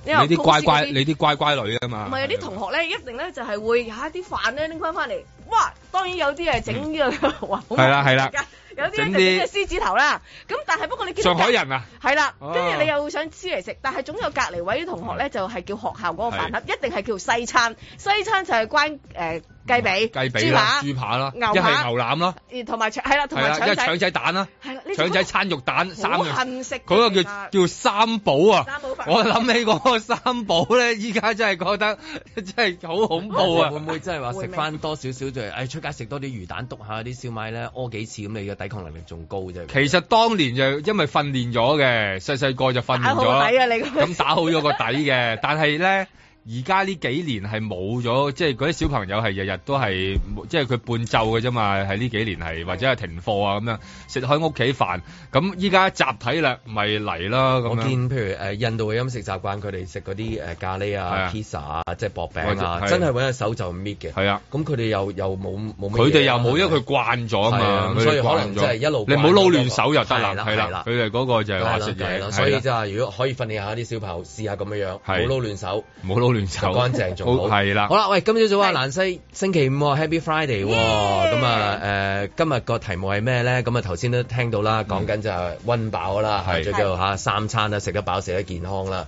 Speaker 6: 你
Speaker 4: 因為
Speaker 6: 啲
Speaker 4: 公
Speaker 6: 乖
Speaker 4: 司嗰
Speaker 6: 乖，
Speaker 4: 啲
Speaker 6: 你啲乖乖女啊嘛。
Speaker 4: 唔係有啲同學咧，一定咧就係會嚇啲飯咧拎翻翻嚟，哇！當然有啲係整嘅， 哇！好麻煩
Speaker 6: 係啦係啦
Speaker 4: 㗎，有啲
Speaker 6: 整
Speaker 4: 咧就整隻
Speaker 6: 啲
Speaker 4: 獅子頭啦。咁但係不過你見到
Speaker 6: 上海人啊，
Speaker 4: 係啦，
Speaker 6: 哦
Speaker 4: 跟住你又想黐嚟食，但係總有隔離位啲同學咧就係叫學校嗰個飯盒，一定係叫西餐。西餐就係關誒雞髀、
Speaker 6: 哦雞髀
Speaker 4: 豬
Speaker 6: 啦、
Speaker 4: 扒、
Speaker 6: 豬扒啦，一
Speaker 4: 牛扒
Speaker 6: 係牛腩啦，
Speaker 4: 而同埋腸係啦，同
Speaker 6: 係
Speaker 4: 埋
Speaker 6: 啦，
Speaker 4: 腸
Speaker 6: 一係
Speaker 4: 仔
Speaker 6: 腸仔蛋啦，
Speaker 4: 係啦，呢
Speaker 6: 腸仔餐肉蛋三
Speaker 4: 好
Speaker 6: 樣。
Speaker 4: 恨食嘅
Speaker 6: 嗰個
Speaker 4: 其
Speaker 6: 叫
Speaker 4: 實
Speaker 6: 叫三寶啊！
Speaker 4: 三寶飯
Speaker 6: 我諗起嗰個三寶咧，依家真係覺得 真係好恐怖啊！
Speaker 2: 會唔會真係話食翻多少少就係，誒出街食多啲魚蛋，篤下啲燒賣咧，屙幾次咁，你嘅抵抗能力仲高啫。
Speaker 6: 其實當年就因為訓練咗嘅，細細個就訓練
Speaker 4: 打好個底啊
Speaker 6: 咗，
Speaker 4: 你咁樣
Speaker 6: 咁打好咗個底 嘅。但係咧，而家呢幾年係冇咗，即係嗰啲小朋友係日日都係冇，即係佢伴奏嘅啫嘛。喺呢幾年係或者係停課啊咁樣，食開屋企飯。咁依家集體啦，咪嚟啦咁
Speaker 2: 我
Speaker 6: 樣。
Speaker 2: 見譬如誒印度嘅飲食習慣，佢哋食嗰啲誒咖喱
Speaker 6: 係
Speaker 2: 啊
Speaker 6: 啊、
Speaker 2: pizza 啊，即係薄
Speaker 6: 或
Speaker 2: 餅
Speaker 6: 者
Speaker 2: 啊，
Speaker 6: 係
Speaker 2: 真係揾隻手就搣嘅。
Speaker 6: 係啊，
Speaker 2: 咁佢哋又又冇冇乜嘢啊
Speaker 6: 佢哋又冇，因為佢慣咗啊
Speaker 2: 係啊
Speaker 6: 嘛，佢哋
Speaker 2: 所以可
Speaker 6: 慣
Speaker 2: 能
Speaker 6: 咗
Speaker 2: 真係一路
Speaker 6: 你唔好
Speaker 2: 慣咗
Speaker 6: 撈
Speaker 2: 嗰個
Speaker 6: 亂手就得啦
Speaker 2: 係，啦
Speaker 6: 係
Speaker 2: 係啦
Speaker 6: 啦，佢哋嗰個就係
Speaker 2: 係
Speaker 6: 話
Speaker 2: 啦
Speaker 6: 食
Speaker 2: 係啦
Speaker 6: 嘢，
Speaker 2: 所
Speaker 6: 係
Speaker 2: 以
Speaker 6: 啦
Speaker 2: 就係如果可以訓練下啲小朋友，試下咁樣樣，唔好
Speaker 6: 係
Speaker 2: 撈亂手。
Speaker 6: 唔好撈亂手，
Speaker 2: 乾淨仲好
Speaker 6: 係啦。
Speaker 2: 好啦，喂，今朝早啊，蘭西星期五喎，Happy Friday 喎，咁啊誒，今日個題目係咩咧？咁啊頭先都聽到啦，講緊就係温飽啦，
Speaker 6: 係
Speaker 2: 最緊要嚇三餐啊啦，食得飽，食得健康啦。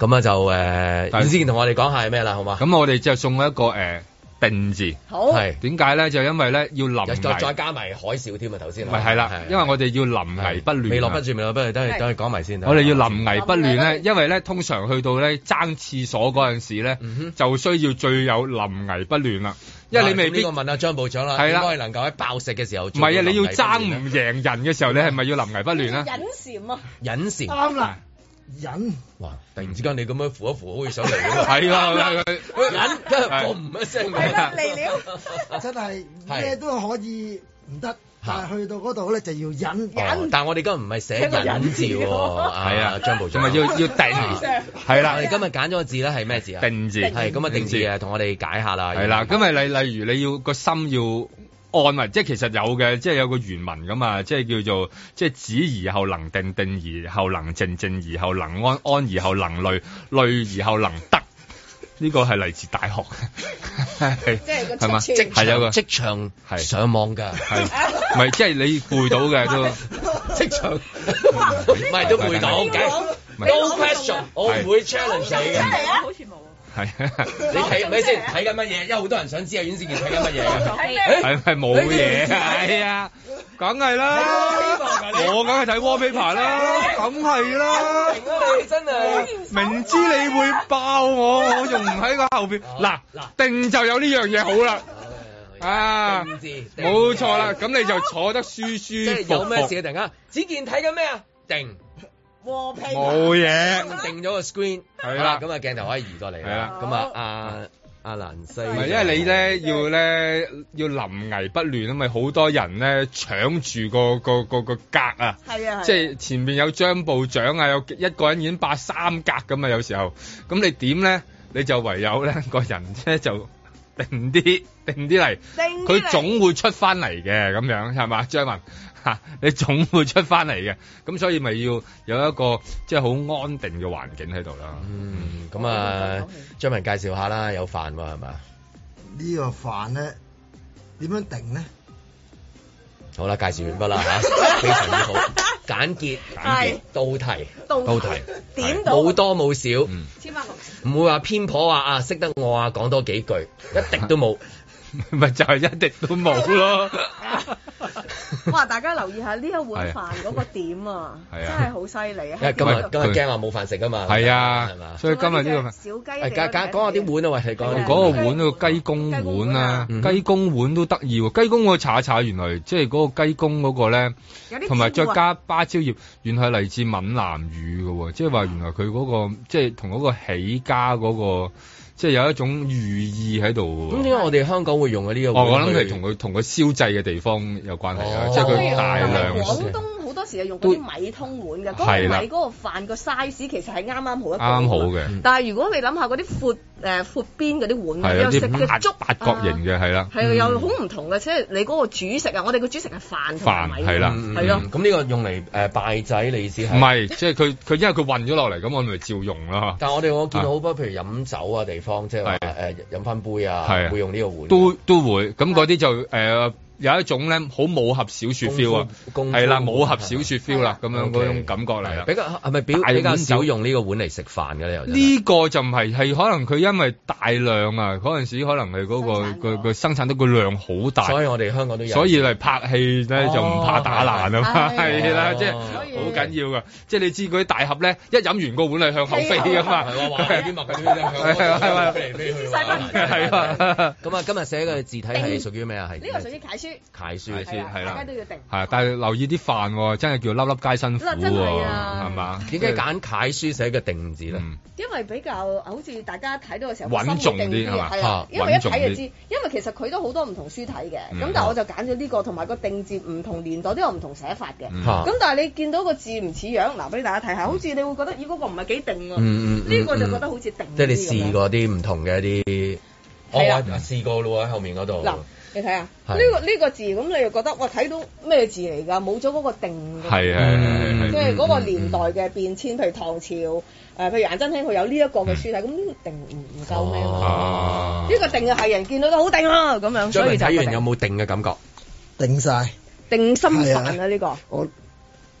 Speaker 2: 咁啊就誒，阮之健同我哋講下係咩啦，好嘛？
Speaker 6: 咁我哋就送一個誒定字，
Speaker 4: 好
Speaker 2: 係
Speaker 6: 點解咧？就因為咧要臨
Speaker 2: 又再再
Speaker 6: 危，
Speaker 2: 加埋海嘯添啊，頭先啊。
Speaker 6: 咪係啦，因為我哋要臨危不亂啊，
Speaker 2: 未落不住，未落不住，等佢等佢講埋先。啊
Speaker 6: 我哋要臨危不亂咧，因為咧通常去到咧爭廁所嗰陣時咧，就需要最有臨危不亂啦，因為你未必
Speaker 2: 呢個問阿張部長啦，
Speaker 6: 係
Speaker 2: 應
Speaker 6: 啦
Speaker 2: 該能夠喺爆食嘅時候
Speaker 6: 唔
Speaker 2: 做到臨
Speaker 6: 係
Speaker 2: 危
Speaker 6: 啊，
Speaker 2: 不亂
Speaker 6: 你
Speaker 2: 咧，
Speaker 6: 要爭唔贏人嘅時候，你係咪要臨危不亂啊？
Speaker 4: 隱禪啊！
Speaker 2: 隱時
Speaker 16: 啱啦， 忍
Speaker 2: 哇！突然之間你咁樣扶一扶，好似上嚟咁。
Speaker 6: 係啦，佢
Speaker 2: 忍跟住嘣一聲。
Speaker 16: 係啦
Speaker 4: 嚟了，
Speaker 16: 真係
Speaker 2: 係
Speaker 16: 咩都可以唔得，但係去到嗰度咧就要忍
Speaker 2: 哦但係我哋今日唔係寫忍字喎，係
Speaker 6: 係啊
Speaker 2: 張部長，
Speaker 6: 同埋要要 定係啦
Speaker 2: 我哋今日揀咗個字咧係咩字啊？
Speaker 6: 定字
Speaker 2: 係咁啊，定字
Speaker 6: 定
Speaker 2: 啊，同我哋解下啦。
Speaker 6: 係啦，咁咪例例如你要個心要安啊，即係其實有嘅，即係有個原文噶嘛，即係叫做即係止而後能定，定而後能靜，靜而後能安，安而後能慮，慮而後能得。呢個係嚟自大學，係
Speaker 2: 即係個
Speaker 6: 係嘛？
Speaker 2: 職場
Speaker 6: 係有個
Speaker 2: 職場
Speaker 6: 係
Speaker 2: 上網㗎，
Speaker 6: 係咪即係你背到 嘅都
Speaker 2: 職場唔係都背到嘅
Speaker 6: 唔係
Speaker 2: ，no question，我唔會 challenge 你嘅。
Speaker 4: 好似冇。
Speaker 6: 係
Speaker 2: 你睇咪先睇緊乜嘢？因為好多人想知阿啊阮志健睇緊乜嘢啊嘅。
Speaker 6: 係係冇嘢， 係啊，梗係啦，我梗係睇 wallpaper 啦，梗係啦。
Speaker 2: 你真係
Speaker 6: 明知你會爆我，我仲唔喺個後邊。
Speaker 2: 哦
Speaker 6: 嗱，定就有呢樣嘢好啦。啊，冇錯啦，咁你就坐得舒
Speaker 2: 即係
Speaker 6: 舒服
Speaker 2: 有咩
Speaker 6: 服
Speaker 2: 事，突然間，子健睇緊咩啊？定
Speaker 16: 和平
Speaker 6: 冇嘢
Speaker 2: 咁定咗個 screen，
Speaker 6: 係啦
Speaker 2: 好咁啊鏡頭可以移過嚟
Speaker 6: 係啦
Speaker 2: 咁啊阿阿蘭西，
Speaker 6: 唔係因為你咧要咧要臨危不亂啊嘛，好多人咧搶住個個個個格啊，
Speaker 4: 係啊，
Speaker 6: 即係前面有張部長啊，有一個人已經霸三格咁啊，有時候咁你點咧？你就唯有咧個人咧就 定啲定啲嚟。
Speaker 4: 定
Speaker 6: 佢總會出翻嚟嘅咁樣係嘛，張文 嚇、你總會出翻嚟嘅，咁所以咪要有一個即係好安定嘅環境喺度啦。
Speaker 2: 嗯，咁啊張 文介紹下啦，有飯喎係嘛？
Speaker 16: 呢個飯咧點樣定咧？
Speaker 2: 好啦，介紹完畢 啦嚇，非常之好，簡潔
Speaker 4: 係
Speaker 2: 到題
Speaker 4: 到題
Speaker 2: 題，
Speaker 4: 點到
Speaker 2: 冇多冇少，
Speaker 6: 嗯
Speaker 4: 千百六。
Speaker 2: 唔會話偏頗啊啊識得我啊講多幾
Speaker 6: 嗯
Speaker 2: 句，一滴都冇。
Speaker 6: 咪就係一滴都冇咯。
Speaker 4: 哇！大家留意下呢一碗飯嗰個點啊，真
Speaker 2: 係啊
Speaker 4: 係好犀利啊！
Speaker 2: 因為今日今日驚話冇飯食啊嘛，係啊，係嘛？
Speaker 6: 所以今日呢個
Speaker 4: 小雞
Speaker 2: 誒講講講下啲碗啊，喂，你講下
Speaker 6: 哦嗰個碗嗰個雞公碗啊，雞公碗都得意喎。雞公我查一查，原來即係嗰個雞公嗰個咧
Speaker 4: 有啲椒啊，
Speaker 6: 同埋再加芭蕉葉，原來係嚟自閩南語嘅喎，即係話原來佢嗰、個即係同嗰個起家嗰、個，即係有一種寓意喺度喎。
Speaker 2: 咁點解我哋香港會哦用嘅呢個
Speaker 6: 哦，
Speaker 2: 碗去？
Speaker 6: 我諗係同佢同佢燒製嘅地方有關係啊啦，即係佢大
Speaker 4: 哦
Speaker 6: 量
Speaker 4: 廣東好多時係用嗰啲米通碗嘅，嗰
Speaker 6: 係
Speaker 4: 個
Speaker 6: 啦
Speaker 4: 米嗰個飯個 size 其實係啱啱好一個
Speaker 6: 啱好
Speaker 2: 嗯
Speaker 6: 嘅，
Speaker 4: 但係如果你諗下嗰啲闊誒闊邊嗰啲碗，啊
Speaker 6: 係有
Speaker 4: 有食
Speaker 6: 啲
Speaker 4: 嘅
Speaker 6: 八
Speaker 4: 粥
Speaker 6: 八角形嗯嘅係啦，
Speaker 4: 係啊，有好唔同嘅，即係你嗰個主食啊，我哋個主食係飯同埋米，
Speaker 6: 係啦
Speaker 4: 係咯
Speaker 15: 啊
Speaker 2: 嗯。咁呢個用嚟誒拜仔，你意思係？
Speaker 6: 唔係，即係佢佢因為佢混咗落嚟，咁我咪照用啦。
Speaker 2: 但我哋我見到好多譬如飲酒啊地方，即係話誒飲翻杯啊
Speaker 6: 係，
Speaker 2: 會用呢個碗。
Speaker 6: 都都會咁嗰啲就誒、呃有一種咧好武俠小説 feel 啊，
Speaker 2: 功夫功夫
Speaker 6: 係啦武俠小説 feel 啦，咁樣
Speaker 2: OK
Speaker 6: 嗰種感覺嚟啦。
Speaker 2: 比較係咪比比較少用呢個碗嚟食飯嘅咧？又真係
Speaker 6: 呢個就唔係，係可能佢因為大量啊，嗰陣時可能係嗰、個佢佢生產得個量好大，
Speaker 2: 所以我哋香港都有
Speaker 6: 所以嚟拍戲咧、就唔怕打爛啊嘛，
Speaker 2: 係
Speaker 6: 係啦，
Speaker 2: 哦
Speaker 6: 即係好緊要噶，即係你知嗰啲大盒咧，一飲完個碗係向後飛噶嘛，
Speaker 2: 係啊係啊啲墨嗰啲
Speaker 6: 係啊係啊
Speaker 2: 飛嚟飛去
Speaker 6: 係啊，
Speaker 2: 咁啊，今日寫嘅字體係屬於咩啊？係
Speaker 4: 呢個屬於楷書，
Speaker 2: 楷書
Speaker 6: 係啦係啦
Speaker 4: 大家都要定。
Speaker 6: 係，啊但係留意啲飯喎，真係叫粒粒皆辛苦
Speaker 4: 嗱真係
Speaker 6: 喎，
Speaker 4: 啊
Speaker 6: 係嗯嘛？
Speaker 2: 點解揀楷書寫嘅定字咧？
Speaker 4: 因為比較好似大家睇到嘅時候，
Speaker 2: 穩重啲
Speaker 4: 心會定
Speaker 2: 係嘛
Speaker 4: 係啦
Speaker 2: 啊，
Speaker 4: 因為一
Speaker 2: 穩重
Speaker 4: 睇就
Speaker 2: 啲
Speaker 4: 知，因為其實佢都好多唔同書體嘅，
Speaker 2: 嗯
Speaker 4: 咁但係我就揀咗呢個，同埋個定字唔同年代都有唔同寫法嘅，
Speaker 2: 嗯啊
Speaker 4: 咁但係你見到個字唔似樣，嗱俾大家睇下，好似你會覺得咦嗰個唔係幾定喎，
Speaker 2: 嗯 嗯嗯
Speaker 4: 呢個就覺得好似定啲咁樣，
Speaker 2: 即係你試過啲唔同嘅一啲，哦我
Speaker 4: 係啊
Speaker 2: 話試過咯喎，喺後面嗰度。
Speaker 4: 嗱，你睇下呢
Speaker 2: 係
Speaker 4: 個呢個字，咁你又覺得我睇到咩字嚟㗎？冇咗嗰個定㗎。
Speaker 6: 係係係係
Speaker 4: 即係嗰個年代
Speaker 2: 嗯
Speaker 4: 嘅變遷，譬如唐朝，誒、譬如顏真卿，佢有呢一個嘅書體，咁呢個定唔唔夠咩嘛？
Speaker 2: 哦
Speaker 4: 呢個定嘅係人見到都好定啦，咁樣，
Speaker 2: 張
Speaker 4: 所
Speaker 2: 文
Speaker 4: 以就
Speaker 2: 睇
Speaker 4: 係
Speaker 2: 完
Speaker 4: 定
Speaker 2: 有冇定嘅感覺？
Speaker 17: 定晒。
Speaker 4: 定心
Speaker 17: 係
Speaker 4: 神
Speaker 17: 啊
Speaker 4: 啊！呢個
Speaker 17: 我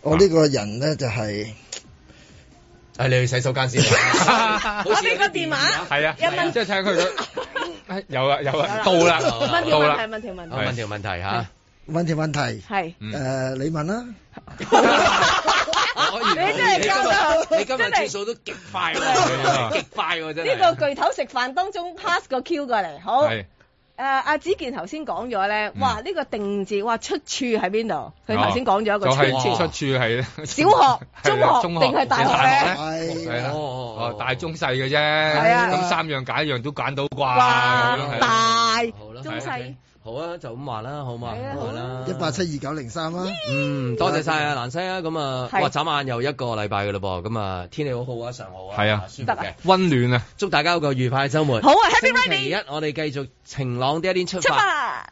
Speaker 17: 我呢個人咧就係、
Speaker 2: 誒，你去洗手間先。啊
Speaker 4: 我哋個電話
Speaker 6: 係啊，
Speaker 4: 一蚊
Speaker 6: 即係睇佢 佢，有啊有啊，到啦
Speaker 4: 問條
Speaker 6: 到
Speaker 4: 問
Speaker 6: 啦，嗯
Speaker 4: 題，問條問題，
Speaker 2: 我問條問題嚇。
Speaker 17: 問條問題，誒、
Speaker 4: 係
Speaker 17: 你問啦，
Speaker 4: 你真係教得好
Speaker 2: 啊你今日
Speaker 4: 真係
Speaker 2: 轉數都極快
Speaker 6: 係
Speaker 2: 喎，極快喎真係。
Speaker 4: 呢個巨頭食飯當中 pass 個 Q 過嚟，好。
Speaker 2: 係嗯
Speaker 4: 誒阿子健頭先講咗咧，哇！呢個定字，哇出處喺邊度？佢
Speaker 2: 啊
Speaker 4: 頭先講咗一個
Speaker 6: 就係
Speaker 4: 出處，
Speaker 6: 出處係
Speaker 4: 小學、中
Speaker 6: 係啊
Speaker 4: 學定係大學咧？
Speaker 6: 學
Speaker 2: 啊
Speaker 6: 咧？係啦，哦，大中細嘅啫，
Speaker 4: 係啊
Speaker 6: 咁三樣揀一樣都揀到啩，
Speaker 4: 哇
Speaker 6: 咁樣係
Speaker 4: 大
Speaker 2: 中細好啊，就咁話啦，好嘛，
Speaker 4: 啊
Speaker 2: 好啦
Speaker 17: 一。八七二九零三啦，
Speaker 2: 嗯，多謝晒啊，蘭西啊，咁啊，
Speaker 17: 係
Speaker 2: 哇，眨眼又一個禮拜嘅嘞噃，咁啊，天氣好好啊，上好啊，
Speaker 6: 係啊
Speaker 2: 舒服嘅，
Speaker 6: 温暖啊，
Speaker 2: 祝大家有個愉快嘅週末。
Speaker 4: 好啊，Happy
Speaker 2: 星期一我哋繼續晴朗的一天出
Speaker 4: 出
Speaker 2: 發。
Speaker 4: 發！